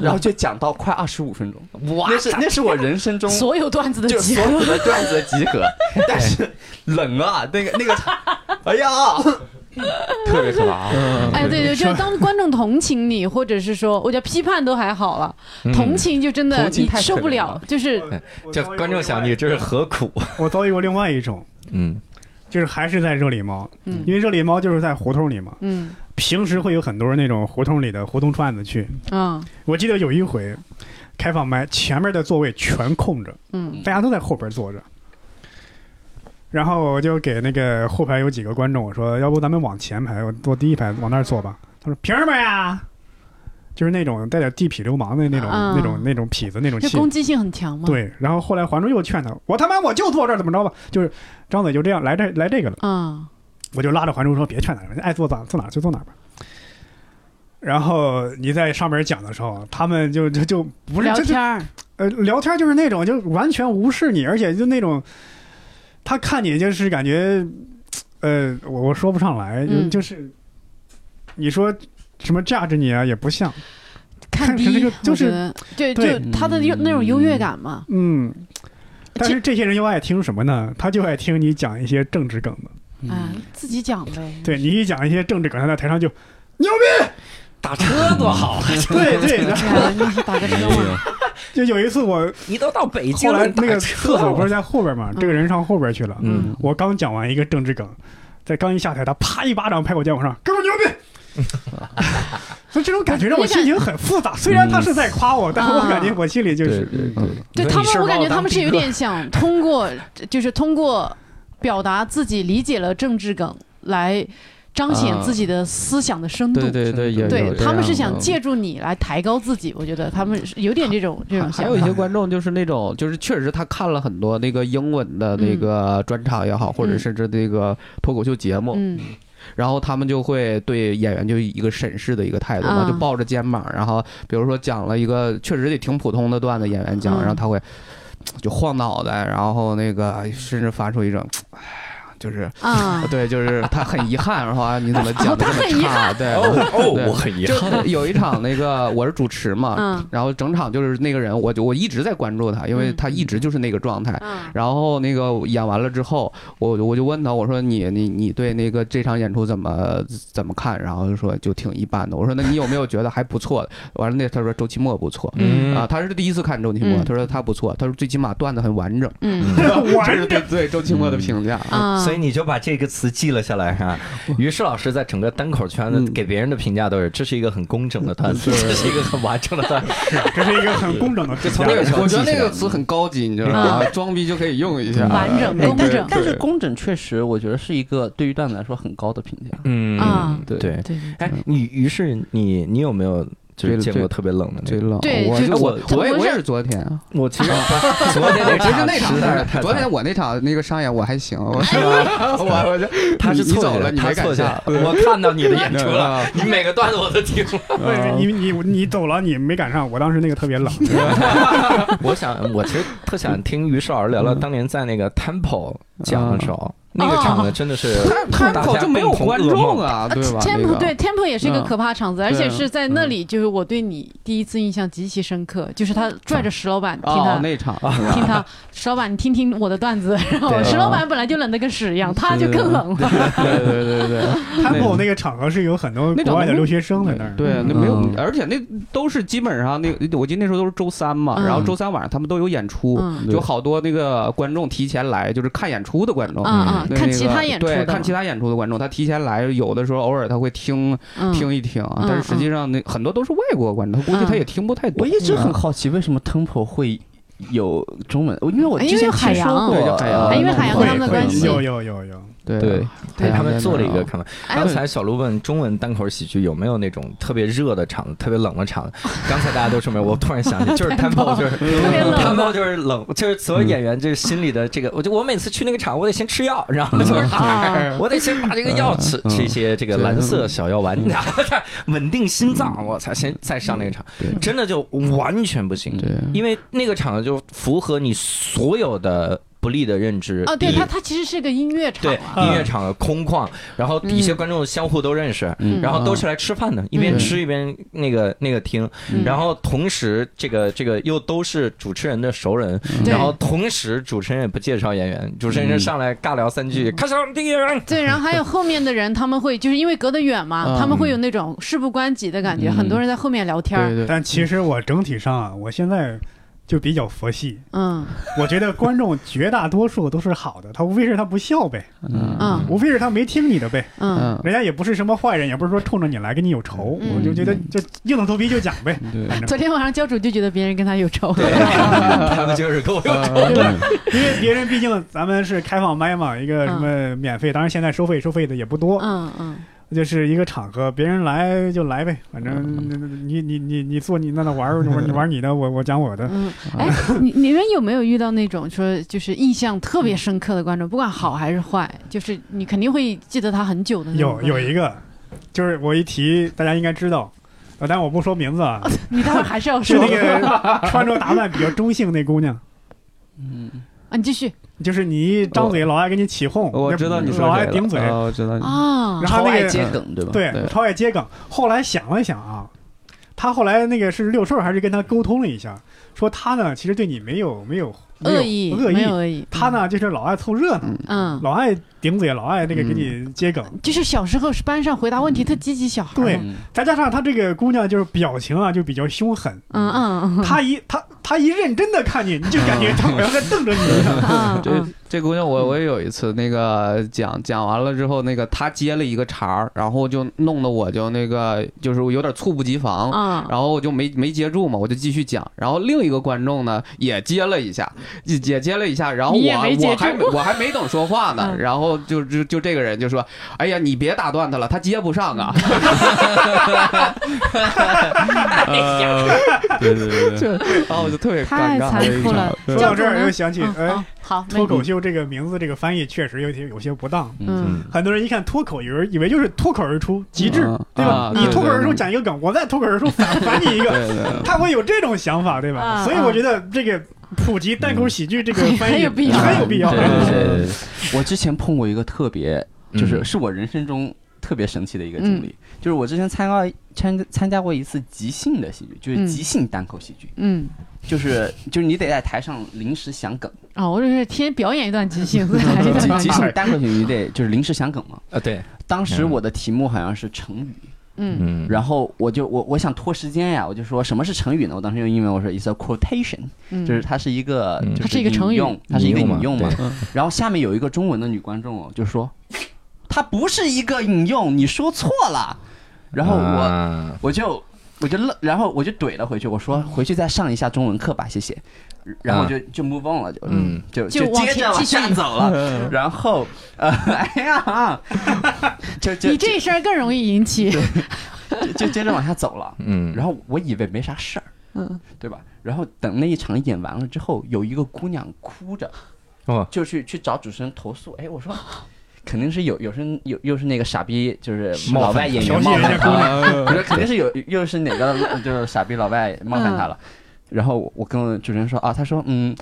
Speaker 6: 然后就讲到快二十五分钟，
Speaker 3: 哇
Speaker 6: 那是那是我人生中
Speaker 1: 所有段子的
Speaker 6: 就
Speaker 1: 集
Speaker 6: 是所
Speaker 1: 合
Speaker 6: 有，的段子的集合，但是冷啊，那个那个， 哎呀，特别可怕 啊！
Speaker 2: 嗯
Speaker 1: 哎，对对，就是当观众同情你，或者是说，我觉得批判都还好了，
Speaker 7: 嗯
Speaker 1: 同情就真的
Speaker 6: 同情
Speaker 1: 你
Speaker 6: 太
Speaker 1: 受不了
Speaker 6: 可怜，
Speaker 1: 就是
Speaker 7: 我
Speaker 2: 就观众想 嗯你这是何苦？
Speaker 7: 我遭遇过另外一种，
Speaker 2: 嗯
Speaker 7: 就是还是在热力猫，
Speaker 1: 嗯
Speaker 7: 因为热力猫就是在胡同里嘛，
Speaker 1: 嗯
Speaker 7: 平时会有很多那种胡同里的胡同串子去。
Speaker 1: 啊
Speaker 7: 我记得有一回开放麦，前面的座位全空着，
Speaker 1: 嗯
Speaker 7: 大家都在后边坐着。然后我就给那个后排有几个观众我说，要不咱们往前排，我坐第一排，往那儿坐吧。他说凭什么呀？就是那种带点地痞流氓的那种、
Speaker 1: 啊
Speaker 7: 那种、那种痞子那种
Speaker 1: 就
Speaker 7: 气。
Speaker 1: 攻击性很强嘛，
Speaker 7: 对，然后后来还珠又劝他，我他妈我就坐这儿，怎么着吧？就是张嘴就这样来这来这个了，
Speaker 1: 啊，
Speaker 7: 我就拉着还珠说别劝他了，爱坐哪坐哪就坐哪吧。然后你在上面讲的时候，他们就就就不是
Speaker 1: 聊
Speaker 7: 这就
Speaker 1: 天儿，
Speaker 7: 呃聊天就是那种就完全无视你，而且就那种他看你就是感觉呃我我说不上来，就
Speaker 1: 嗯
Speaker 7: 就是你说什么架着你啊也不像，
Speaker 1: 看
Speaker 7: 看
Speaker 1: 逼
Speaker 7: 这个，就
Speaker 1: 我
Speaker 7: 是
Speaker 1: 觉得就
Speaker 7: 对
Speaker 1: 就他的优那种优越感嘛，
Speaker 7: 嗯。但
Speaker 1: 这
Speaker 7: 是这些人又爱听什么呢？他就爱听你讲一些政治梗的。
Speaker 1: 啊，自己讲呗，
Speaker 7: 嗯对你一讲一些政治梗，他在台 上就牛
Speaker 3: 打车多好
Speaker 2: 嗯
Speaker 3: 啊！
Speaker 7: 逼，对对。然后
Speaker 1: 啊，你是打个车嘛，
Speaker 7: 就有一嗯次我
Speaker 3: 你都到北京
Speaker 7: 后
Speaker 3: 了，嗯
Speaker 7: 来
Speaker 3: 你
Speaker 7: 那
Speaker 3: 打
Speaker 7: 个
Speaker 3: 车
Speaker 7: 厕所不是在后边嘛，这个人上后边去了。
Speaker 1: 嗯
Speaker 7: 我刚讲完一个政治梗，在刚一下台，他啪一巴掌拍我肩膀上，哥们儿牛逼。 所以这种感觉让我心情很复杂，虽然他是在夸我，但是我感觉我心里就是，
Speaker 1: 嗯
Speaker 9: 嗯
Speaker 1: 对他们，我感觉他们是有点想通过， 就是通过表达自己理解了政治梗来彰显
Speaker 7: 啊
Speaker 1: 自己的思想的深度。
Speaker 3: 对对对，也有
Speaker 1: 嗯对
Speaker 3: 这
Speaker 1: 他们
Speaker 3: 样
Speaker 5: 啊
Speaker 1: 是想
Speaker 5: 嗯
Speaker 3: 的
Speaker 1: 借助你来抬高自己，我觉得他们是有点这种这种
Speaker 5: 还
Speaker 1: 想
Speaker 5: 有一
Speaker 1: 法。
Speaker 5: 些观众就是那种，就是确实他看了很多那个英文的
Speaker 1: 嗯
Speaker 5: 那个专场也好，或者甚至那个脱口秀节目，
Speaker 1: 嗯
Speaker 5: 然后他们就会对演员就一个审视的一个态度嘛，
Speaker 1: 啊
Speaker 5: 就抱着肩膀，然后比如说讲了一个确实也挺普通的段子，演员讲，
Speaker 1: 嗯
Speaker 5: 然后他会就晃脑袋，然后那个哎甚至发出一种，哎呀，就是
Speaker 1: 啊，
Speaker 5: 对，就是他很遗憾，然后啊你怎么讲的
Speaker 1: 他
Speaker 5: 这
Speaker 1: 很遗
Speaker 5: 么差？对，
Speaker 9: 哦
Speaker 5: 对
Speaker 9: 我很遗憾，
Speaker 5: 就有一场那个我是主持嘛，
Speaker 1: 嗯
Speaker 5: 然后整场就是那个人，我就我一直在关注他，因为
Speaker 1: 嗯
Speaker 5: 他一直就是那个状态。
Speaker 1: 嗯
Speaker 5: 然后那个演完了之后，我我就问他，我说你你你对那个这场演出怎么怎么看？然后就说就挺一般的。我说那你有没有觉得还不错的？完了那他说周奇墨不错。
Speaker 1: 嗯
Speaker 5: 啊，他是第一次看周奇墨，
Speaker 1: 嗯
Speaker 5: 他说他不错，他说最起码段子很完 整，
Speaker 1: 嗯
Speaker 5: 这是对对周奇墨的评价。
Speaker 1: 啊，
Speaker 2: 所以你就把这个词记了下来哈。于是老师在整个单口圈子
Speaker 5: 嗯
Speaker 2: 给别人的评价都是：这是一个很工整的段子，这是一个很完整的段子。
Speaker 7: 这是一个很工整的评价。
Speaker 5: 对，我觉得那个词很高级，你知道吗？ 装逼就可以用一下，
Speaker 1: 嗯完整
Speaker 5: 哎对
Speaker 1: 工
Speaker 6: 但是
Speaker 1: 整
Speaker 6: 但是工整确实，我觉得是一个对于段子来说很高的评价。
Speaker 2: 嗯
Speaker 1: 啊
Speaker 2: 对
Speaker 1: 对对
Speaker 2: 哎，你于是你你有没有就是
Speaker 5: 对
Speaker 2: 见过特别冷的那
Speaker 5: 最
Speaker 2: 种？
Speaker 5: 冷。
Speaker 1: 对
Speaker 5: 我
Speaker 1: 就
Speaker 5: 就我
Speaker 1: 我
Speaker 5: 我也
Speaker 1: 是
Speaker 5: 我也是昨天，
Speaker 2: 我其实昨天那
Speaker 5: 不是那
Speaker 2: 实在是
Speaker 5: 场，
Speaker 2: 太
Speaker 5: 昨
Speaker 2: 惨
Speaker 5: 啊
Speaker 2: 了。
Speaker 5: 天我那场那个商演我还行， 我我 我就
Speaker 2: 他是
Speaker 5: 你
Speaker 2: 错
Speaker 5: 走
Speaker 2: 觉
Speaker 5: 了，
Speaker 2: 的，
Speaker 5: 你
Speaker 2: 他
Speaker 5: 没
Speaker 2: 错
Speaker 5: 赶
Speaker 2: 觉
Speaker 5: 上
Speaker 2: 的。。我看到你的演出了，
Speaker 5: 啊
Speaker 2: 你每个段子我都听了。
Speaker 1: 嗯
Speaker 7: 对你你你走了，你没赶上，我当时那个特 别冷。
Speaker 5: 嗯
Speaker 2: 我想，我其实特想听于少儿聊聊当年在那个 Temple 讲的时候，那个场子真的是
Speaker 5: 哦 他
Speaker 2: 大
Speaker 5: 口
Speaker 2: 家
Speaker 5: 就没有
Speaker 2: 共同
Speaker 5: 观
Speaker 2: 噩
Speaker 5: 众
Speaker 2: 梦。
Speaker 5: 啊，对吧？那
Speaker 1: Temple
Speaker 5: 个
Speaker 1: 对 Temple 也是一个
Speaker 5: 嗯
Speaker 1: 可怕场子，而
Speaker 5: 对嗯
Speaker 1: 且是在那里，就是我对你第一次印象极其深刻，就是他拽着石老板，听
Speaker 5: 哦
Speaker 1: 他，
Speaker 5: 那场
Speaker 1: 听他，石老板，你听听我的段子。然后
Speaker 5: 对啊
Speaker 1: 石老板本来就冷得跟屎一样，他就更冷了。
Speaker 5: 对对 对对。
Speaker 7: Temple 那个场合是有很多
Speaker 5: 那
Speaker 7: 国外的
Speaker 5: 场
Speaker 7: 留学生在那儿，
Speaker 5: 对，那没有
Speaker 3: 嗯，
Speaker 5: 而且那都是基本上那个，我记得那时候都是周三嘛，
Speaker 1: 嗯
Speaker 5: 然后周三晚上他们都有演出，
Speaker 1: 嗯
Speaker 5: 就好多那个观众提前来，就是看演出的观众。
Speaker 1: 嗯嗯，
Speaker 5: 对
Speaker 1: 看
Speaker 5: 那
Speaker 1: 其
Speaker 5: 个
Speaker 1: 他演出
Speaker 5: 对，
Speaker 1: 的，
Speaker 5: 看其他演出的观众，他提前来，有的时候偶尔他会听
Speaker 1: 嗯
Speaker 5: 听一听，啊
Speaker 1: 嗯
Speaker 5: 但是实际上那很多都是外国观众，他估计他也听不太
Speaker 6: 我
Speaker 5: 懂。嗯
Speaker 6: 一直很好奇为什么 Temple 会有中文，因为我之
Speaker 1: 因为
Speaker 6: 前
Speaker 1: 有海
Speaker 6: 听
Speaker 1: 洋啊
Speaker 6: 说
Speaker 5: 对
Speaker 6: 过
Speaker 5: 叫海洋
Speaker 6: 呃
Speaker 1: 因为海洋
Speaker 7: 会
Speaker 1: 跟他们的
Speaker 7: 会
Speaker 1: 关系
Speaker 7: 有有有有，
Speaker 5: 对
Speaker 2: 对，对他们做了一个
Speaker 5: 海洋在哪儿
Speaker 2: 看法。
Speaker 1: 哎
Speaker 2: 刚才小鹿问中文单口喜剧有没有那种特别热的场子、特别冷的场子？刚才大家都说没有，我突然 想起，就是 Temple 就是
Speaker 1: 特别冷
Speaker 2: Temple 就是冷，就是所有演
Speaker 5: 嗯
Speaker 2: 员就是心里的这个，我就我每次去那个场，我得先吃药，然后 就是
Speaker 1: 啊，
Speaker 2: 我得先把这个药吃，
Speaker 5: 嗯
Speaker 2: 吃一些这个蓝色小药丸，然后再稳定心脏，我才先再上那个场
Speaker 5: 对，
Speaker 2: 真的就完全不行，
Speaker 6: 嗯
Speaker 5: 对。
Speaker 2: 因为那个场就符合你所有的不利的认知。
Speaker 1: 哦，
Speaker 5: 嗯
Speaker 1: 对，
Speaker 2: 第一
Speaker 1: 他他其实是个音乐场
Speaker 2: 对
Speaker 1: 啊，
Speaker 2: 音乐场空旷，然后底下观众相互都认识，
Speaker 1: 嗯
Speaker 2: 然后都是来吃饭的，一
Speaker 5: 嗯
Speaker 2: 边吃一边那个那个听，
Speaker 1: 嗯
Speaker 2: 然后同时这个这个又都是主持人的熟人，
Speaker 5: 嗯
Speaker 1: 对
Speaker 2: 然后同时主持人也不介绍演员，主持人就上来尬聊三
Speaker 1: 嗯
Speaker 2: 句，开始这个人
Speaker 1: 对，然后还有后面的人，他们会就是因为隔得远嘛，
Speaker 5: 嗯
Speaker 1: 他们会有那种事不关己的感觉，
Speaker 5: 嗯
Speaker 1: 很多人在后面聊天儿。
Speaker 5: 对对，
Speaker 7: 但其实我整体上啊，我现在就比较佛系，
Speaker 1: 嗯
Speaker 7: 我觉得观众绝大多数都是好的，他无非是他不笑呗，
Speaker 1: 嗯
Speaker 7: 无非是他没听你的呗，
Speaker 1: 嗯，
Speaker 5: 嗯，
Speaker 7: 人家也不是什么坏人，也不是说冲着你来跟你有仇，
Speaker 1: 嗯
Speaker 7: 我就觉得就硬着头皮就讲呗，
Speaker 5: 对
Speaker 7: 反正
Speaker 1: 昨天晚上教主就觉得别人跟他有仇。
Speaker 2: 他们就是跟我有仇。
Speaker 7: 对吧？因为别人毕竟咱们是开放麦嘛，一个什么免费，当然现在收费收费的也不多，
Speaker 1: 嗯嗯，
Speaker 7: 就是一个场合，别人来就来呗，反正你你你你做你那那 玩儿，我你玩你的，我我讲我的。
Speaker 1: 嗯，哎，你你们有没有遇到那种说就是印象特别深刻的观众，不管好还是坏，就是你肯定会记得他很久的那种
Speaker 7: 有
Speaker 1: 观众？
Speaker 7: 有一个，就是我一提，大家应该知道，呃，但我不说名 字啊，
Speaker 1: 你待会儿还是要
Speaker 7: 是
Speaker 1: 说
Speaker 7: 那 个穿着打扮比较中性那姑娘，
Speaker 6: 嗯
Speaker 1: 啊，你继续
Speaker 7: 就是你一张嘴老爱给你起哄，
Speaker 5: 我
Speaker 7: 那
Speaker 5: 知道你说
Speaker 7: 老爱
Speaker 5: 谁了
Speaker 7: 顶嘴，
Speaker 5: 啊我知道你，
Speaker 1: 啊
Speaker 7: 然
Speaker 6: 超
Speaker 7: 后那
Speaker 6: 爱
Speaker 7: 个
Speaker 6: 接梗，对吧？
Speaker 7: 对
Speaker 5: 呃对
Speaker 7: 超爱接梗。后来想了想啊，他后来那个是六顺还是跟他沟通了一下，说他呢其实对你没有没有没有
Speaker 1: 恶意
Speaker 7: 恶
Speaker 1: 没
Speaker 7: 意
Speaker 1: 有，恶意，
Speaker 7: 他呢就是老爱凑热闹，
Speaker 1: 嗯，
Speaker 7: 老爱顶嘴，老爱那个给你接梗，
Speaker 1: 就是小时候是班上回答问题特积极小孩儿
Speaker 7: 对
Speaker 1: 嘛，
Speaker 7: 再加上他这个姑娘就是表情啊就比较凶狠。
Speaker 1: 嗯嗯嗯
Speaker 7: 他一他他一认真的看你，你就感觉他好像在瞪着你一 样。
Speaker 1: 嗯，
Speaker 5: 这这姑娘我我也有一次那个讲讲完了之后，那个她接了一个茬儿，然后就弄得我就那个就是我有点猝不及防。
Speaker 1: 嗯
Speaker 5: 然后我就没没接住嘛，我就继续讲。然后另一个观众呢也接了一下，也也接了一下。然后
Speaker 1: 你
Speaker 5: 我
Speaker 1: 也没接
Speaker 5: 我还
Speaker 1: 住
Speaker 5: 我还没等说话呢，
Speaker 1: 嗯
Speaker 5: 然后就就就这个人就说：“哎呀，你别打断他了，他接不上 啊。
Speaker 1: 嗯
Speaker 3: 对对 对”对，
Speaker 5: 就然后我就特别
Speaker 1: 太
Speaker 5: 尴尬。
Speaker 1: 残酷了。
Speaker 7: 说到这儿又想起，
Speaker 1: 嗯
Speaker 7: 哎，
Speaker 1: 哦好，
Speaker 7: 脱口
Speaker 1: 秀，
Speaker 7: 秀这个名字这个翻译确实有些有些不当，
Speaker 1: 嗯，
Speaker 7: 很多人一看脱口，有人以为就是脱口而出，极致，
Speaker 5: 嗯
Speaker 7: 对吧？
Speaker 5: 啊
Speaker 7: 你脱口而
Speaker 5: 对
Speaker 7: 出
Speaker 5: 对
Speaker 7: 讲一个梗，我再脱口而出反反你一 个，
Speaker 5: 对对
Speaker 7: 他会有这种想法，对吧？
Speaker 1: 啊
Speaker 7: 所以我觉得这个普及单口喜剧这个翻
Speaker 1: 很嗯
Speaker 7: 译
Speaker 1: 有必要
Speaker 7: 很有必要。
Speaker 6: 对对
Speaker 5: 对对
Speaker 6: 我之前碰过一个特别，
Speaker 2: 嗯
Speaker 6: 就是是我人生中特别神奇的一个
Speaker 1: 嗯
Speaker 6: 经历，就是我之前参加参参加过一次即兴的喜剧，就是
Speaker 1: 嗯
Speaker 6: 即兴单口喜剧，
Speaker 1: 嗯，
Speaker 6: 就是就是你得在台上临时想梗，
Speaker 1: 哦，我就是天表演一段即兴，再来一
Speaker 6: 即
Speaker 1: 段
Speaker 6: 即兴单口喜剧你得就是临时想梗嘛。
Speaker 2: 啊，对，
Speaker 6: 当时我的题目好像是成语，
Speaker 1: 嗯
Speaker 2: 嗯
Speaker 6: 然后我就我我想拖时间呀，我就说什么是成语呢？我当时用英文我说 it's a quotation，
Speaker 1: 嗯，
Speaker 6: 就是它是一个
Speaker 2: 嗯，
Speaker 6: 就
Speaker 1: 它是一个成语
Speaker 6: 引用，它是一个
Speaker 2: 引用嘛
Speaker 6: 引用嘛
Speaker 2: 对
Speaker 5: 嗯。
Speaker 6: 然后下面有一个中文的女观众哦，就说，它不是一个引用，你说错了。然后我
Speaker 2: 啊
Speaker 6: 我就我就愣，然后我就怼了回去，我说回去再上一下中文课吧，谢谢。然后就就 move on 了，就
Speaker 2: 啊嗯
Speaker 6: 就
Speaker 1: 就往
Speaker 6: 接
Speaker 1: 前
Speaker 6: 着往
Speaker 1: 继续
Speaker 6: 下走了。然后呃， 哎呀， 就就
Speaker 1: 你这一声更容易引起，
Speaker 6: 就就接着往下走了。
Speaker 2: 嗯，
Speaker 6: 然后我以为没啥事儿，
Speaker 1: 嗯，
Speaker 6: 对吧？然后等那一场演完了之后，有一个姑娘哭着，
Speaker 2: 哦
Speaker 6: 就去去找主持人投诉。哎，我说肯定是有，有是有，又是那个傻逼，就是
Speaker 2: 冒
Speaker 6: 老
Speaker 2: 犯
Speaker 6: 外演
Speaker 7: 调
Speaker 6: 员
Speaker 7: 戏
Speaker 6: 冒
Speaker 7: 人
Speaker 6: 犯
Speaker 7: 家姑
Speaker 6: 他，
Speaker 7: 娘，
Speaker 6: 我说肯定是有，又是哪个就是傻逼老外冒犯他了。然后我跟主持人说啊，他说嗯，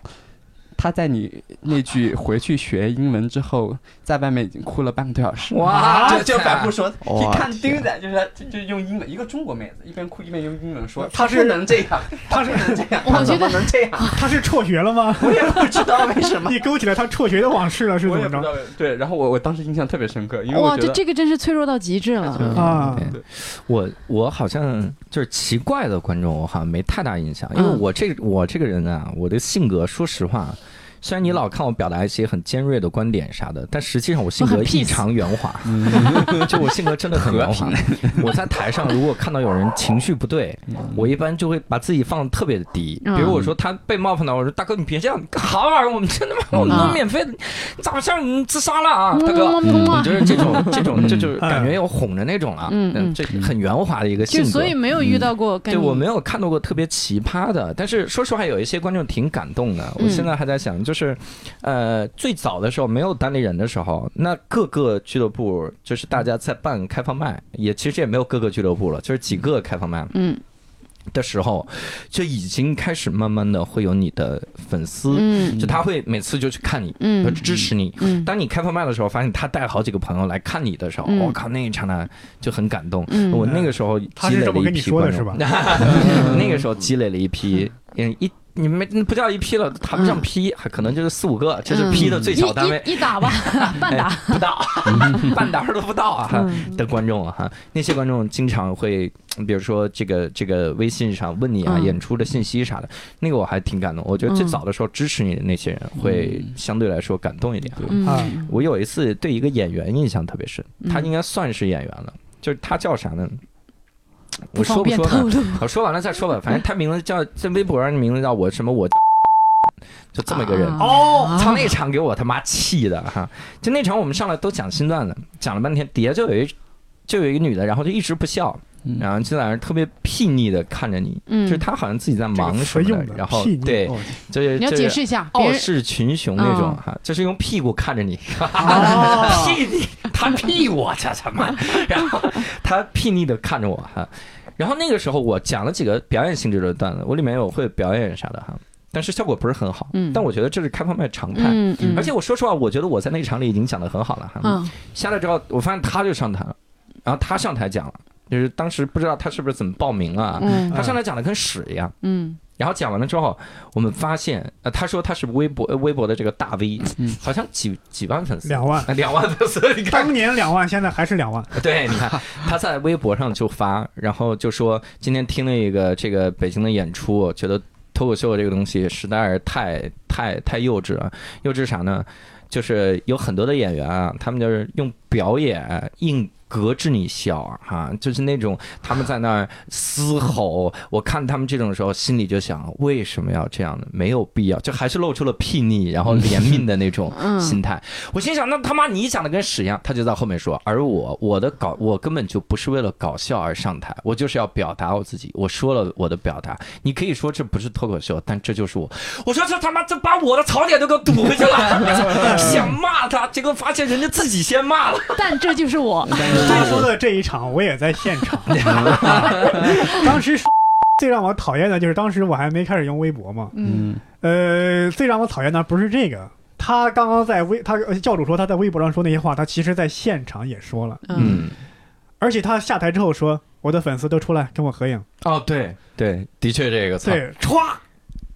Speaker 6: 他在你那句回去学英文之后，在外面已经哭了半个多小时。
Speaker 2: 哇
Speaker 6: 就就反复说，
Speaker 5: 哇
Speaker 6: 一看丁仔就是就就用英文，一个中国妹子一边哭一边用英文说，
Speaker 7: 她
Speaker 6: 她
Speaker 7: 是
Speaker 6: 不能这样，她
Speaker 7: 她是
Speaker 6: 不能这样，
Speaker 1: 我
Speaker 6: 她
Speaker 1: 觉
Speaker 6: 怎
Speaker 1: 得
Speaker 6: 么能这样？
Speaker 7: 他是辍学了吗？
Speaker 6: 我也不知道为什么。
Speaker 7: 你勾起了他辍学的往事了，是
Speaker 6: 我
Speaker 7: 怎
Speaker 6: 也
Speaker 7: 么
Speaker 6: 不知
Speaker 7: 着？
Speaker 6: 道，对，然后我我当时印象特别深刻，因为
Speaker 1: 哇，
Speaker 6: 我
Speaker 1: 这
Speaker 6: 觉得嗯
Speaker 1: 这个真是脆弱到极致了。嗯
Speaker 7: 啊
Speaker 2: 对我我好像就是奇怪的观众，我好像没太大印象，因为
Speaker 1: 嗯
Speaker 2: 我这个我这个人啊，我的性格，说实话，虽然你老看我表达一些很尖锐的观点啥的，但实际上我性
Speaker 1: 我
Speaker 2: 格
Speaker 1: 很
Speaker 2: 异
Speaker 1: peace
Speaker 2: 常圆滑，
Speaker 6: 嗯
Speaker 2: 就我性格真的很圆滑。我在台上如果看到有人情绪不对，我一般就会把自己放得特别的低，
Speaker 1: 嗯
Speaker 2: 比如我说他被冒犯到，我说大哥你别这样，你干啥玩意儿？我们真的妈，我们
Speaker 1: 嗯
Speaker 2: 都免费的，你咋像你自杀了啊，大哥？你就是这种这种，这就是感觉要哄着那种了，
Speaker 1: 嗯嗯
Speaker 2: 这很圆滑的一个性
Speaker 1: 就
Speaker 2: 格。
Speaker 1: 所以没有遇到过跟
Speaker 2: 对我
Speaker 1: 你
Speaker 2: 没有看到过特别奇葩的，但是说实话，有一些观众挺感动的。我
Speaker 1: 嗯
Speaker 2: 现在还在想，就是，呃，最早的时候没有单立人的时候，那各个俱乐部就是大家在办开放麦，也其实也没有各个俱乐部了，就是几个开放麦
Speaker 1: 嗯
Speaker 2: 的时候，就已经开始慢慢的会有你的粉丝，
Speaker 1: 嗯
Speaker 2: 就他会每次就去看你，
Speaker 1: 嗯
Speaker 2: 支持你，
Speaker 1: 嗯
Speaker 2: 当你开放麦的时候，发现他带好几个朋友来看你的时候，
Speaker 1: 嗯
Speaker 2: 我、靠，那一刹那就很感动。
Speaker 1: 嗯
Speaker 2: 我那个时候
Speaker 7: 他
Speaker 2: 积
Speaker 7: 是
Speaker 2: 累了
Speaker 7: 这么
Speaker 2: 一
Speaker 7: 跟你
Speaker 2: 批
Speaker 7: 说
Speaker 2: 观
Speaker 7: 的
Speaker 2: 众，
Speaker 7: 是吧？
Speaker 2: 那个 时候积累了一批，嗯，一你们不叫一批了，谈不上批，还可能就是四五个，这是批的最小单位，
Speaker 1: 嗯
Speaker 2: 哎
Speaker 1: 一一一打 吧，半打。
Speaker 2: 不到， 半打都不到啊。
Speaker 1: 嗯
Speaker 2: 的观众啊哈，那些观众经常会，嗯比如说这个这个微信上问你啊、
Speaker 1: 嗯
Speaker 2: 演出的信息啥的，那个我还挺感动。我觉得最
Speaker 1: 嗯
Speaker 2: 早的时候支持你的那些人会相对来说感动一点。啊
Speaker 1: 嗯
Speaker 2: 我有一次对一个演员印象特别深，他
Speaker 1: 嗯
Speaker 2: 应该算是演员了，就是他叫啥呢？
Speaker 1: 不
Speaker 2: 我
Speaker 1: 方
Speaker 2: 说不
Speaker 1: 便
Speaker 2: 说
Speaker 1: 透
Speaker 2: 呢？
Speaker 1: 露。
Speaker 2: 我说完了再说吧， 反正他名字叫在微博上名字叫我什么我，就这么一个人。
Speaker 1: 啊
Speaker 7: 哦，
Speaker 2: 操那场给我他妈气的哈！就那场我们上来都讲新段子，讲了半天，底下就有一就有一个女的，然后就一直不笑，
Speaker 6: 嗯
Speaker 2: 然后就在那儿特别睥睨的看着你，
Speaker 1: 嗯
Speaker 2: 就是她好像自己在
Speaker 7: 这个
Speaker 2: 忙
Speaker 7: 词
Speaker 2: 什
Speaker 7: 用
Speaker 2: 么
Speaker 7: 的，
Speaker 2: 然后
Speaker 7: 屁你
Speaker 2: 对，
Speaker 7: 哦
Speaker 2: 就是
Speaker 1: 你要
Speaker 2: 就
Speaker 1: 解
Speaker 2: 哦是
Speaker 1: 释一下，别
Speaker 2: 傲
Speaker 1: 人
Speaker 2: 视群雄那种
Speaker 1: 嗯
Speaker 2: 哈，就是用屁股看着你，
Speaker 7: 哦
Speaker 2: 屁你，他屁我这他妈，然后他睥睨的看着我哈，然后那个时候我讲了几个表演性质的段子，我里面有会表演啥的哈，但是效果不是很好，
Speaker 1: 嗯
Speaker 2: 但我觉得这是开放麦常态。
Speaker 1: 嗯嗯，
Speaker 2: 而且我说实话，我觉得我在那场里已经讲的很好了哈。
Speaker 1: 嗯
Speaker 2: 下来之后，我发现他就上台了，然后他上台讲了，就是当时不知道他是不是怎么报名了啊，
Speaker 1: 嗯
Speaker 2: 他上台讲的跟屎一样。
Speaker 1: 嗯
Speaker 2: 然后讲完了之后，我们发现，呃，他说他是微博、呃微博的这个大 V，、
Speaker 6: 嗯
Speaker 2: 好像几几万粉丝，
Speaker 7: 两 万，
Speaker 2: 呃两万粉丝，你看，
Speaker 7: 当年两万，现在还是两万，
Speaker 2: 对，你看他在微博上就发，然后就说今天听了一个这个北京的演出，我觉得脱口秀这个东西实在是太太太幼稚了，幼稚啥呢？就是有很多的演员啊，他们就是用表演硬隔着你笑啊，哈，就是那种他们在那儿嘶吼，我看他们这种时候，心里就想为什么要这样呢？没有必要，就还是露出了睥睨，然后怜悯的那种
Speaker 1: 嗯
Speaker 2: 心态。我心想，那他妈你讲的跟屎一样。他就在后面说，而我我的搞，我根本就不是为了搞笑而上台，我就是要表达我自己。我说了我的表达，你可以说这不是脱口秀，但这就是我。我说这他妈这把我的槽点都给我堵回去了，想骂他，结果发现人家自己先骂了。
Speaker 1: 但这就是我，
Speaker 6: 嗯
Speaker 7: 他说的这一场我也在现 场，当时 最让我讨厌的就是当时我还没开始用微博嘛，
Speaker 1: 嗯
Speaker 7: 呃，最让我讨厌的不是这个。他刚刚在微，他呃教主说他在微博上说那些话，他其实在现场也说了，
Speaker 1: 嗯，
Speaker 7: 而且他下台之后说：“我的粉丝都出来跟我合影。
Speaker 2: 哦，对对，的确这个”操。
Speaker 7: 对，歘，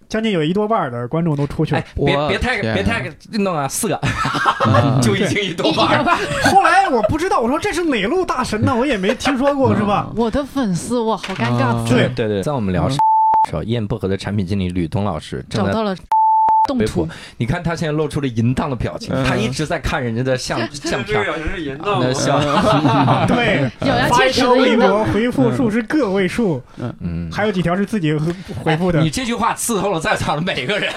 Speaker 7: 将近有一多半的观众都出去了
Speaker 2: 哎。，别
Speaker 3: 我
Speaker 2: 别太
Speaker 3: 天
Speaker 2: 别
Speaker 3: 哪
Speaker 2: 太运动啊，嗯四个 就已经一多
Speaker 1: 一
Speaker 2: 半
Speaker 1: 点
Speaker 2: 儿。
Speaker 1: 吧。
Speaker 7: 后来我不知道，我说这是哪路大神呢？我也没听说过，是吧？
Speaker 1: 我的粉丝，哇，好尴尬。
Speaker 7: 对
Speaker 2: 对对，在我们聊的时候，一言不合的产品经理吕东老师正
Speaker 1: 找
Speaker 2: 在
Speaker 1: 到了动
Speaker 2: 微
Speaker 1: 图
Speaker 2: 博，，你看他现在露出了淫荡的表情，他一直在看人家的相相
Speaker 6: 嗯
Speaker 2: 片儿，
Speaker 6: 是严
Speaker 2: 那 笑，
Speaker 7: 对，
Speaker 1: 咬牙
Speaker 7: 啊发
Speaker 1: 切
Speaker 7: 一
Speaker 1: 齿
Speaker 7: 条
Speaker 1: 的
Speaker 7: 微
Speaker 1: 运动。
Speaker 7: 博回复数是个位数，
Speaker 2: 嗯，
Speaker 7: 还有几条是自己回复的
Speaker 2: 哎你。这句话刺透了在场的每个人，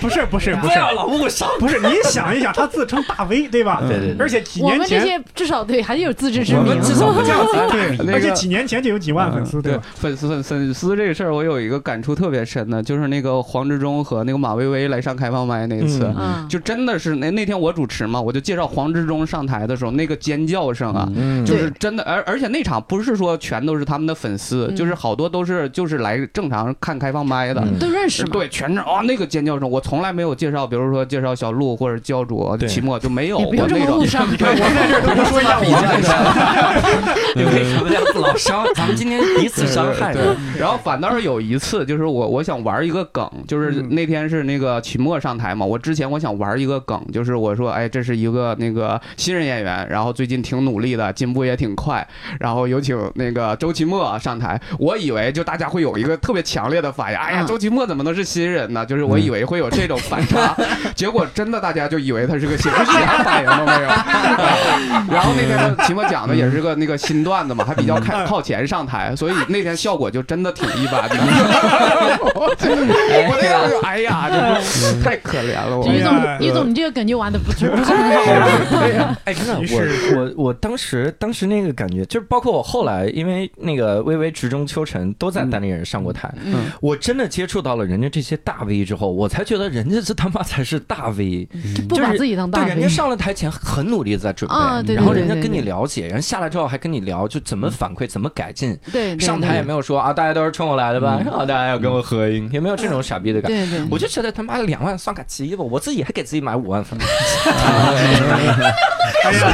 Speaker 7: 不是不是
Speaker 2: 不
Speaker 7: 不是
Speaker 2: 要老误伤。
Speaker 7: 不是，你想一想，他自称大 V 对吧？
Speaker 2: 对对对
Speaker 7: 而且几
Speaker 1: 我
Speaker 7: 年
Speaker 1: 们这
Speaker 7: 前，
Speaker 1: 些至少对还有自知之
Speaker 3: 我
Speaker 1: 明，
Speaker 3: 们至少不叫 自
Speaker 7: 对，
Speaker 5: 那个嗯
Speaker 7: 而且几年前就有几万粉丝对
Speaker 5: 对
Speaker 7: 吧？
Speaker 5: 粉丝粉粉丝这个事儿，我有一个感触特别深的，就是那个黄志忠和和那个马薇薇来上开放麦那一次，
Speaker 7: 嗯
Speaker 1: 嗯，
Speaker 5: 就真的是那那天我主持嘛，我就介绍黄志忠上台的时候那个尖叫声啊，
Speaker 2: 嗯
Speaker 5: 就是真的，而而且那场不是说全都是他们的粉丝，
Speaker 1: 嗯
Speaker 5: 就是好多都是就是来正常看开放麦的。
Speaker 2: 嗯
Speaker 1: 都认识嘛，
Speaker 5: 对，全是啊、那个尖叫声，我从来没有介绍，比如说介绍小鹿或者教主、
Speaker 9: 对
Speaker 5: 期末就没有
Speaker 1: 也
Speaker 5: 过
Speaker 1: 不用这
Speaker 5: 那
Speaker 1: 么
Speaker 5: 种
Speaker 1: 路。上，
Speaker 7: 对，我 在这儿多说一下我。
Speaker 2: 你为什么要老伤？咱们今天彼此伤害
Speaker 5: 对，然后反倒是有一次，就是我我想玩一个梗，就是
Speaker 7: 嗯
Speaker 5: 那天是那个秦墨上台嘛，我之前我想玩一个梗，就是我说，哎，这是一个那个新人演员，然后最近挺努力的，进步也挺快，然后有请那个周奇墨上台，我以为就大家会有一个特别强烈的反应，哎呀，
Speaker 1: 嗯
Speaker 5: 周奇墨怎么能是新人呢？就是我以为会有这种反差， 结果真的大家就以为他是个新人，一点 反应都没有。然后那天秦墨讲的也是个那个新段子嘛，还比较靠靠前上台，所以那天效果就真的挺一 般的。我那天就哎呀，就是 太可怜了我
Speaker 7: 哎
Speaker 1: 于
Speaker 7: 呀。
Speaker 1: 总，于总，你这个梗就玩的不是不是很
Speaker 2: 嗯
Speaker 1: 好，
Speaker 9: 哎，真的
Speaker 7: 于，是
Speaker 9: 我我我当时当时那个感觉，就是包括我后来，因为那个微微、池中、秋晨都在单立人上过台，
Speaker 1: 嗯
Speaker 9: 我真的接触到了人家这些大 V 之后，我才觉得人家这他妈才是大 V，
Speaker 1: 就不把自己当大
Speaker 9: 对，人
Speaker 1: 人
Speaker 9: 家。上了台前很努力在准备，
Speaker 1: 啊对对
Speaker 9: 然后
Speaker 1: 对
Speaker 9: 人家
Speaker 1: 对
Speaker 9: 跟你
Speaker 1: 对
Speaker 9: 了解，然后下来之后还跟你聊，就怎么反馈，怎么改进。
Speaker 1: 对，对
Speaker 9: 上台也没有说啊，大家都是冲我来的
Speaker 1: 嗯
Speaker 9: 吧，啊，大家要跟我合影，也没有这种傻逼的感觉。
Speaker 1: 对对，
Speaker 9: 我就觉得他妈两万算个鸡巴，我自己还给自己买五万分。
Speaker 7: 哎呀，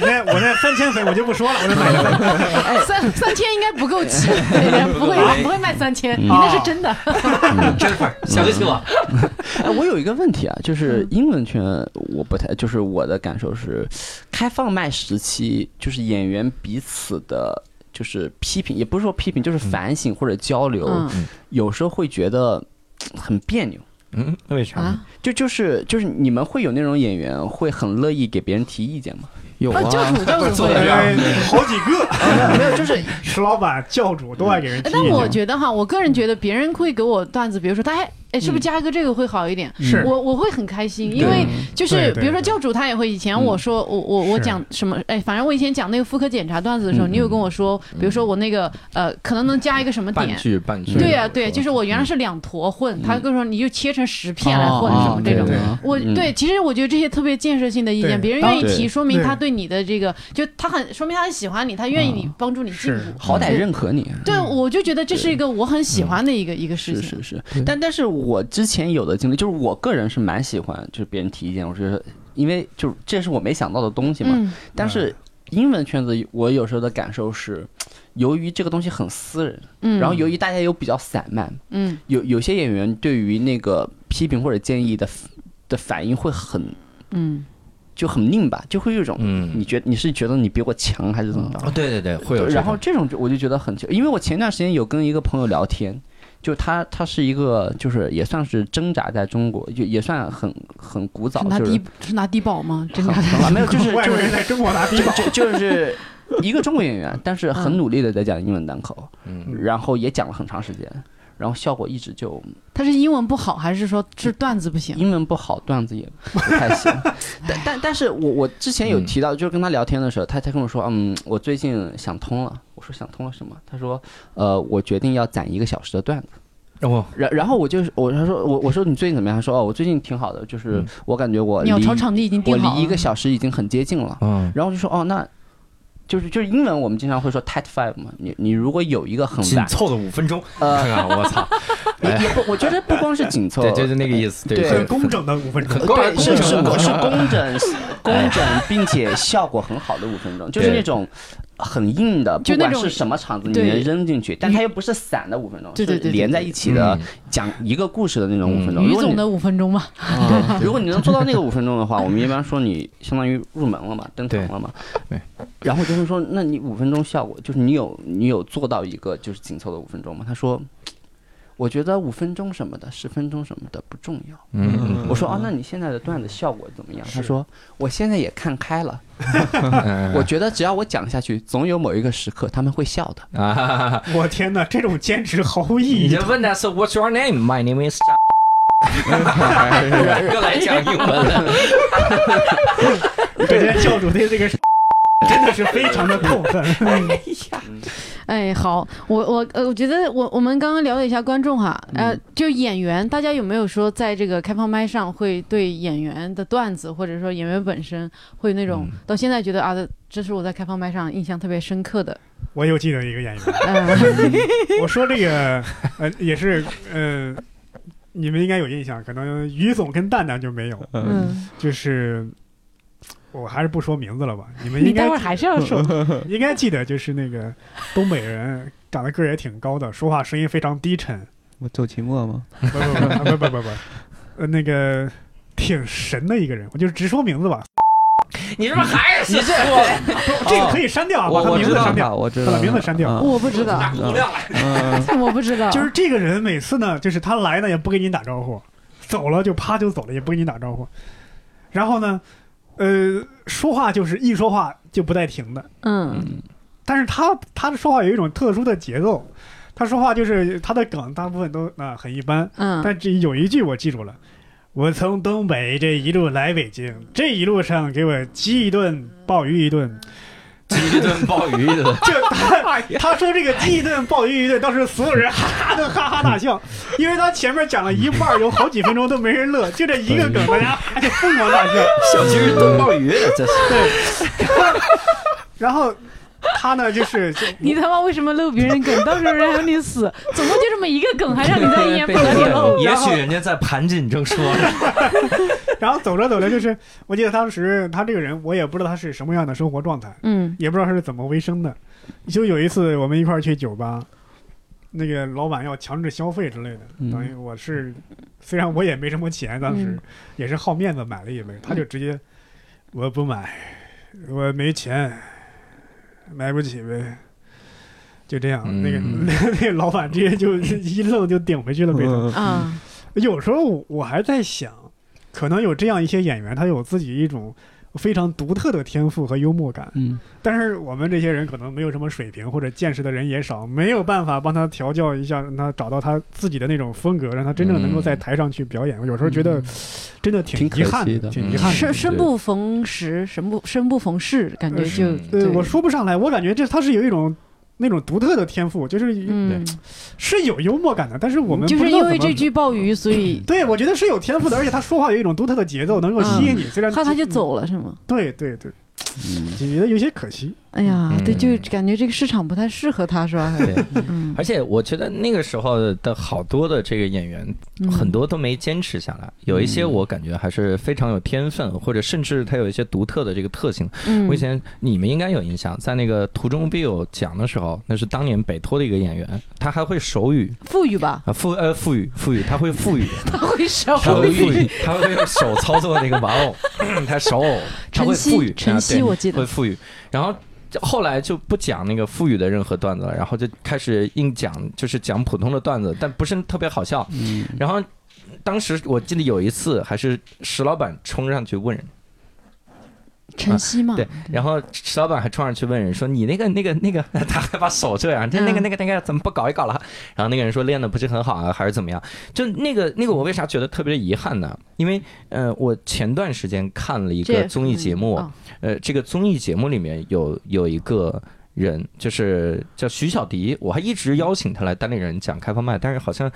Speaker 7: 那我那三千粉我就不说了，我就买了。
Speaker 1: 三三千应该不够吃，对不会不会卖三千，你那是真的。
Speaker 9: 小哥请我，
Speaker 6: 哎，我有一个问题啊，就是英文圈我不太，就是我的感受是，开放麦时期就是演员彼此的，就是批评，也不是说批评，就是反省或者交流，
Speaker 1: 嗯
Speaker 6: 有时候会觉得嗯很别扭。
Speaker 9: 嗯，为啥？
Speaker 1: 啊，
Speaker 6: 就就是就是你们会有那种演员会很乐意给别人提意见吗？
Speaker 5: 有
Speaker 1: 啊教主教主
Speaker 7: 大
Speaker 1: 会。
Speaker 7: 概哎好几个，
Speaker 6: 没有，就是
Speaker 7: 石老板、教主都爱给人提
Speaker 1: 哎
Speaker 7: 意见。
Speaker 1: 但我觉得哈，我
Speaker 7: 嗯
Speaker 1: 个人觉得别人会给我段子，比如说他哎哎，是不是加一个这个会好一点？
Speaker 7: 是
Speaker 1: 我我会很开心，因为就是
Speaker 7: 对对嗯
Speaker 1: 比如说教主他也会，以前我说我我我
Speaker 7: 是嗯
Speaker 1: 讲什么哎，反正我以前讲那个妇科检查段子的时候，你有跟我说，比如说我那个呃，可能能加一个什么
Speaker 2: 半
Speaker 1: 点。
Speaker 2: 句半句。
Speaker 1: 对呀、对，就是我
Speaker 7: 嗯
Speaker 1: 原来是两坨混，他跟我说你就切成十片
Speaker 6: 哦
Speaker 1: 来混啊什么这种。
Speaker 7: 哦
Speaker 1: 啊
Speaker 7: 对
Speaker 1: 我
Speaker 6: 嗯
Speaker 1: 对，其实我觉得这些特别建设性的意见，
Speaker 7: 对
Speaker 1: 别人愿意
Speaker 6: 对
Speaker 1: 提，说明
Speaker 7: 对哦
Speaker 1: 他对你的这个，就他很说明他很喜欢你，他愿意你帮助你进
Speaker 7: 是
Speaker 1: 步。
Speaker 6: 好歹认可你。啊
Speaker 1: 对，我就觉得这是一个我很喜欢的一个一个事
Speaker 6: 嗯是
Speaker 1: 情
Speaker 6: 是。是，但但是我之前有的经历，就是我个人是蛮喜欢，就是别人提意见，我觉得，因为就是这是我没想到的东西嘛。
Speaker 1: 嗯，
Speaker 6: 但是英文圈子，我有时候的感受是，由于这个东西很私人，
Speaker 1: 嗯，
Speaker 6: 然后由于大家又比较散漫，
Speaker 1: 嗯
Speaker 6: 有有些演员对于那个批评或者建议的的反应会很
Speaker 1: 嗯
Speaker 6: 就很拧巴，就会有一种、
Speaker 9: 嗯
Speaker 6: 你，觉你是觉得你比我强还是怎么着？
Speaker 9: 哦，对对对，会有
Speaker 6: 对
Speaker 9: 这种。
Speaker 6: 然后这种就我就觉得很奇，因为我前段时间有跟一个朋友聊天，就他他是一个就是也算是挣扎在中国，就也算很很古早
Speaker 1: 是，拿
Speaker 6: 就是
Speaker 1: 低是拿低保吗？真
Speaker 6: 很
Speaker 1: 的
Speaker 6: 很晚没有，就是
Speaker 7: 外
Speaker 6: 就
Speaker 7: 国人
Speaker 6: 是
Speaker 7: 在中国拿低保，
Speaker 6: 就就是一个中国演员，但是很
Speaker 1: 嗯
Speaker 6: 努力的在讲英文单口，
Speaker 9: 嗯
Speaker 6: 然后也讲了很长时间，然后效果一直就
Speaker 1: 他是英文不好，还是说是段子不行？
Speaker 6: 英文不好，段子也 不太行。但但但是我我之前有提到，就是跟他聊天的时候，他他跟我说，嗯，我最近想通了。我说想通了什么？他说，呃，我决定要攒一个小时的段子。
Speaker 9: 哦，
Speaker 6: 然然后我就是我他说我我说你最近怎么样？他说哦，我最近挺好的，就是
Speaker 9: 嗯
Speaker 6: 我感觉我离
Speaker 1: 鸟巢场地已经
Speaker 6: 我
Speaker 1: 定好了，
Speaker 6: 离一个小时已经很接近了。
Speaker 9: 嗯，
Speaker 6: 然后我就说哦，那就是就是英文我们经常会说 tight five 嘛，你你如果有一个很晚，
Speaker 9: 凑的五分钟，
Speaker 6: 呃
Speaker 9: 看看我操，
Speaker 6: 也也不我觉得不光是紧 凑，
Speaker 9: 对，就是那个意思，
Speaker 6: 对
Speaker 7: 很工整的五分钟。
Speaker 6: 呃对，是是
Speaker 9: 工
Speaker 6: 是工整、是工整，并且效果很好的五分钟，就是
Speaker 9: 对
Speaker 6: 那种很硬的，
Speaker 1: 就
Speaker 6: 不
Speaker 1: 那
Speaker 6: 管
Speaker 1: 种
Speaker 6: 是什么场子，你
Speaker 1: 对
Speaker 6: 能扔进去，但它又不是散的五分钟，
Speaker 1: 对对
Speaker 6: 是
Speaker 1: 对对
Speaker 6: 连在
Speaker 1: 对
Speaker 6: 一起的
Speaker 9: 嗯，
Speaker 6: 讲一个故事的那种五分钟。
Speaker 1: 于
Speaker 6: 如果
Speaker 1: 总
Speaker 6: 你
Speaker 1: 的五分钟吧。
Speaker 6: 对，如果你能做到那个五分钟的 话，我们一般说你相当于入门了嘛，登堂了嘛。
Speaker 9: 对。
Speaker 6: 然后就是说，那你五分钟效果，就是你有你有做到一个就是紧凑的五分钟吗？他说，我觉得五分钟什么的，十分钟什么的不重要。
Speaker 9: 嗯，
Speaker 6: 我说啊，那你现在的段子效果怎么样？他说，我现在也看开了，
Speaker 9: 嗯
Speaker 6: 我觉得只要我讲下去，总有某一个时刻他们会笑的。
Speaker 9: 啊，
Speaker 7: 我天哪，这种坚持毫无意
Speaker 9: 你
Speaker 7: 义
Speaker 9: 就。 问他是 What's your name? My name is 。 又来讲英文了，
Speaker 7: 可见教主对这个
Speaker 9: 真
Speaker 7: 真的是非常的扣分。
Speaker 1: 哎，好，我我呃，我觉得我我们刚刚聊了一下观众哈，
Speaker 6: 嗯
Speaker 1: 呃，就演员，大家有没有说在这个开放麦上会对演员的段子或者说演员本身会有那种、
Speaker 6: 嗯
Speaker 1: 到现在觉得啊，这是我在开放麦上印象特别深刻 的，
Speaker 7: 我有记得一个演员，
Speaker 1: 嗯
Speaker 7: 我说这个呃也是呃，你们应该有印象，可能于总跟蛋蛋就没有，
Speaker 1: 嗯，
Speaker 7: 就是我还是不说名字了吧，你们
Speaker 4: 你
Speaker 7: 应
Speaker 4: 待
Speaker 7: 该
Speaker 4: 会儿还是要说，
Speaker 7: 应该记得，就是那个东北人，长得个儿也挺高的，说话声音非常低沉，
Speaker 10: 我周奇墨吗？
Speaker 7: 不不不不不不不， 呃那个挺神的一个人，我就直说名字吧，
Speaker 3: 你是不是还是说
Speaker 7: 这
Speaker 2: 哦
Speaker 9: 哦
Speaker 7: 个可以删掉啊，把他
Speaker 10: 我
Speaker 7: 名字
Speaker 10: 知道
Speaker 7: 删掉
Speaker 10: 他，，我知
Speaker 7: 把
Speaker 10: 道
Speaker 7: 他
Speaker 10: 他
Speaker 7: 名字删
Speaker 6: 啊
Speaker 7: 掉。
Speaker 1: 我不知道，
Speaker 3: 无聊了？
Speaker 10: 嗯，
Speaker 1: 我不知道，
Speaker 7: 就是这个人每次呢，就是他来呢也不跟你打招呼，走了就啪就走了，也不跟你打招呼。然后呢，呃，说话就是一说话就不带停的，
Speaker 1: 嗯
Speaker 7: 但是他他的说话有一种特殊的节奏，他说话就是他的梗大部分都啊、很一般，
Speaker 1: 嗯，
Speaker 7: 但这有一句我记住了。我从东北这一路来北京，这一路上给我鸡一顿，鲍鱼一顿。
Speaker 3: 鸡一顿鲍鱼的，
Speaker 7: 就他他说这个鸡一顿，鲍鱼一顿，当时所有人哈哈的哈哈大笑，因为他前面讲了一半儿，有好几分钟都没人乐，就这一个梗，大家就疯狂大笑。
Speaker 3: 小鸡儿炖鲍鱼的，这是
Speaker 7: 然后他呢，就是就
Speaker 1: 你他妈为什么露别人梗？到时候人还有你死，总共就这么一个梗，还让你在一言不 合里露，
Speaker 3: 哎也许人家在盘锦正说呢。
Speaker 7: 然后走着走着，就是我记得当时他这个人，我也不知道他是什么样的生活状态，
Speaker 1: 嗯
Speaker 7: 也不知道他是怎么为生的。就有一次我们一块儿去酒吧，那个老板要强制消费之类的，
Speaker 6: 嗯
Speaker 7: 等于我是虽然我也没什么钱，当时
Speaker 1: 嗯
Speaker 7: 也是好面子买了一杯，他就直接我不买，我没钱，买不起呗。就这样，那个 那个老板直接就一愣就顶回去了杯
Speaker 6: 嗯
Speaker 7: 子。
Speaker 9: 嗯
Speaker 1: 啊，
Speaker 7: 有时候我我还在想，可能有这样一些演员，他有自己一种非常独特的天赋和幽默感。
Speaker 5: 嗯，
Speaker 7: 但是我们这些人可能没有什么水平，或者见识的人也少，没有办法帮他调教一下，让他找到他自己的那种风格，让他真正能够在台上去表演。我有时候觉得真的
Speaker 6: 嗯
Speaker 7: 挺
Speaker 6: 挺可
Speaker 7: 遗憾
Speaker 6: 惜
Speaker 7: 的，
Speaker 6: 的
Speaker 7: 挺遗憾的。
Speaker 1: 生生不逢时，生不生不逢时，感觉就
Speaker 7: 呃
Speaker 1: 对，
Speaker 7: 我说不上来，我感觉这他是有一种。那种独特的天赋，就是、
Speaker 1: 嗯，
Speaker 7: 是有幽默感的，但是我们
Speaker 1: 就是
Speaker 7: 不知道
Speaker 1: 因为
Speaker 7: 怎么
Speaker 1: 这句鲍鱼，所以
Speaker 7: 对我觉得是有天赋的，而且他说话有一种独特的节奏，能够吸引你。虽然
Speaker 1: 他他就走了是吗？
Speaker 7: 对对对，就觉得有些可惜。
Speaker 1: 哎呀，
Speaker 2: 嗯
Speaker 1: 对，就感觉这个市场不太适合他，是吧？还
Speaker 2: 对
Speaker 1: 嗯，
Speaker 2: 而且我觉得那个时候的好多的这个演员，
Speaker 1: 嗯
Speaker 2: 很多都没坚持下来，有一些我感觉还是非常有天分，或者甚至他有一些独特的这个特性。
Speaker 1: 嗯
Speaker 2: 我以前你们应该有印象，在那个途中必有讲的时候，那是当年北托的一个演员，他还会手语
Speaker 1: 富裕吧，
Speaker 2: 啊，腹呃腹语腹语，他会腹语，
Speaker 1: 他会 手
Speaker 2: 他会腹语，他会用手操作那个玩 偶，他手偶，他
Speaker 1: 晨
Speaker 2: 会腹
Speaker 1: 曦
Speaker 2: 语，
Speaker 1: 晨
Speaker 2: 啊
Speaker 1: 曦
Speaker 2: 对
Speaker 1: 我记
Speaker 2: 会
Speaker 1: 得，
Speaker 2: 富裕，然后就后来就不讲那个富裕的任何段子了，然后就开始硬讲，就是讲普通的段子，但不是特别好笑。
Speaker 6: 嗯
Speaker 2: 然后当时我记得有一次还是石老板冲上去问人，
Speaker 1: 晨曦嘛，
Speaker 2: 对，然后石老板还冲上去问人说：“你那个那个那个，他还把手这样，这那个
Speaker 1: 嗯
Speaker 2: 那个那个怎么不搞一搞了？”然后那个人说：“练的不是很好啊，还是怎么样？”就那个那个，我为啥觉得特别遗憾呢？因为呃，我前段时间看了一
Speaker 1: 这
Speaker 2: 个综艺节目，
Speaker 1: 嗯哦
Speaker 2: 呃，这个综艺节目里面有有一个人，就是叫徐小迪，我还一直邀请他来单立人讲开放麦，但是好像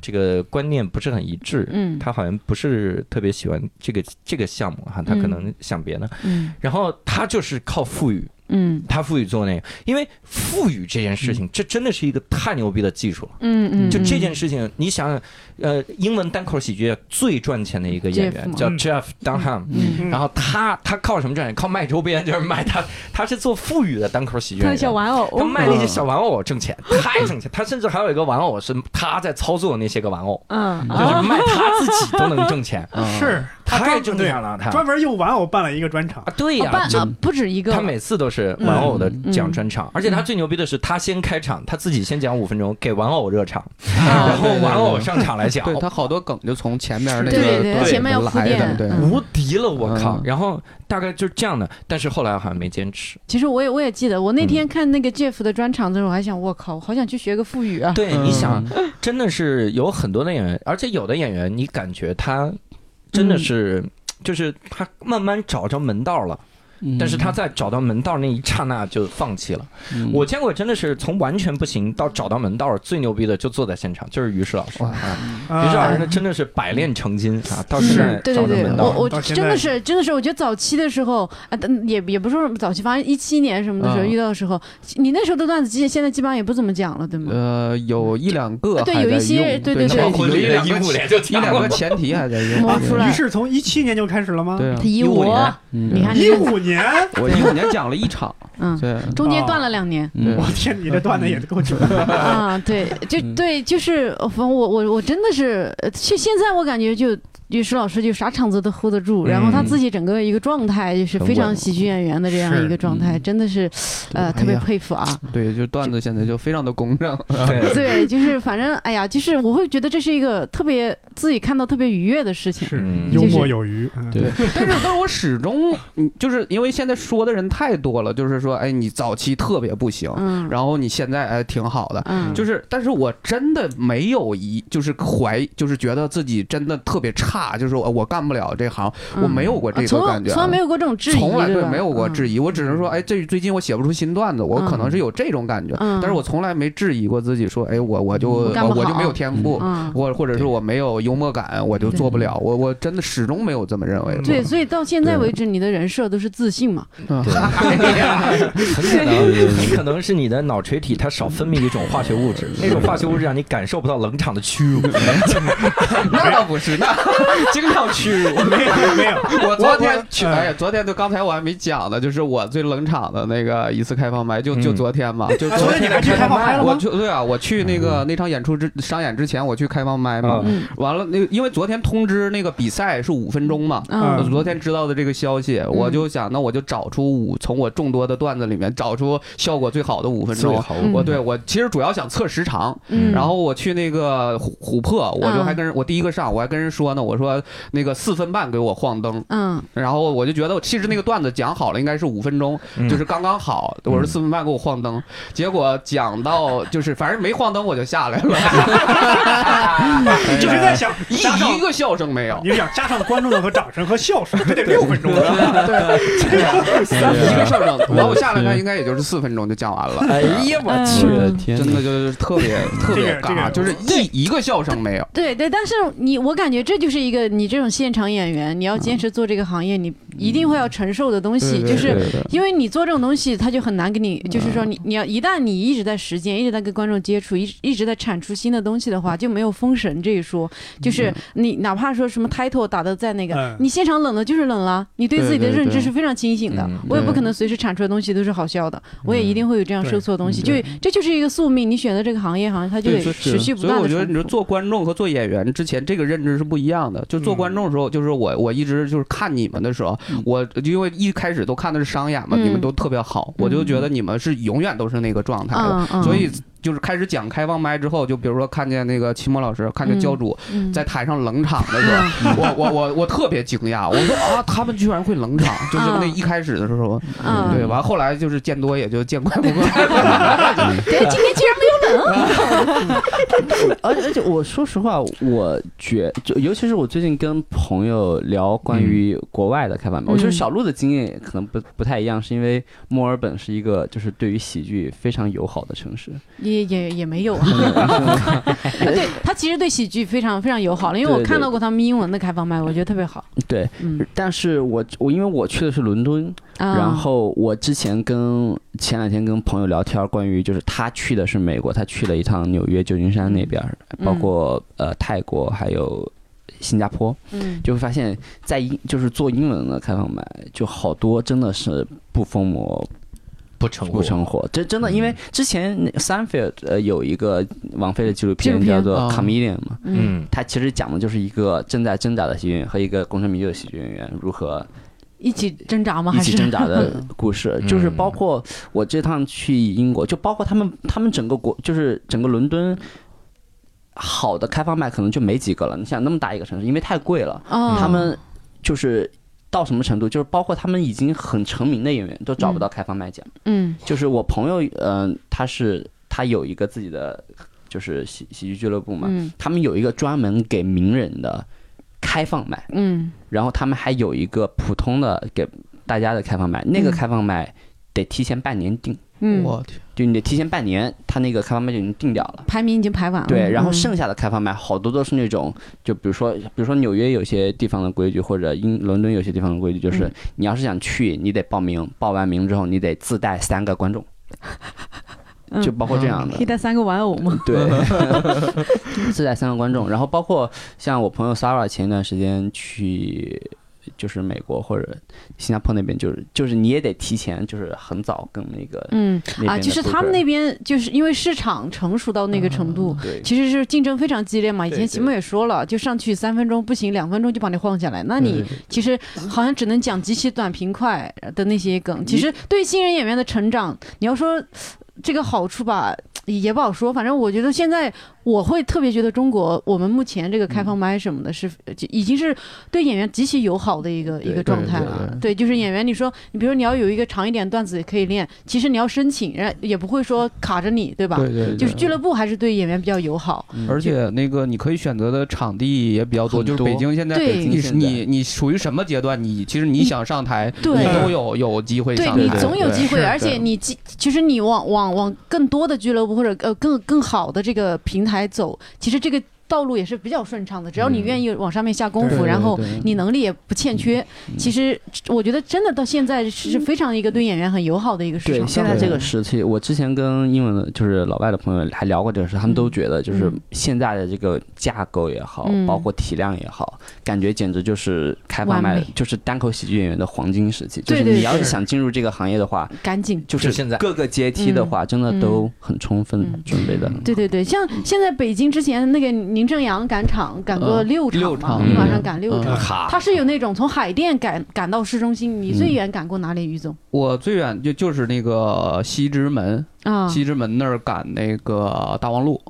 Speaker 2: 这个观念不是很一致，
Speaker 1: 嗯
Speaker 2: 他好像不是特别喜欢这个这个项目哈，他可能想别的。
Speaker 1: 嗯
Speaker 2: 然后他就是靠腹语，
Speaker 1: 嗯
Speaker 2: 他腹语做那个，因为腹语这件事情，这真的是一个太牛逼的技术了。
Speaker 1: 嗯嗯，
Speaker 2: 就这件
Speaker 1: 事，
Speaker 2: 事情，你想想，呃，英文单口喜剧最赚钱的一个演
Speaker 1: Jeff
Speaker 2: 员
Speaker 1: 嘛
Speaker 2: 叫
Speaker 7: 嗯
Speaker 2: Jeff Dunham，
Speaker 1: 嗯，
Speaker 7: 嗯
Speaker 2: 然后他他靠什么赚钱？靠卖周边，就是卖他他是做富裕的单口喜剧
Speaker 1: 他
Speaker 2: 演
Speaker 1: 的小
Speaker 2: 员。
Speaker 1: 玩偶，
Speaker 2: 他卖那些小玩偶挣钱，太挣钱。他甚至还有一个玩偶是他在操作那些个玩偶，
Speaker 1: 嗯
Speaker 2: 就是
Speaker 1: 啊，
Speaker 2: 卖他自己都能挣钱，
Speaker 5: 嗯
Speaker 7: 是 他
Speaker 2: 太
Speaker 7: 专
Speaker 2: 挣
Speaker 7: 对
Speaker 2: 钱了。他
Speaker 7: 专门用玩偶办了一个专场。
Speaker 2: 啊，对呀、
Speaker 1: 办
Speaker 2: 就
Speaker 1: 啊不止一个，
Speaker 2: 他每次都是玩偶的讲专场，而且他最牛逼的是，他先开场，他自己先讲五分钟，给玩偶热场，然后玩偶上场来讲，
Speaker 5: 对他好多梗就从前面那个
Speaker 1: 对对对
Speaker 5: 段子
Speaker 1: 前面要铺
Speaker 5: 来的，
Speaker 1: 垫
Speaker 5: 对，
Speaker 1: 嗯
Speaker 2: 无敌了，我靠！
Speaker 5: 嗯
Speaker 2: 然后大概就是这样的，但是后来好像没坚持。
Speaker 1: 其实我也我也记得，我那
Speaker 2: 嗯
Speaker 1: 天看那个 Jeff 的专场的时候，我还想，我靠，我好想去学个腹语 啊。
Speaker 2: 对，
Speaker 5: 嗯
Speaker 2: 你想，真的是有很多的演员，而且有的演员，
Speaker 1: 嗯
Speaker 2: 你感觉他真的是，就是他慢慢找着门道了。
Speaker 9: 但是他在找到门道那一刹那就放弃了。
Speaker 6: 嗯
Speaker 9: 我见过真的是从完全不行到找到门道，最牛逼的就坐在现场，就是于适老师。啊于适老师
Speaker 7: 啊
Speaker 9: 呢真的是百炼成金啊，到现在
Speaker 1: 对
Speaker 9: 找
Speaker 1: 嗯对
Speaker 9: 到
Speaker 1: 对
Speaker 9: 门，道。
Speaker 1: 我我
Speaker 7: 到现
Speaker 1: 真的
Speaker 7: 在
Speaker 1: 是真的是，我觉得早期的时候啊，但也也不是说早期，反正一七年什么的时候
Speaker 5: 嗯
Speaker 1: 遇到的时候，你那时候的段子基现在基本上也不怎么讲了，对吗？
Speaker 5: 呃，有一两个
Speaker 1: 啊对
Speaker 5: 还
Speaker 1: 有一
Speaker 5: 在
Speaker 1: 些
Speaker 5: 用
Speaker 1: 对对
Speaker 5: 对
Speaker 1: 对
Speaker 5: 那
Speaker 1: 对
Speaker 5: 包括
Speaker 3: 婚
Speaker 5: 有
Speaker 3: 礼
Speaker 5: 一
Speaker 3: 的
Speaker 5: 两
Speaker 3: 衣
Speaker 5: 个
Speaker 3: 服脸就
Speaker 5: 一两 个前提还在用，
Speaker 1: 磨出来
Speaker 7: 于是从一七年就开始了吗？
Speaker 2: 呃
Speaker 5: 对啊，
Speaker 1: 一
Speaker 5: 五
Speaker 1: 五，
Speaker 5: 年，
Speaker 6: 嗯
Speaker 1: 你看
Speaker 7: 一
Speaker 1: 你看，
Speaker 7: 五年，
Speaker 5: 我一五年讲了一场，
Speaker 1: 嗯，
Speaker 2: 哦
Speaker 5: 对，
Speaker 1: 中间断了两年。
Speaker 5: 对
Speaker 7: 我
Speaker 6: 嗯
Speaker 7: 天，你这段子也够久的。
Speaker 1: 啊，对，
Speaker 5: 嗯
Speaker 1: 就对，就是，呃反正我我我真的是，呃现现在我感觉就于石老师就啥场子都 hold 得住，然后
Speaker 5: 嗯
Speaker 1: 他自己整个一个状态就是非常喜剧演员的这样一个状态，真的是，
Speaker 6: 嗯
Speaker 1: 呃，
Speaker 5: 嗯对
Speaker 1: 特别
Speaker 5: 哎呀
Speaker 1: 佩服 啊。
Speaker 5: 对，就段子现在就非常的工整，
Speaker 1: 对，就是反正哎呀，就是我会觉得这是一个特别自己看到特别愉悦的事情。
Speaker 7: 是
Speaker 9: 嗯
Speaker 7: 幽默有余，嗯
Speaker 5: 对， 但是但是我始终，嗯就是因为现在说的人太多了，就是说，哎，你早期特别不行，
Speaker 1: 嗯，
Speaker 5: 然后你现在哎挺好的，
Speaker 1: 嗯，
Speaker 5: 就是，但是我真的没有一，就是怀，就是觉得自己真的特别差，就是呃我我干不了这行，
Speaker 1: 嗯
Speaker 5: 我没有过这个
Speaker 1: 从
Speaker 5: 感觉啊
Speaker 1: 从来没有过这种质疑，
Speaker 5: 从来
Speaker 1: 对吧嗯
Speaker 5: 没有过质
Speaker 1: 疑。
Speaker 5: 疑，我只能说，哎，这最近我写不出新段子，我可能是有这种感觉，
Speaker 1: 嗯
Speaker 5: 但是我从来没质疑过自己，说，哎，我我就
Speaker 1: 我干不好
Speaker 5: 我就没有天赋，
Speaker 1: 嗯，
Speaker 5: 我或者是我没有幽默感，我就做不了，我我真的始终没有这么认为过。
Speaker 1: 对，所以到现在
Speaker 5: 对
Speaker 1: 为止，你的人设都是自信嘛？
Speaker 5: 嗯
Speaker 9: 很可能，很可能是你的脑垂体它少分泌一种化学物质，那种化学物质让你感受不到冷场的屈辱。
Speaker 5: 那倒不是，那 经常屈辱。
Speaker 7: 没有没有，
Speaker 5: 我昨天去，
Speaker 7: 嗯
Speaker 5: 哎呀，昨天就刚才我还没讲呢，就是我最冷场的那个一次开放麦，就就
Speaker 9: 嗯
Speaker 5: 昨天嘛，就
Speaker 7: 哎昨天你还去开放麦了
Speaker 5: 我
Speaker 7: 吗？嗯
Speaker 5: 就对啊，我去那个那场演出之商演之前，我去开放麦嘛，
Speaker 1: 嗯
Speaker 5: 完了那个因为昨天通知那个比赛是五分钟嘛。
Speaker 1: 嗯
Speaker 5: 我昨天知道的这个消息，我就想，那我就找出五从我众多的段子里面找出效果最好的五分钟。
Speaker 1: 嗯
Speaker 5: 我对我其实主要想测时长，
Speaker 1: 嗯，
Speaker 5: 然后我去那个琥琥珀，我就还跟人，我第一个上，我还跟人说呢，我说那个四分半给我晃灯，
Speaker 1: 嗯
Speaker 5: 然后我就觉得我其实那个段子讲好了应该是五分钟，
Speaker 9: 嗯
Speaker 5: 就是刚刚好，我说
Speaker 1: 嗯
Speaker 5: 四分半给我晃灯，结果讲到就是反正没晃灯我就下来了，
Speaker 7: 一直在想
Speaker 5: 一
Speaker 7: 加上
Speaker 5: 一个笑声没有。
Speaker 7: 你想加上观众的和掌声和笑声，这得六分钟啊！
Speaker 5: 一个笑声，然后我下来，那应该也就是四分钟就讲完了，
Speaker 9: 哎呀，我
Speaker 1: 去我的
Speaker 9: 天
Speaker 5: 真的就是特别特别
Speaker 7: 这个这
Speaker 5: 尬，
Speaker 7: 个
Speaker 5: 就是一一个笑声没有。
Speaker 1: 对对，但是你我感觉这就是一个你这种现场演员，你要
Speaker 5: 嗯
Speaker 1: 坚持做这个行业，你一定会要承受的东西，就是因为你做这种东西，他就很难给你，就是
Speaker 5: 嗯
Speaker 1: 说你你要一旦你一直在实践，一直在跟观众接触，一直一直在产出新的东西的话，就没有封神这一说。
Speaker 5: 嗯
Speaker 1: 就是你哪怕说什么 title 打的再那个
Speaker 7: 嗯，
Speaker 1: 你现场冷了就是冷了，你对自己的
Speaker 5: 对对
Speaker 1: 认知
Speaker 5: 对
Speaker 1: 是非常清醒的
Speaker 9: 嗯。
Speaker 1: 我也不可能随时产出的东西都是好笑的，我也一定会有这样受挫的东西。就
Speaker 5: 嗯对
Speaker 1: 这就是一个宿命，你选择这个行业，好像它就得
Speaker 5: 对所以
Speaker 1: 持续不断
Speaker 5: 所以
Speaker 1: 的。
Speaker 5: 我觉得，你说做观众和做演员之前，这个认知是不一样的。就做观众的时候，就是我我一直就是看你们的时候，我因为一开始都看的是商演嘛，
Speaker 1: 嗯
Speaker 5: 你们都特别好，我就觉得你们是永远都是那个状态的。
Speaker 1: 嗯嗯，
Speaker 5: 所以就是开始讲开放麦之后，就比如说看见那个期末老师，看见教主
Speaker 1: 嗯
Speaker 5: 在台上冷场的时候，我我我我特别惊讶，我说啊，他们居然会冷场，就是那一开始的时候，
Speaker 1: 嗯
Speaker 5: 对，完后来就是见多也就见怪不 怪。
Speaker 1: 对，今天 竟然没
Speaker 6: 而且而且，我说实话，我觉就尤其是我最近跟朋友聊关于国外的开放麦，我觉得
Speaker 1: 嗯
Speaker 6: 小鹿的经验可能不不太一样，是因为墨尔本是一个就是对于喜剧非常友好的城市。
Speaker 1: 有，也也也没有啊。 对他其实对喜剧非常非常友好了，因为我
Speaker 6: 对对
Speaker 1: 看到过他们英文的开放麦，我觉得特别好。
Speaker 6: 对，
Speaker 1: 嗯，
Speaker 6: 但是我我因为我去的是伦敦，
Speaker 1: 啊
Speaker 6: 然后我之前跟前两天跟朋友聊天，关于就是他去的是美国，他去了一趟纽约、旧金山那边儿，包
Speaker 1: 嗯
Speaker 6: 括呃泰国还有新加坡，
Speaker 1: 嗯
Speaker 6: 就会发现，在英就是做英文的开放麦，就好多真的是不疯魔
Speaker 9: 不成
Speaker 6: 不
Speaker 9: 功。
Speaker 6: 成
Speaker 1: 哦
Speaker 6: 活，这真的因为
Speaker 1: 嗯
Speaker 6: 之前那 Sanfield 呃有一个王菲的纪录
Speaker 1: 纪
Speaker 6: 片
Speaker 1: 录片哦
Speaker 6: 叫做
Speaker 5: 啊
Speaker 6: 《Comedian》嘛，
Speaker 1: 嗯，
Speaker 9: 嗯，
Speaker 6: 它其实讲的就是一个正在挣扎的喜剧演员和一个功成名就的喜剧演员如何
Speaker 1: 一起挣扎吗？
Speaker 6: 一
Speaker 1: 哦还
Speaker 6: 起
Speaker 1: 是
Speaker 6: 挣扎 的故事，
Speaker 9: 嗯
Speaker 6: 就是包括我这趟去英国，就包括他们他们整个国，就是整个伦敦。好的开放麦可能就没几个了，你想那么大一个城市，因为太贵了，
Speaker 1: 啊，
Speaker 6: 他们就是到什么程度，就是包括他们已经很成名的演员都找不到开放麦奖。
Speaker 1: 嗯
Speaker 6: 就是我朋友，嗯、他是他有一个自己的就是喜喜剧俱乐部嘛，
Speaker 1: 嗯
Speaker 6: 他们有一个专门给名人的开放麦，
Speaker 1: 嗯
Speaker 6: 然后他们还有一个普通的给大家的开放麦，那个开放麦得提前半年定，
Speaker 1: 嗯，
Speaker 5: 我天，
Speaker 6: 就你得提前半年，他那个开放麦就已经定掉了。
Speaker 1: 排名已经排完了。
Speaker 6: 对，然后
Speaker 1: 嗯
Speaker 6: 剩下的开放麦好多都是那种，就比如说，比如说纽约有些地方的规矩，或者英伦敦有些地方的规矩，就是
Speaker 1: 嗯
Speaker 6: 你要是想去，你得报名，报完名之后你得自带三个观众，
Speaker 1: 嗯
Speaker 6: 就包括这样的
Speaker 1: 可以，带三个玩偶吗？
Speaker 6: 对， 自带三个观众。然后包括像我朋友 Sara 前一段时间去。就是美国或者新加坡那边，就是就是你也得提前，就是很早跟那个
Speaker 1: 嗯
Speaker 6: 那边
Speaker 1: 啊，
Speaker 6: 的
Speaker 1: 就是他们
Speaker 6: broker
Speaker 1: 那边就是因为市场成熟到那个程度，
Speaker 6: 对
Speaker 1: 其实是竞争非常激烈嘛。以
Speaker 6: 对
Speaker 1: 前
Speaker 6: 对
Speaker 1: 齐木也说了，就上去三分钟不行，两分钟就把你晃下来。那你其实好像只能讲极其短平快的那些梗。
Speaker 6: 嗯
Speaker 1: 其实对新人演员的成长，你要说这个好处吧，也不好说。反正我觉得现在我会特别觉得中国我们目前这个开放麦什么的是，就已经是对演员极其友好的一个一个状态啊了。对，就是演员，你说你比如你要有一个长一点段子也可以练，其实你要申请，人家也不会说卡着你，对吧？
Speaker 5: 对对，
Speaker 1: 就是俱
Speaker 5: 对。
Speaker 1: 乐部还是对演员比较友好。
Speaker 5: 而且那个你可以选择的场地也比较嗯多，
Speaker 6: 很
Speaker 5: 就是
Speaker 6: 多
Speaker 5: 北京现在，
Speaker 1: 对嗯
Speaker 5: 你
Speaker 6: 北京现在
Speaker 5: 你你属于什么阶段？你其实你想上台，
Speaker 1: 对
Speaker 5: 你都有有机会
Speaker 1: 对
Speaker 5: 上台，
Speaker 1: 你总有机会，
Speaker 5: 是
Speaker 1: 而且你既其实你往往往更多的俱乐部或者呃更更好的这个平台走，其实这个道路也是比较顺畅的，只要你愿意往上面下功
Speaker 7: 对
Speaker 1: 夫，
Speaker 7: 对
Speaker 1: 然后
Speaker 5: 对
Speaker 1: 你能力也不欠缺。其实我觉得真的到现在是非常一个对演员很友好的一个市
Speaker 6: 对，
Speaker 1: 场。
Speaker 6: 现在这个时期，我之前跟英文的，就是老外的朋友还聊过这个事，他们都觉得就是
Speaker 1: 嗯
Speaker 6: 现在的这个架构也好，
Speaker 1: 嗯
Speaker 6: 包括体量也好，感觉简直就是开放
Speaker 1: 完
Speaker 6: 麦
Speaker 1: 美，
Speaker 6: 就是单口喜剧演员的黄金时期。就
Speaker 1: 对
Speaker 6: 是
Speaker 1: 对
Speaker 6: 你要是
Speaker 1: 是
Speaker 6: 想进入这个行业的话，
Speaker 1: 赶紧
Speaker 6: 就是
Speaker 9: 现在
Speaker 6: 各个阶梯的话，真的都很充分
Speaker 1: 嗯
Speaker 6: 准备的。
Speaker 1: 对对对，像现在北京之前那个宁正阳赶场赶过
Speaker 5: 嗯
Speaker 1: 六场嘛，
Speaker 5: 六场
Speaker 1: 一晚
Speaker 6: 嗯
Speaker 1: 上赶六
Speaker 5: 嗯
Speaker 1: 场，
Speaker 3: 卡
Speaker 1: 他是有那种从海淀赶赶到市中心，你最远赶过哪里，于总？
Speaker 5: 我最远就就是那个西直门，
Speaker 1: 啊，
Speaker 5: 西直门那儿赶那个大望路，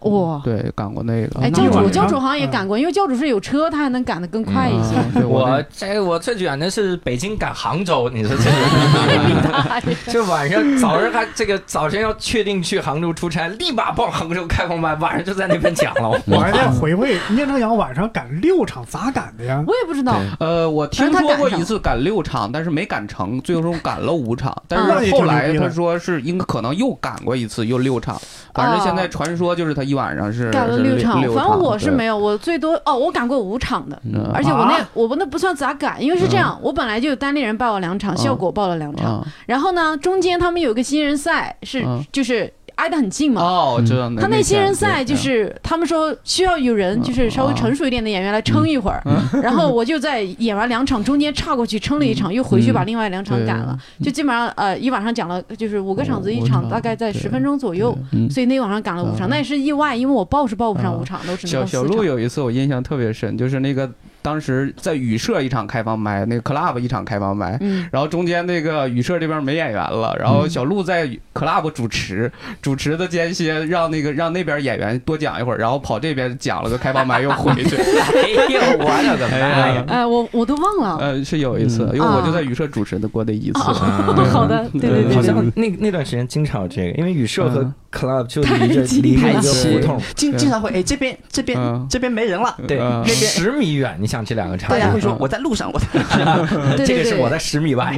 Speaker 1: 哇，
Speaker 5: 对，赶过嗯那个。
Speaker 1: 哦哎，
Speaker 7: 那
Speaker 1: 教
Speaker 7: 晚
Speaker 1: 主
Speaker 7: 上
Speaker 1: 教主好像也
Speaker 7: 嗯
Speaker 1: 赶过，因为教主是有车，他还能赶得更快一些。
Speaker 5: 嗯对我
Speaker 9: 我
Speaker 5: 那
Speaker 9: 这我最远的是北京赶杭州，你说
Speaker 5: 嗯
Speaker 1: 哎
Speaker 9: 这 这晚上早上还这个早晨要确定去杭州出差，立马报杭州开放麦，晚上就在那边讲了。
Speaker 7: 我还在回味聂成阳晚上赶六场咋赶的呀？
Speaker 1: 我也不知道，
Speaker 5: 呃，我听
Speaker 1: 但是他
Speaker 5: 说
Speaker 1: 赶
Speaker 5: 过
Speaker 1: 上
Speaker 5: 一次赶六场，但是没赶成，最终赶了五场。但
Speaker 7: 嗯那也
Speaker 5: 是
Speaker 7: 挺
Speaker 5: 后
Speaker 7: 牛
Speaker 5: 来
Speaker 7: 逼了
Speaker 5: 他说是应该可能又赶过一次，又六场。反正现在传说就是他一晚上是
Speaker 1: 赶了
Speaker 5: 是
Speaker 1: 六
Speaker 5: 六
Speaker 1: 场，
Speaker 5: 六
Speaker 1: 反正我是
Speaker 5: 对
Speaker 1: 没有，我最多哦，我赶过五场的。
Speaker 5: 嗯
Speaker 1: 而且我那
Speaker 7: 啊
Speaker 1: 我那不算咋赶，因为是这样，我本来就有单立人报了两场，
Speaker 5: 嗯
Speaker 1: 效果报了两场，
Speaker 5: 啊
Speaker 1: 然后呢，中间他们有个新人赛，是
Speaker 5: 嗯
Speaker 1: 就是挨得很近嘛。
Speaker 5: 哦，我知道
Speaker 1: 他那新人赛就
Speaker 5: 天对嗯
Speaker 1: 是他们说需要有人就是稍微成熟一点的演员来撑一会儿，
Speaker 5: 嗯
Speaker 1: 然后我就在演完两场中间岔过去撑了一场，又
Speaker 5: 嗯
Speaker 1: 回去把另外两场赶了，就基本上呃一晚上讲了就是五个场子，一场大概在十分钟左右，
Speaker 5: 嗯
Speaker 1: 所以那晚上赶了五场，那也是意外，因为我报是报不上五场的，我只能
Speaker 5: 小
Speaker 1: 报
Speaker 5: 小
Speaker 1: 四
Speaker 5: 鹿
Speaker 1: 场。
Speaker 5: 有一次我印象特别深，就是那个当时在雨社一场开放麦，那个 club 一场开放麦，
Speaker 1: 嗯，
Speaker 5: 然后中间那个雨社这边没演员了，然
Speaker 9: 嗯
Speaker 5: 后小鹿在 club 主持，主持的间歇让那个让那边演员多讲一会儿，然后跑这边讲了个开放麦又回 去。
Speaker 9: 哎呦，我的个妈呀！嗯
Speaker 1: 哎，我我都忘了。
Speaker 5: 呃，是有一次，因为我就在雨社主持的过那一次。
Speaker 9: 哦
Speaker 1: 好的，对对
Speaker 9: 好
Speaker 1: 对
Speaker 9: 像那那段时间经常有这个，因为语社和
Speaker 5: 嗯
Speaker 9: club 就离着
Speaker 1: 太近
Speaker 9: 离着一
Speaker 6: 排
Speaker 9: 个
Speaker 6: 期
Speaker 9: 胡同，
Speaker 6: 经
Speaker 5: 对
Speaker 6: 经常会哎，这边这边
Speaker 5: 嗯
Speaker 6: 这边没人了，
Speaker 9: 对，
Speaker 5: 嗯
Speaker 9: 十米远，你想这两个差
Speaker 6: 大家会
Speaker 9: 距，
Speaker 6: 说我在路上，我在
Speaker 1: 啊对对
Speaker 9: 这个是我
Speaker 1: 对
Speaker 9: 在十米外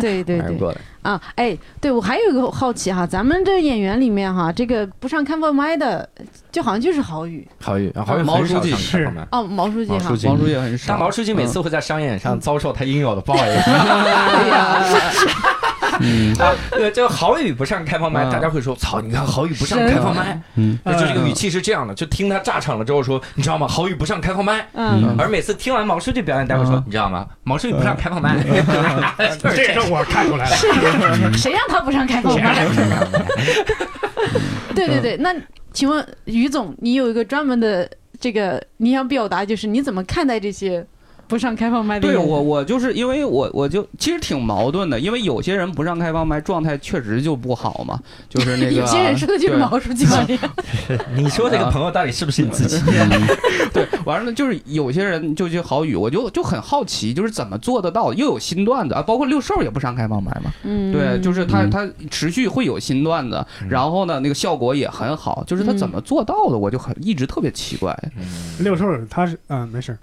Speaker 1: 对对
Speaker 9: 而
Speaker 1: 对。
Speaker 9: 过的。
Speaker 1: 啊，哎，对我还有一个好奇哈，咱们这演员里面哈，这个不上看放麦的，就好像就是郝宇
Speaker 9: 郝宇，郝宇
Speaker 5: 毛
Speaker 9: 很少
Speaker 5: 书记
Speaker 9: 上
Speaker 7: 是
Speaker 9: 开放麦
Speaker 1: 哦，毛书记
Speaker 9: 毛
Speaker 1: 哈
Speaker 9: 书，记
Speaker 5: 王书记很少，嗯
Speaker 9: 但毛书记每次会哎在商演上遭受他应有的报应。 啊，呃，就郝宇不上开放麦，
Speaker 5: 嗯
Speaker 9: 大家会说：“操，你看郝宇不上开放麦。”
Speaker 5: 嗯
Speaker 7: 啊
Speaker 9: 就这个语气是这样的，就听他炸场了之后说：“你知道吗？郝宇不上开放麦。”
Speaker 1: 嗯，
Speaker 9: 而每次听完毛书记表演，大家会说：“你知道吗？毛书记不上开放麦。 就是
Speaker 7: 这 个我看出来了，嗯
Speaker 9: 嗯
Speaker 1: 谁让他不上开放麦？
Speaker 5: 啊
Speaker 1: 对对
Speaker 9: 嗯
Speaker 1: 对，那请问于总，你有一个专门的这个，你想表达就是你怎么看待这些不上开放麦的
Speaker 5: 对
Speaker 1: 演员？
Speaker 5: 我，我就是因为我我就其实挺矛盾的，因为有些人不上开放麦，状态确实就不好嘛，就是那个
Speaker 1: 有些人说的就是
Speaker 5: 对
Speaker 1: 毛书记嘛，
Speaker 9: 你说这个朋友到底是不是你自己？
Speaker 5: 对，完了就是有些人就去好语，我就就很好奇，就是怎么做得到，又有新段子啊，包括六兽也不上开放麦嘛，
Speaker 1: 嗯，
Speaker 5: 对，就是他他持续会有新段子，然后呢那个效果也 很好，就是他怎么做到的，我就很一直特别奇怪。
Speaker 7: 六兽他是嗯没事儿，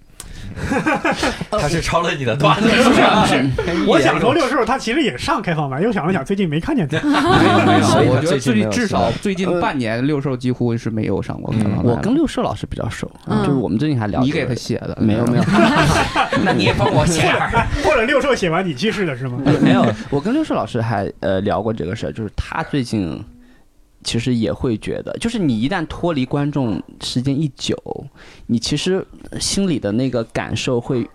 Speaker 2: 他是抄了你的段子，
Speaker 7: 不是
Speaker 9: 啊
Speaker 7: 不
Speaker 9: 哎
Speaker 7: 是，我想说六兽他其实也上开放麦，又想了想，最近没看见他。
Speaker 2: 所以
Speaker 5: 我
Speaker 2: 他
Speaker 5: 觉
Speaker 2: 最
Speaker 5: 得
Speaker 2: 近没
Speaker 5: 最
Speaker 2: 有
Speaker 5: 至
Speaker 2: 出来
Speaker 5: 少最近半年六兽几乎是没有上过开放麦了。
Speaker 6: 嗯我跟六兽老师比较熟，
Speaker 1: 嗯
Speaker 6: 就是我们最近还聊
Speaker 5: 你
Speaker 6: 这
Speaker 5: 给
Speaker 6: 个
Speaker 5: 他嗯写的
Speaker 6: 没有没有，
Speaker 2: 那你也帮我写点儿。
Speaker 7: 或者六兽写完你去世的是吗？
Speaker 6: 没有，我跟六兽老师还呃聊过这个事儿，就是他最近其实也会觉得，就是你一旦脱离观众时间一久，你其实心里的那个感受会，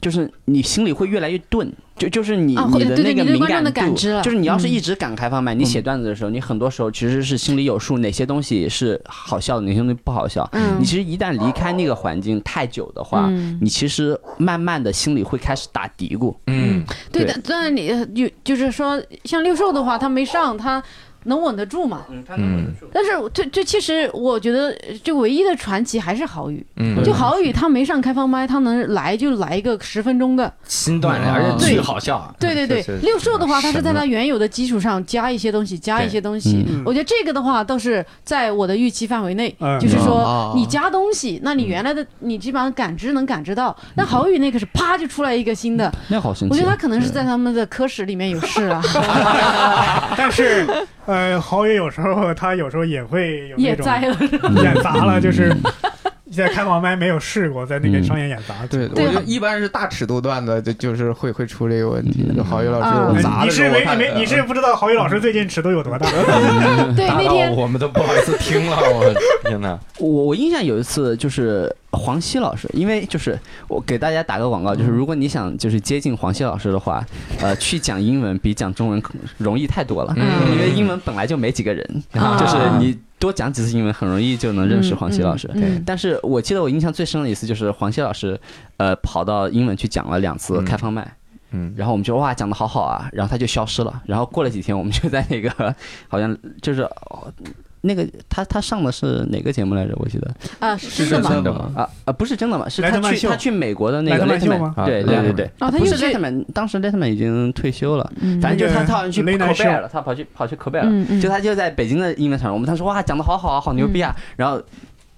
Speaker 6: 就是你心里会越来越钝。就就是你、
Speaker 1: 啊会
Speaker 6: 你的
Speaker 1: 对对
Speaker 6: 那个
Speaker 1: 你对
Speaker 6: 敏
Speaker 1: 观众
Speaker 6: 感
Speaker 1: 的
Speaker 6: 度，
Speaker 1: 感知了
Speaker 6: 就是你要是
Speaker 1: 嗯
Speaker 6: 一直敢开放麦，你写段子的时候，你很多时候其实是心里有数，哪些东西是好笑的，哪些东西不好笑。
Speaker 1: 嗯
Speaker 6: 你其实一旦离开那个环境太久的话，
Speaker 1: 嗯
Speaker 6: 你其实慢慢的心里会开始打嘀咕。
Speaker 2: 嗯，
Speaker 1: 对
Speaker 6: 对
Speaker 1: 的，但你呃有就是说，像六兽的话，他没上，他能稳得住嘛？
Speaker 6: 嗯，他
Speaker 2: 能稳得
Speaker 1: 但是这这其实我觉得，就唯一的传奇还是郝宇。
Speaker 2: 嗯
Speaker 1: 就郝宇他没上开放麦，他能来就来一个十分钟的。
Speaker 2: 新段子，而且巨好
Speaker 9: 啊
Speaker 2: 笑。
Speaker 1: 对对对
Speaker 11: 是是，
Speaker 1: 六兽的话，他是在
Speaker 2: 神了
Speaker 1: 他原有的基础上加一些东西，加一些东西。
Speaker 7: 嗯
Speaker 1: 我觉得这个的话，倒是在我的预期范围内。
Speaker 7: 嗯
Speaker 1: 就是
Speaker 5: 哦
Speaker 1: 说，你加东西，那你
Speaker 6: 嗯
Speaker 1: 原来的你基本上感知能感知到。那郝宇那个是啪就出来一个新的，
Speaker 6: 那好神奇。
Speaker 1: 我觉得他可能
Speaker 6: 嗯
Speaker 1: 是在他们的科室里面有事啊 了。
Speaker 7: 但是，呃，郝宇有时候他有时候也会有那
Speaker 1: 也
Speaker 7: 种
Speaker 1: 栽了，
Speaker 7: 演砸了，就是
Speaker 5: 嗯
Speaker 7: 在开放麦没有试过，在那个商演演砸。
Speaker 5: 对，我
Speaker 1: 对
Speaker 5: 觉得
Speaker 1: 啊
Speaker 5: 一般是大尺度段子，就就是会会出这个问题。就郝宇老
Speaker 1: 啊
Speaker 5: 师，我砸
Speaker 7: 哎你
Speaker 5: 的嗯时
Speaker 7: 是
Speaker 5: 候，我
Speaker 7: 没
Speaker 5: 看
Speaker 7: 没你是不知道郝宇老师最近尺度有多大。
Speaker 1: 对，
Speaker 2: 打
Speaker 1: 那
Speaker 2: 到
Speaker 1: 天
Speaker 2: 我们都不好意思听了，我天哪！
Speaker 6: 我我印象有一次就是黄西老师，因为就是我给大家打个广告，
Speaker 1: 嗯
Speaker 6: 就是如果你想就是接近黄西老师 的话，呃，去讲英文比讲中文可容易太多了，
Speaker 1: 嗯
Speaker 6: 因为英文本来就没几个人，
Speaker 1: 啊
Speaker 6: 就是你多讲几次英文，很容易就能认识黄西老师。
Speaker 1: 嗯嗯
Speaker 6: 但是我记得我印象最深的一次就是黄西老师，呃，跑到英文去讲了两次开放麦。
Speaker 11: 嗯
Speaker 6: 然后我们就哇讲的好好啊，然后他就消失了。然后过了几天，我们就在那个 好像就是、哦那个他他上的是哪个节目来着？我记得
Speaker 1: 啊，是真的吗？
Speaker 2: 的吗？
Speaker 6: 啊啊不是真的嘛，是
Speaker 7: 莱特
Speaker 6: 他
Speaker 7: 曼
Speaker 6: 去
Speaker 7: 秀
Speaker 6: 他去美国的那
Speaker 7: 莱
Speaker 6: 个
Speaker 7: 特曼秀
Speaker 6: Letterman
Speaker 7: 吗
Speaker 2: 啊
Speaker 6: 对对对对，
Speaker 1: 哦他又
Speaker 6: 不是
Speaker 1: 去
Speaker 6: Letterman，当时 Letterman 已经退休了，
Speaker 1: 嗯
Speaker 6: 反正就是他
Speaker 7: 那个
Speaker 6: 他好像去
Speaker 7: 雷
Speaker 6: 科
Speaker 7: 南
Speaker 6: 贝尔
Speaker 7: 秀
Speaker 6: 了，他跑去跑去科贝尔了，
Speaker 1: 嗯嗯，
Speaker 6: 就他就在北京的英文场，我们当时哇讲的好好啊，好牛逼啊，然
Speaker 1: 嗯
Speaker 6: 后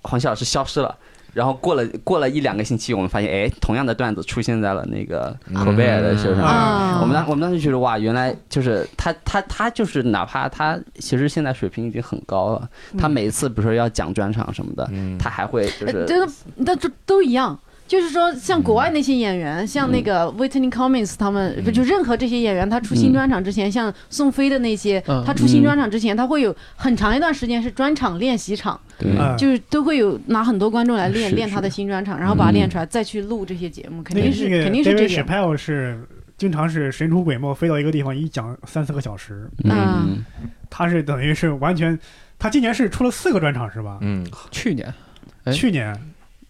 Speaker 6: 黄西老师消失了。然后过了过了一两个星期，我们发现，哎，同样的段子出现在了那个科贝尔的秀上，
Speaker 1: 啊，
Speaker 6: 我们当我们当时觉得哇，原来就是他他他就是哪怕他其实现在水平已经很高了，他每一次比如说要讲专场什么的，嗯
Speaker 2: 嗯
Speaker 6: 他还会就
Speaker 1: 呃
Speaker 6: 是
Speaker 1: 这个那这都一样。就是说，像国外那些演员，像那个 Whitney Cummings 他们，不就任何这些演员，他出新专场之前，像宋飞的那些，
Speaker 5: 嗯
Speaker 1: 他出新专场之前，他会有很长一段时间是专场练习场，
Speaker 6: 对
Speaker 7: 嗯
Speaker 1: 就是都会有拿很多观众来练
Speaker 6: 是
Speaker 1: 练他的新专场，然后把它练出来，再去录这些节目，肯
Speaker 7: 那
Speaker 1: 定
Speaker 7: 个
Speaker 1: 是
Speaker 7: 那个
Speaker 1: 肯定是
Speaker 7: David
Speaker 1: 这样。
Speaker 7: Chappelle 是经常是神出鬼没，飞到一个地方一讲三四个小时。
Speaker 1: 嗯
Speaker 7: 他是等于是完全，他今年是出了四个专场是吧？
Speaker 11: 嗯，
Speaker 5: 去年哎
Speaker 7: 去年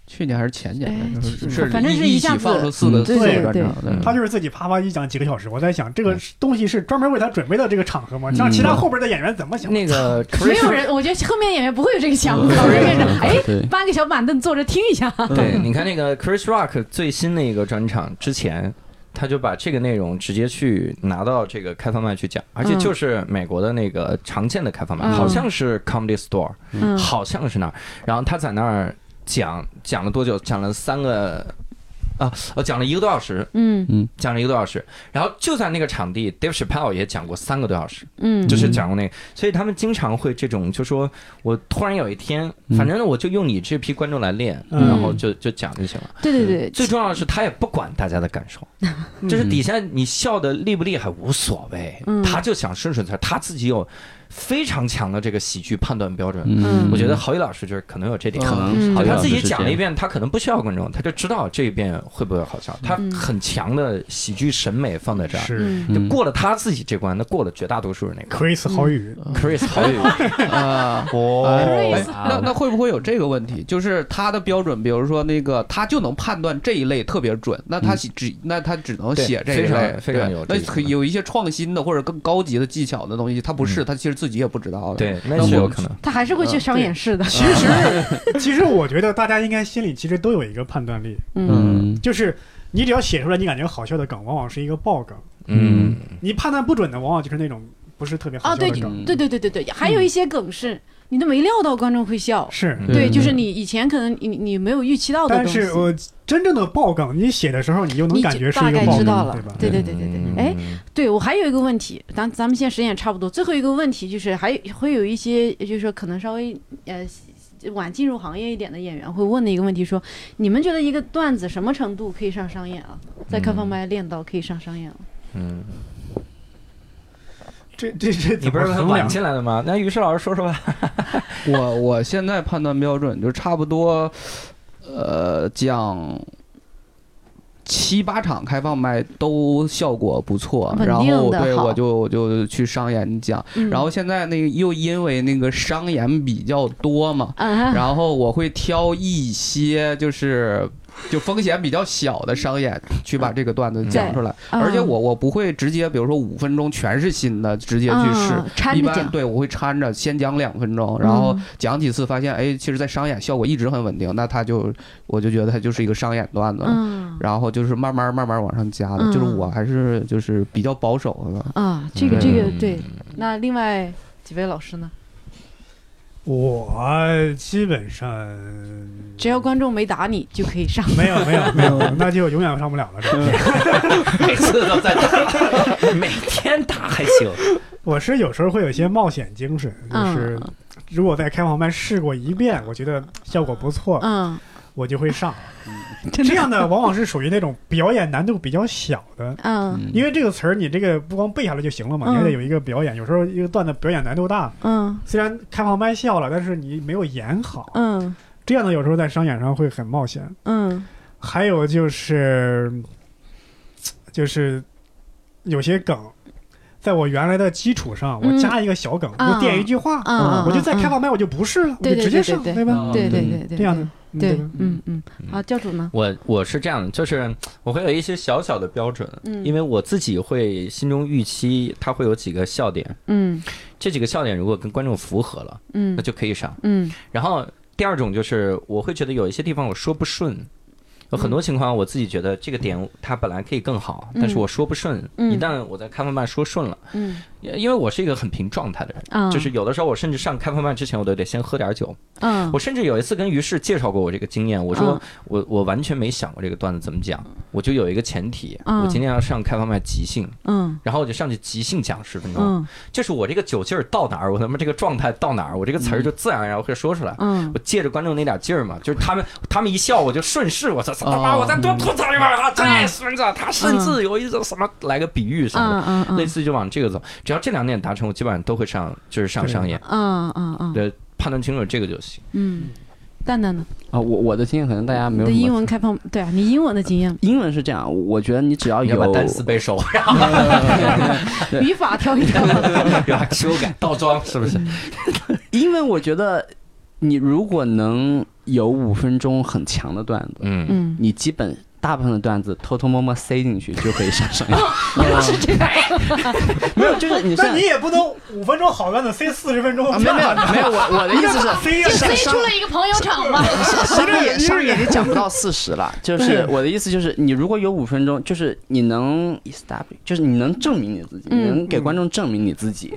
Speaker 5: 去年还是前年
Speaker 1: 哎
Speaker 5: 来着，
Speaker 1: 去
Speaker 5: 是
Speaker 1: 反正是一
Speaker 5: 一
Speaker 1: 下
Speaker 5: 起
Speaker 1: 子
Speaker 5: 放出四个
Speaker 1: 嗯
Speaker 5: 四
Speaker 7: 对
Speaker 5: 个专
Speaker 1: 对
Speaker 5: 场，对
Speaker 7: 他就是自己啪啪一讲几个小时。我在想，这
Speaker 5: 嗯
Speaker 7: 个东西是专门为他准备的这个场合吗？像其他后边的演员怎么
Speaker 5: 嗯
Speaker 7: 想？
Speaker 2: 那个
Speaker 1: 没
Speaker 2: Chris
Speaker 1: 有人，我觉得后面演员不会有这个想法，会变成哎，
Speaker 6: 对
Speaker 1: 搬个小板凳坐着听一下。
Speaker 11: 对
Speaker 2: 对，你看那个 Chris Rock 最新的一个专场之前，他就把这个内容直接去拿到这个开放麦去讲，而且就是美国的那个常见的开放麦，
Speaker 1: 嗯
Speaker 2: 好像是 Comedy Store，、
Speaker 1: 嗯
Speaker 2: 好像是那儿。然后他在那儿讲讲了多久？讲了三个啊，我讲了一个多小时，
Speaker 1: 嗯
Speaker 2: 讲了一个多小时。然后就在那个场地，Dave Chappelle 也讲过三个多小时。
Speaker 1: 嗯，
Speaker 2: 就是讲过那个，所以他们经常会这种，就说我突然有一天，反正我就用你这批观众来练，
Speaker 7: 嗯
Speaker 2: 然后就就讲就行了。
Speaker 1: 对对对，
Speaker 2: 最重要的是，他也不管大家的感受，就是底下你笑的厉不厉害无所谓，
Speaker 1: 嗯
Speaker 2: 他就想顺顺词儿，他自己有非常强的这个喜剧判断标准。
Speaker 1: 嗯
Speaker 2: 我觉得郝宇老师就是可能有这点，
Speaker 6: 可
Speaker 1: 嗯
Speaker 6: 能好
Speaker 2: 他
Speaker 6: 像
Speaker 2: 自己
Speaker 6: 是这
Speaker 2: 讲了一
Speaker 6: 样，
Speaker 2: 遍，他可能不需要观众，他就知道这一遍会不会好笑。他
Speaker 1: 嗯
Speaker 2: 很强的喜剧审美放在这儿，
Speaker 7: 是
Speaker 1: 嗯
Speaker 2: 就过了他自己这关，那过了绝大多数人那关。
Speaker 7: Chris 郝宇，
Speaker 2: Chris 好友，
Speaker 5: 啊。
Speaker 1: Chris
Speaker 5: 哎那那会不会有这个问题？就是他的标准，比如说那个，他就能判断这一类特别准，那他只那他只能写这一
Speaker 2: 嗯对非
Speaker 5: 类，
Speaker 2: 常非常
Speaker 5: 对
Speaker 2: 有这
Speaker 5: 那
Speaker 2: 种
Speaker 5: 可有一些创新的或者更高级的技巧的东西，他不是，
Speaker 2: 嗯
Speaker 5: 他其实自己也不知道 的。
Speaker 2: 对，
Speaker 5: 那
Speaker 2: 那是
Speaker 5: 我
Speaker 2: 有
Speaker 5: 们
Speaker 2: 可能。
Speaker 1: 他还是会去商演室的。
Speaker 7: 其实其实我觉得大家应该心里其实都有一个判断力，
Speaker 1: 嗯，
Speaker 7: 就是你只要写出来你感觉好笑的梗，往往是一个爆梗；
Speaker 2: 嗯，
Speaker 7: 你判断不准的，往往就是那种不是特别好
Speaker 1: 啊，
Speaker 7: 笑
Speaker 1: 对
Speaker 7: 的梗。
Speaker 5: 嗯
Speaker 1: 对对对对对，还有一些梗是你都没料到观众会笑。
Speaker 7: 是，
Speaker 2: 嗯
Speaker 1: 对，就是你以前可能你你没有预期到的
Speaker 7: 但
Speaker 1: 东西，
Speaker 7: 是我真正的爆梗，你写的时候你就能
Speaker 1: 你
Speaker 7: 感
Speaker 1: 就
Speaker 7: 觉是
Speaker 1: 大
Speaker 7: 一个
Speaker 1: 概
Speaker 7: 爆
Speaker 1: 知道
Speaker 7: 梗，
Speaker 1: 了
Speaker 7: 对吧？。
Speaker 1: 对对对对
Speaker 5: 嗯
Speaker 1: 对，哎，对我还有一个问题，咱咱们现在时间也差不多，最后一个问题就是还有会有一些就是说可能稍微呃晚进入行业一点的演员会问的一个问题说，你们觉得一个段子什么程度可以上商演啊？在开
Speaker 5: 嗯
Speaker 1: 放麦练到可以上商演了？
Speaker 2: 嗯，
Speaker 7: 这这这
Speaker 2: 你
Speaker 7: 怎
Speaker 2: 不
Speaker 7: 么
Speaker 2: 是很
Speaker 7: 衡
Speaker 2: 晚
Speaker 7: 量？
Speaker 2: 进来的吗？那于适老师说说吧。
Speaker 5: 我我现在判断标准就差不多，呃，讲七八场开放麦都效果不错，
Speaker 1: 稳
Speaker 5: 然后
Speaker 1: 定的
Speaker 5: 对
Speaker 1: 好
Speaker 5: 我就我就去商演讲，
Speaker 1: 嗯
Speaker 5: 然后现在那个又因为那个商演比较多嘛，
Speaker 1: 啊，
Speaker 5: 然后我会挑一些就是就风险比较小的商演去把这个段子讲出来，
Speaker 1: 嗯
Speaker 5: 而且我我不会直接，比如说五分钟全是新的直接去试
Speaker 1: 嗯，掺
Speaker 5: 一
Speaker 1: 着
Speaker 5: 般
Speaker 1: 讲，
Speaker 5: 对我会掺着先讲两分钟，然后
Speaker 1: 嗯
Speaker 5: 讲几次发现，哎，其实在商演效果一直很稳定，那他就我就觉得他就是一个商演段子了。
Speaker 1: 嗯
Speaker 5: 然后就是慢慢慢慢往上加的，就是
Speaker 1: 嗯
Speaker 5: 我还是就是比较保守的，
Speaker 1: 啊，这个
Speaker 2: 嗯
Speaker 1: 这个对，那另外几位老师呢？
Speaker 7: 我基本上
Speaker 1: 只要观众没打你就可以上，
Speaker 7: 没有没有没有， 那就永远上不了了。是
Speaker 1: 嗯
Speaker 7: 吧
Speaker 2: 每次都在打， 每天打还 行。
Speaker 7: 我是有时候会有一些冒险精神，就是
Speaker 1: 嗯
Speaker 7: 如果在开放麦试过一遍，我觉得效果不错，
Speaker 1: 嗯，
Speaker 7: 我就会上。这样的往往是属于那种表演难度比较小的，
Speaker 1: 嗯
Speaker 7: 因为这个词儿你这个不光背下来就行了嘛，你还得有一个表演。有时候一个段子表演难度大，
Speaker 1: 嗯
Speaker 7: 虽然开放麦笑了，但是你没有演好，
Speaker 1: 嗯
Speaker 7: 这样的有时候在商演上会很冒险。
Speaker 1: 嗯
Speaker 7: 还有就是，就是有些梗，在我原来的基础上，
Speaker 1: 嗯
Speaker 7: 我加一个小梗，
Speaker 1: 啊
Speaker 7: 我垫一句话，
Speaker 1: 啊
Speaker 7: 我就在开放麦我就不是了，我
Speaker 1: 对
Speaker 7: 就
Speaker 1: 对
Speaker 7: 直接上，
Speaker 1: 对
Speaker 7: 吧？
Speaker 2: 嗯
Speaker 1: 嗯对对对对，
Speaker 7: 这样的，嗯
Speaker 1: 对
Speaker 7: 吧，
Speaker 1: 嗯嗯，好，教主呢？
Speaker 2: 我我是这样的，就是我会有一些小小的标准，
Speaker 1: 嗯
Speaker 2: 因为我自己会心中预期它会有几个笑点，
Speaker 1: 嗯
Speaker 2: 这几个笑点如果跟观众符合了，
Speaker 1: 嗯
Speaker 2: 那就可以上。
Speaker 1: 嗯
Speaker 2: 然后第二种就是我会觉得有一些地方我说不顺，有很多情况我自己觉得这个点它本来可以更好，
Speaker 1: 嗯
Speaker 2: 但是我说不顺。
Speaker 1: 嗯
Speaker 2: 一旦我在开放麦说顺了，
Speaker 1: 嗯
Speaker 2: 因因为我是一个很凭状态的人。
Speaker 1: 啊，
Speaker 2: 就是有的时候，我甚至上开放麦之前，我都得先喝点酒。
Speaker 1: 嗯
Speaker 2: 我甚至有一次跟于适介绍过我这个经验，我
Speaker 1: 嗯
Speaker 2: 说我我完全没想过这个段子怎么讲，我就有一个前提，
Speaker 1: 嗯
Speaker 2: 我今天要上开放麦即兴，
Speaker 1: 嗯
Speaker 2: 然后我就上去即兴讲十分钟，
Speaker 1: 嗯
Speaker 2: 就是我这个酒劲儿到哪儿，我他妈这个状态到哪儿，我这个词儿就自然而然会说出来。
Speaker 1: 嗯
Speaker 2: 我借着观众那点劲儿嘛，就是他们他们一笑，我就顺势，我操他妈，
Speaker 5: 哦
Speaker 2: 我再多吐槽一把他，这孙子，他甚至有一种什么来个比喻什么的，
Speaker 1: 嗯嗯
Speaker 2: 类似就往这个走。只要这两点达成，我基本上都会上，就是上
Speaker 7: 对
Speaker 2: 商演，
Speaker 1: 嗯嗯嗯
Speaker 2: 对，判断清楚这个就行。
Speaker 1: 嗯，蛋蛋呢？
Speaker 6: 啊，我我的经验可能大家
Speaker 1: 你
Speaker 6: 没有
Speaker 1: 的
Speaker 6: 什么
Speaker 1: 英文开放，对啊，你英文的经 验，
Speaker 6: 英文是这样，我觉得你只要
Speaker 2: 你要
Speaker 6: 有
Speaker 2: 把单词背 熟，
Speaker 1: 语法挑一挑，
Speaker 2: 然后修改倒装，是不是？
Speaker 6: 英文，我觉得你如果能有五分钟很强的段子，
Speaker 2: 嗯，
Speaker 1: 嗯，
Speaker 6: 你基本大部分的段子偷偷摸摸塞进去就可以上上 瘾。
Speaker 2: 啊
Speaker 1: 是这样，
Speaker 6: 没有，就是你
Speaker 7: 那
Speaker 6: 上
Speaker 7: 你。也不能五分钟好段子塞四十分钟，
Speaker 6: 啊没有没有没有，我我的意思是，
Speaker 7: 塞呀
Speaker 1: 就飞出了一个朋友场嘛，
Speaker 6: 商演商演也讲不到四十了，就是我的意思就是，你如果有五分钟，就是你能 establish，就是你能证明你自己，
Speaker 1: 嗯
Speaker 6: 你能给观众证明你自 己，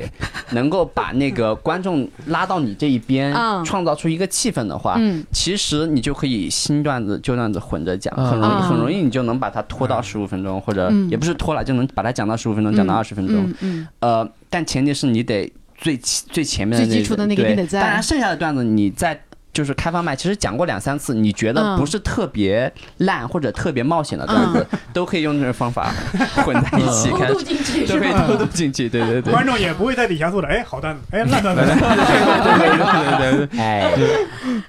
Speaker 6: 能够把那个观众拉到你这一边
Speaker 1: 嗯，
Speaker 6: 创造出一个气氛的话，
Speaker 1: 嗯
Speaker 6: 其实你就可以新段子旧段子混着讲，
Speaker 5: 嗯
Speaker 6: 很容易
Speaker 1: 嗯
Speaker 6: 很容易你就能把它拖到十五分钟，或者
Speaker 1: 嗯
Speaker 6: 也不是拖了，就能把它讲到十五分钟，讲到二十分钟。
Speaker 1: 嗯嗯
Speaker 6: 呃，但前提是你得最起最前面的
Speaker 1: 最基础的那个
Speaker 6: 对
Speaker 1: 你得在
Speaker 6: 当然剩下的段子你在就是开放麦，其实讲过两三次，你觉
Speaker 1: 嗯嗯
Speaker 6: 得不是特别烂或者特别冒险的段子，都可以用这种方法混
Speaker 2: 嗯
Speaker 6: 在一起
Speaker 1: 偷
Speaker 6: 看，
Speaker 1: 渡 进去哦
Speaker 6: 都
Speaker 1: 是
Speaker 6: 可以
Speaker 1: 吧？
Speaker 6: 偷渡进去。对对对，
Speaker 7: 观众也不会在底下坐着，哎，好段子，哎，烂段子，
Speaker 6: 哎，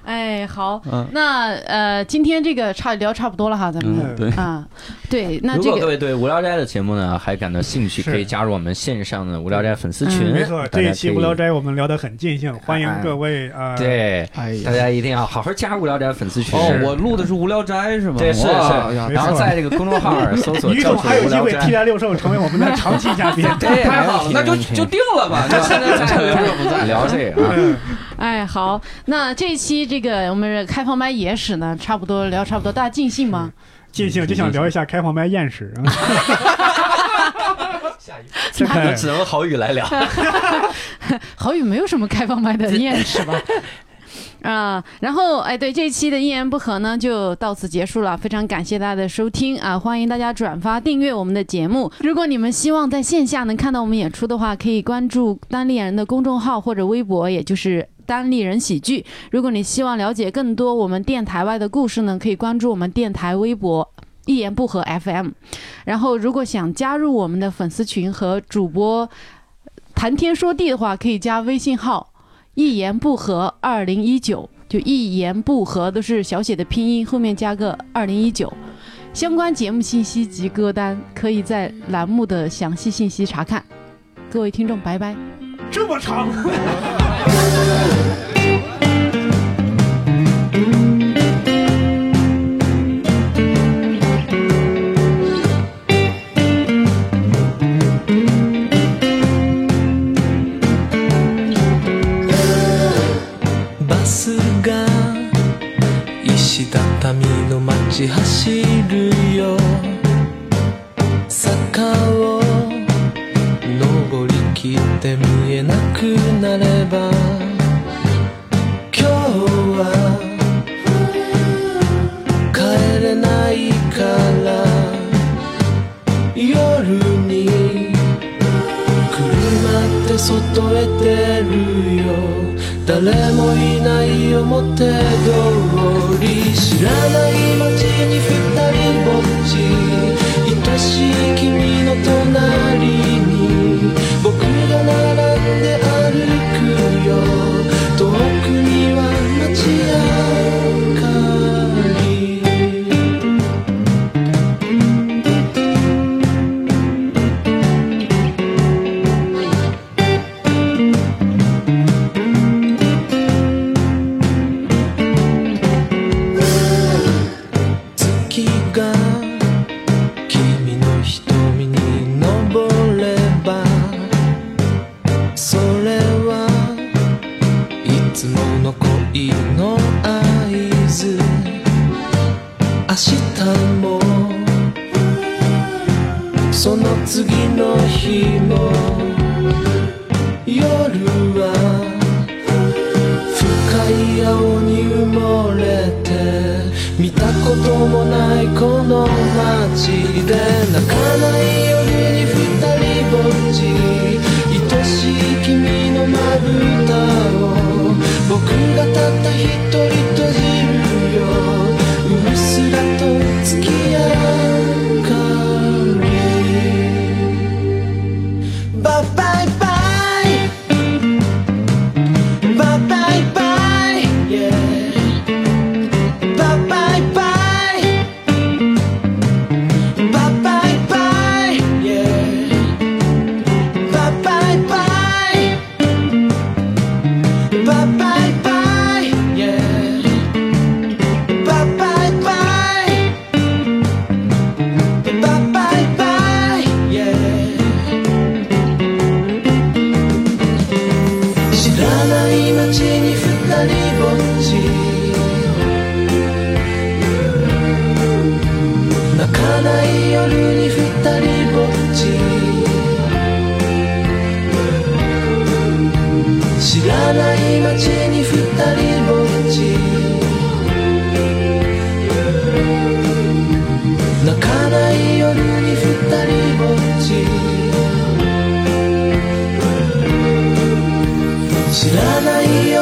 Speaker 1: 哎，好
Speaker 5: 嗯，
Speaker 1: 那呃，今天这个差聊差不多了哈，咱们
Speaker 5: 嗯
Speaker 7: 对，
Speaker 1: 啊，对，那
Speaker 2: 如
Speaker 1: 这
Speaker 2: 果各
Speaker 1: 个
Speaker 2: 位对无聊斋的节目呢还感到兴趣，
Speaker 7: 是嗯
Speaker 2: 可以加入我们线上的无聊斋粉丝群。
Speaker 7: 没错。
Speaker 2: 大家
Speaker 7: 这一
Speaker 2: 可
Speaker 7: 期
Speaker 2: 以
Speaker 7: 无聊斋我们聊得很尽兴，欢迎
Speaker 2: 哎
Speaker 7: 各位呃，，
Speaker 2: 对，
Speaker 5: 哎
Speaker 2: 大家一定要好好加无聊斋粉丝群。
Speaker 5: 哦，我录的是无聊斋是吗？
Speaker 2: 对是是
Speaker 5: 哇呀
Speaker 7: 啊没
Speaker 2: 然
Speaker 7: 错
Speaker 2: 后在这个公众号搜索“
Speaker 7: 于
Speaker 2: 教
Speaker 7: 总
Speaker 2: 主
Speaker 7: 还有
Speaker 2: 无
Speaker 7: 机
Speaker 2: 聊
Speaker 7: 会替
Speaker 2: 斋
Speaker 7: 代六兽成为我们的长期嘉 宾。
Speaker 5: 对，太好了，那
Speaker 2: 没
Speaker 5: 就
Speaker 2: 问题
Speaker 5: 就定了吧。 就现在战略不在”，了，
Speaker 2: 聊这个啊。
Speaker 7: 嗯，
Speaker 1: 哎好，那这一期这个我们开放麦野史呢，差不多聊差不多，大家尽兴 吗？
Speaker 7: 尽兴就想聊一下开放麦 艳史啊。哎
Speaker 2: 就只能好雨来聊。
Speaker 1: 好雨没有什么开放麦的念是吧？啊，然后哎，对这一期的一言不合呢，就到此结束了。非常感谢大家的收听啊，欢迎大家转发订阅我们的节目。如果你们希望在线下能看到我们演出的话，可以关注单立人的公众号或者微博，也就是。单立人喜剧。如果你希望了解更多我们电台外的故事呢，可以关注我们电台微博“一言不合 FM”。然后，如果想加入我们的粉丝群和主播谈天说地的话，可以加微信号“一言不合二零一九”，就一言不合都是小写的拼音，后面加个二零一九。相关节目信息及歌单可以在栏目的详细信息查看。各位听众，拜拜。
Speaker 7: 这么长。
Speaker 10: バスが石畳の街走るよ坂を登りきって見えなくなれば今日は帰れないから夜に車で外へ出るよ誰もいない表通り知らない街に二人ぼっち愛しい君の隣に僕が並んで歩くよ遠くには街明かり月が君の瞳に昇ればそれはいつもの恋の合図明日もその次の日も夜は深い青に埋もれて見たこともないこの街で泣かない夜に二人ぼっち愛しい君のまぶたを僕がたった一人閉じるようっすらと月明かりバイバイバイ Bye bye bye, yeah. Bye bye bye. Bye bye bye, yeah. Bye bye bye. Bye bye bye, yeah. Bye bye bye. Bye bye bye, yeah. 知らない街に二人ぼっち泣かない夜に二人ぼっち知らない街に二人ぼっち泣かない夜に二人ぼっち知らない夜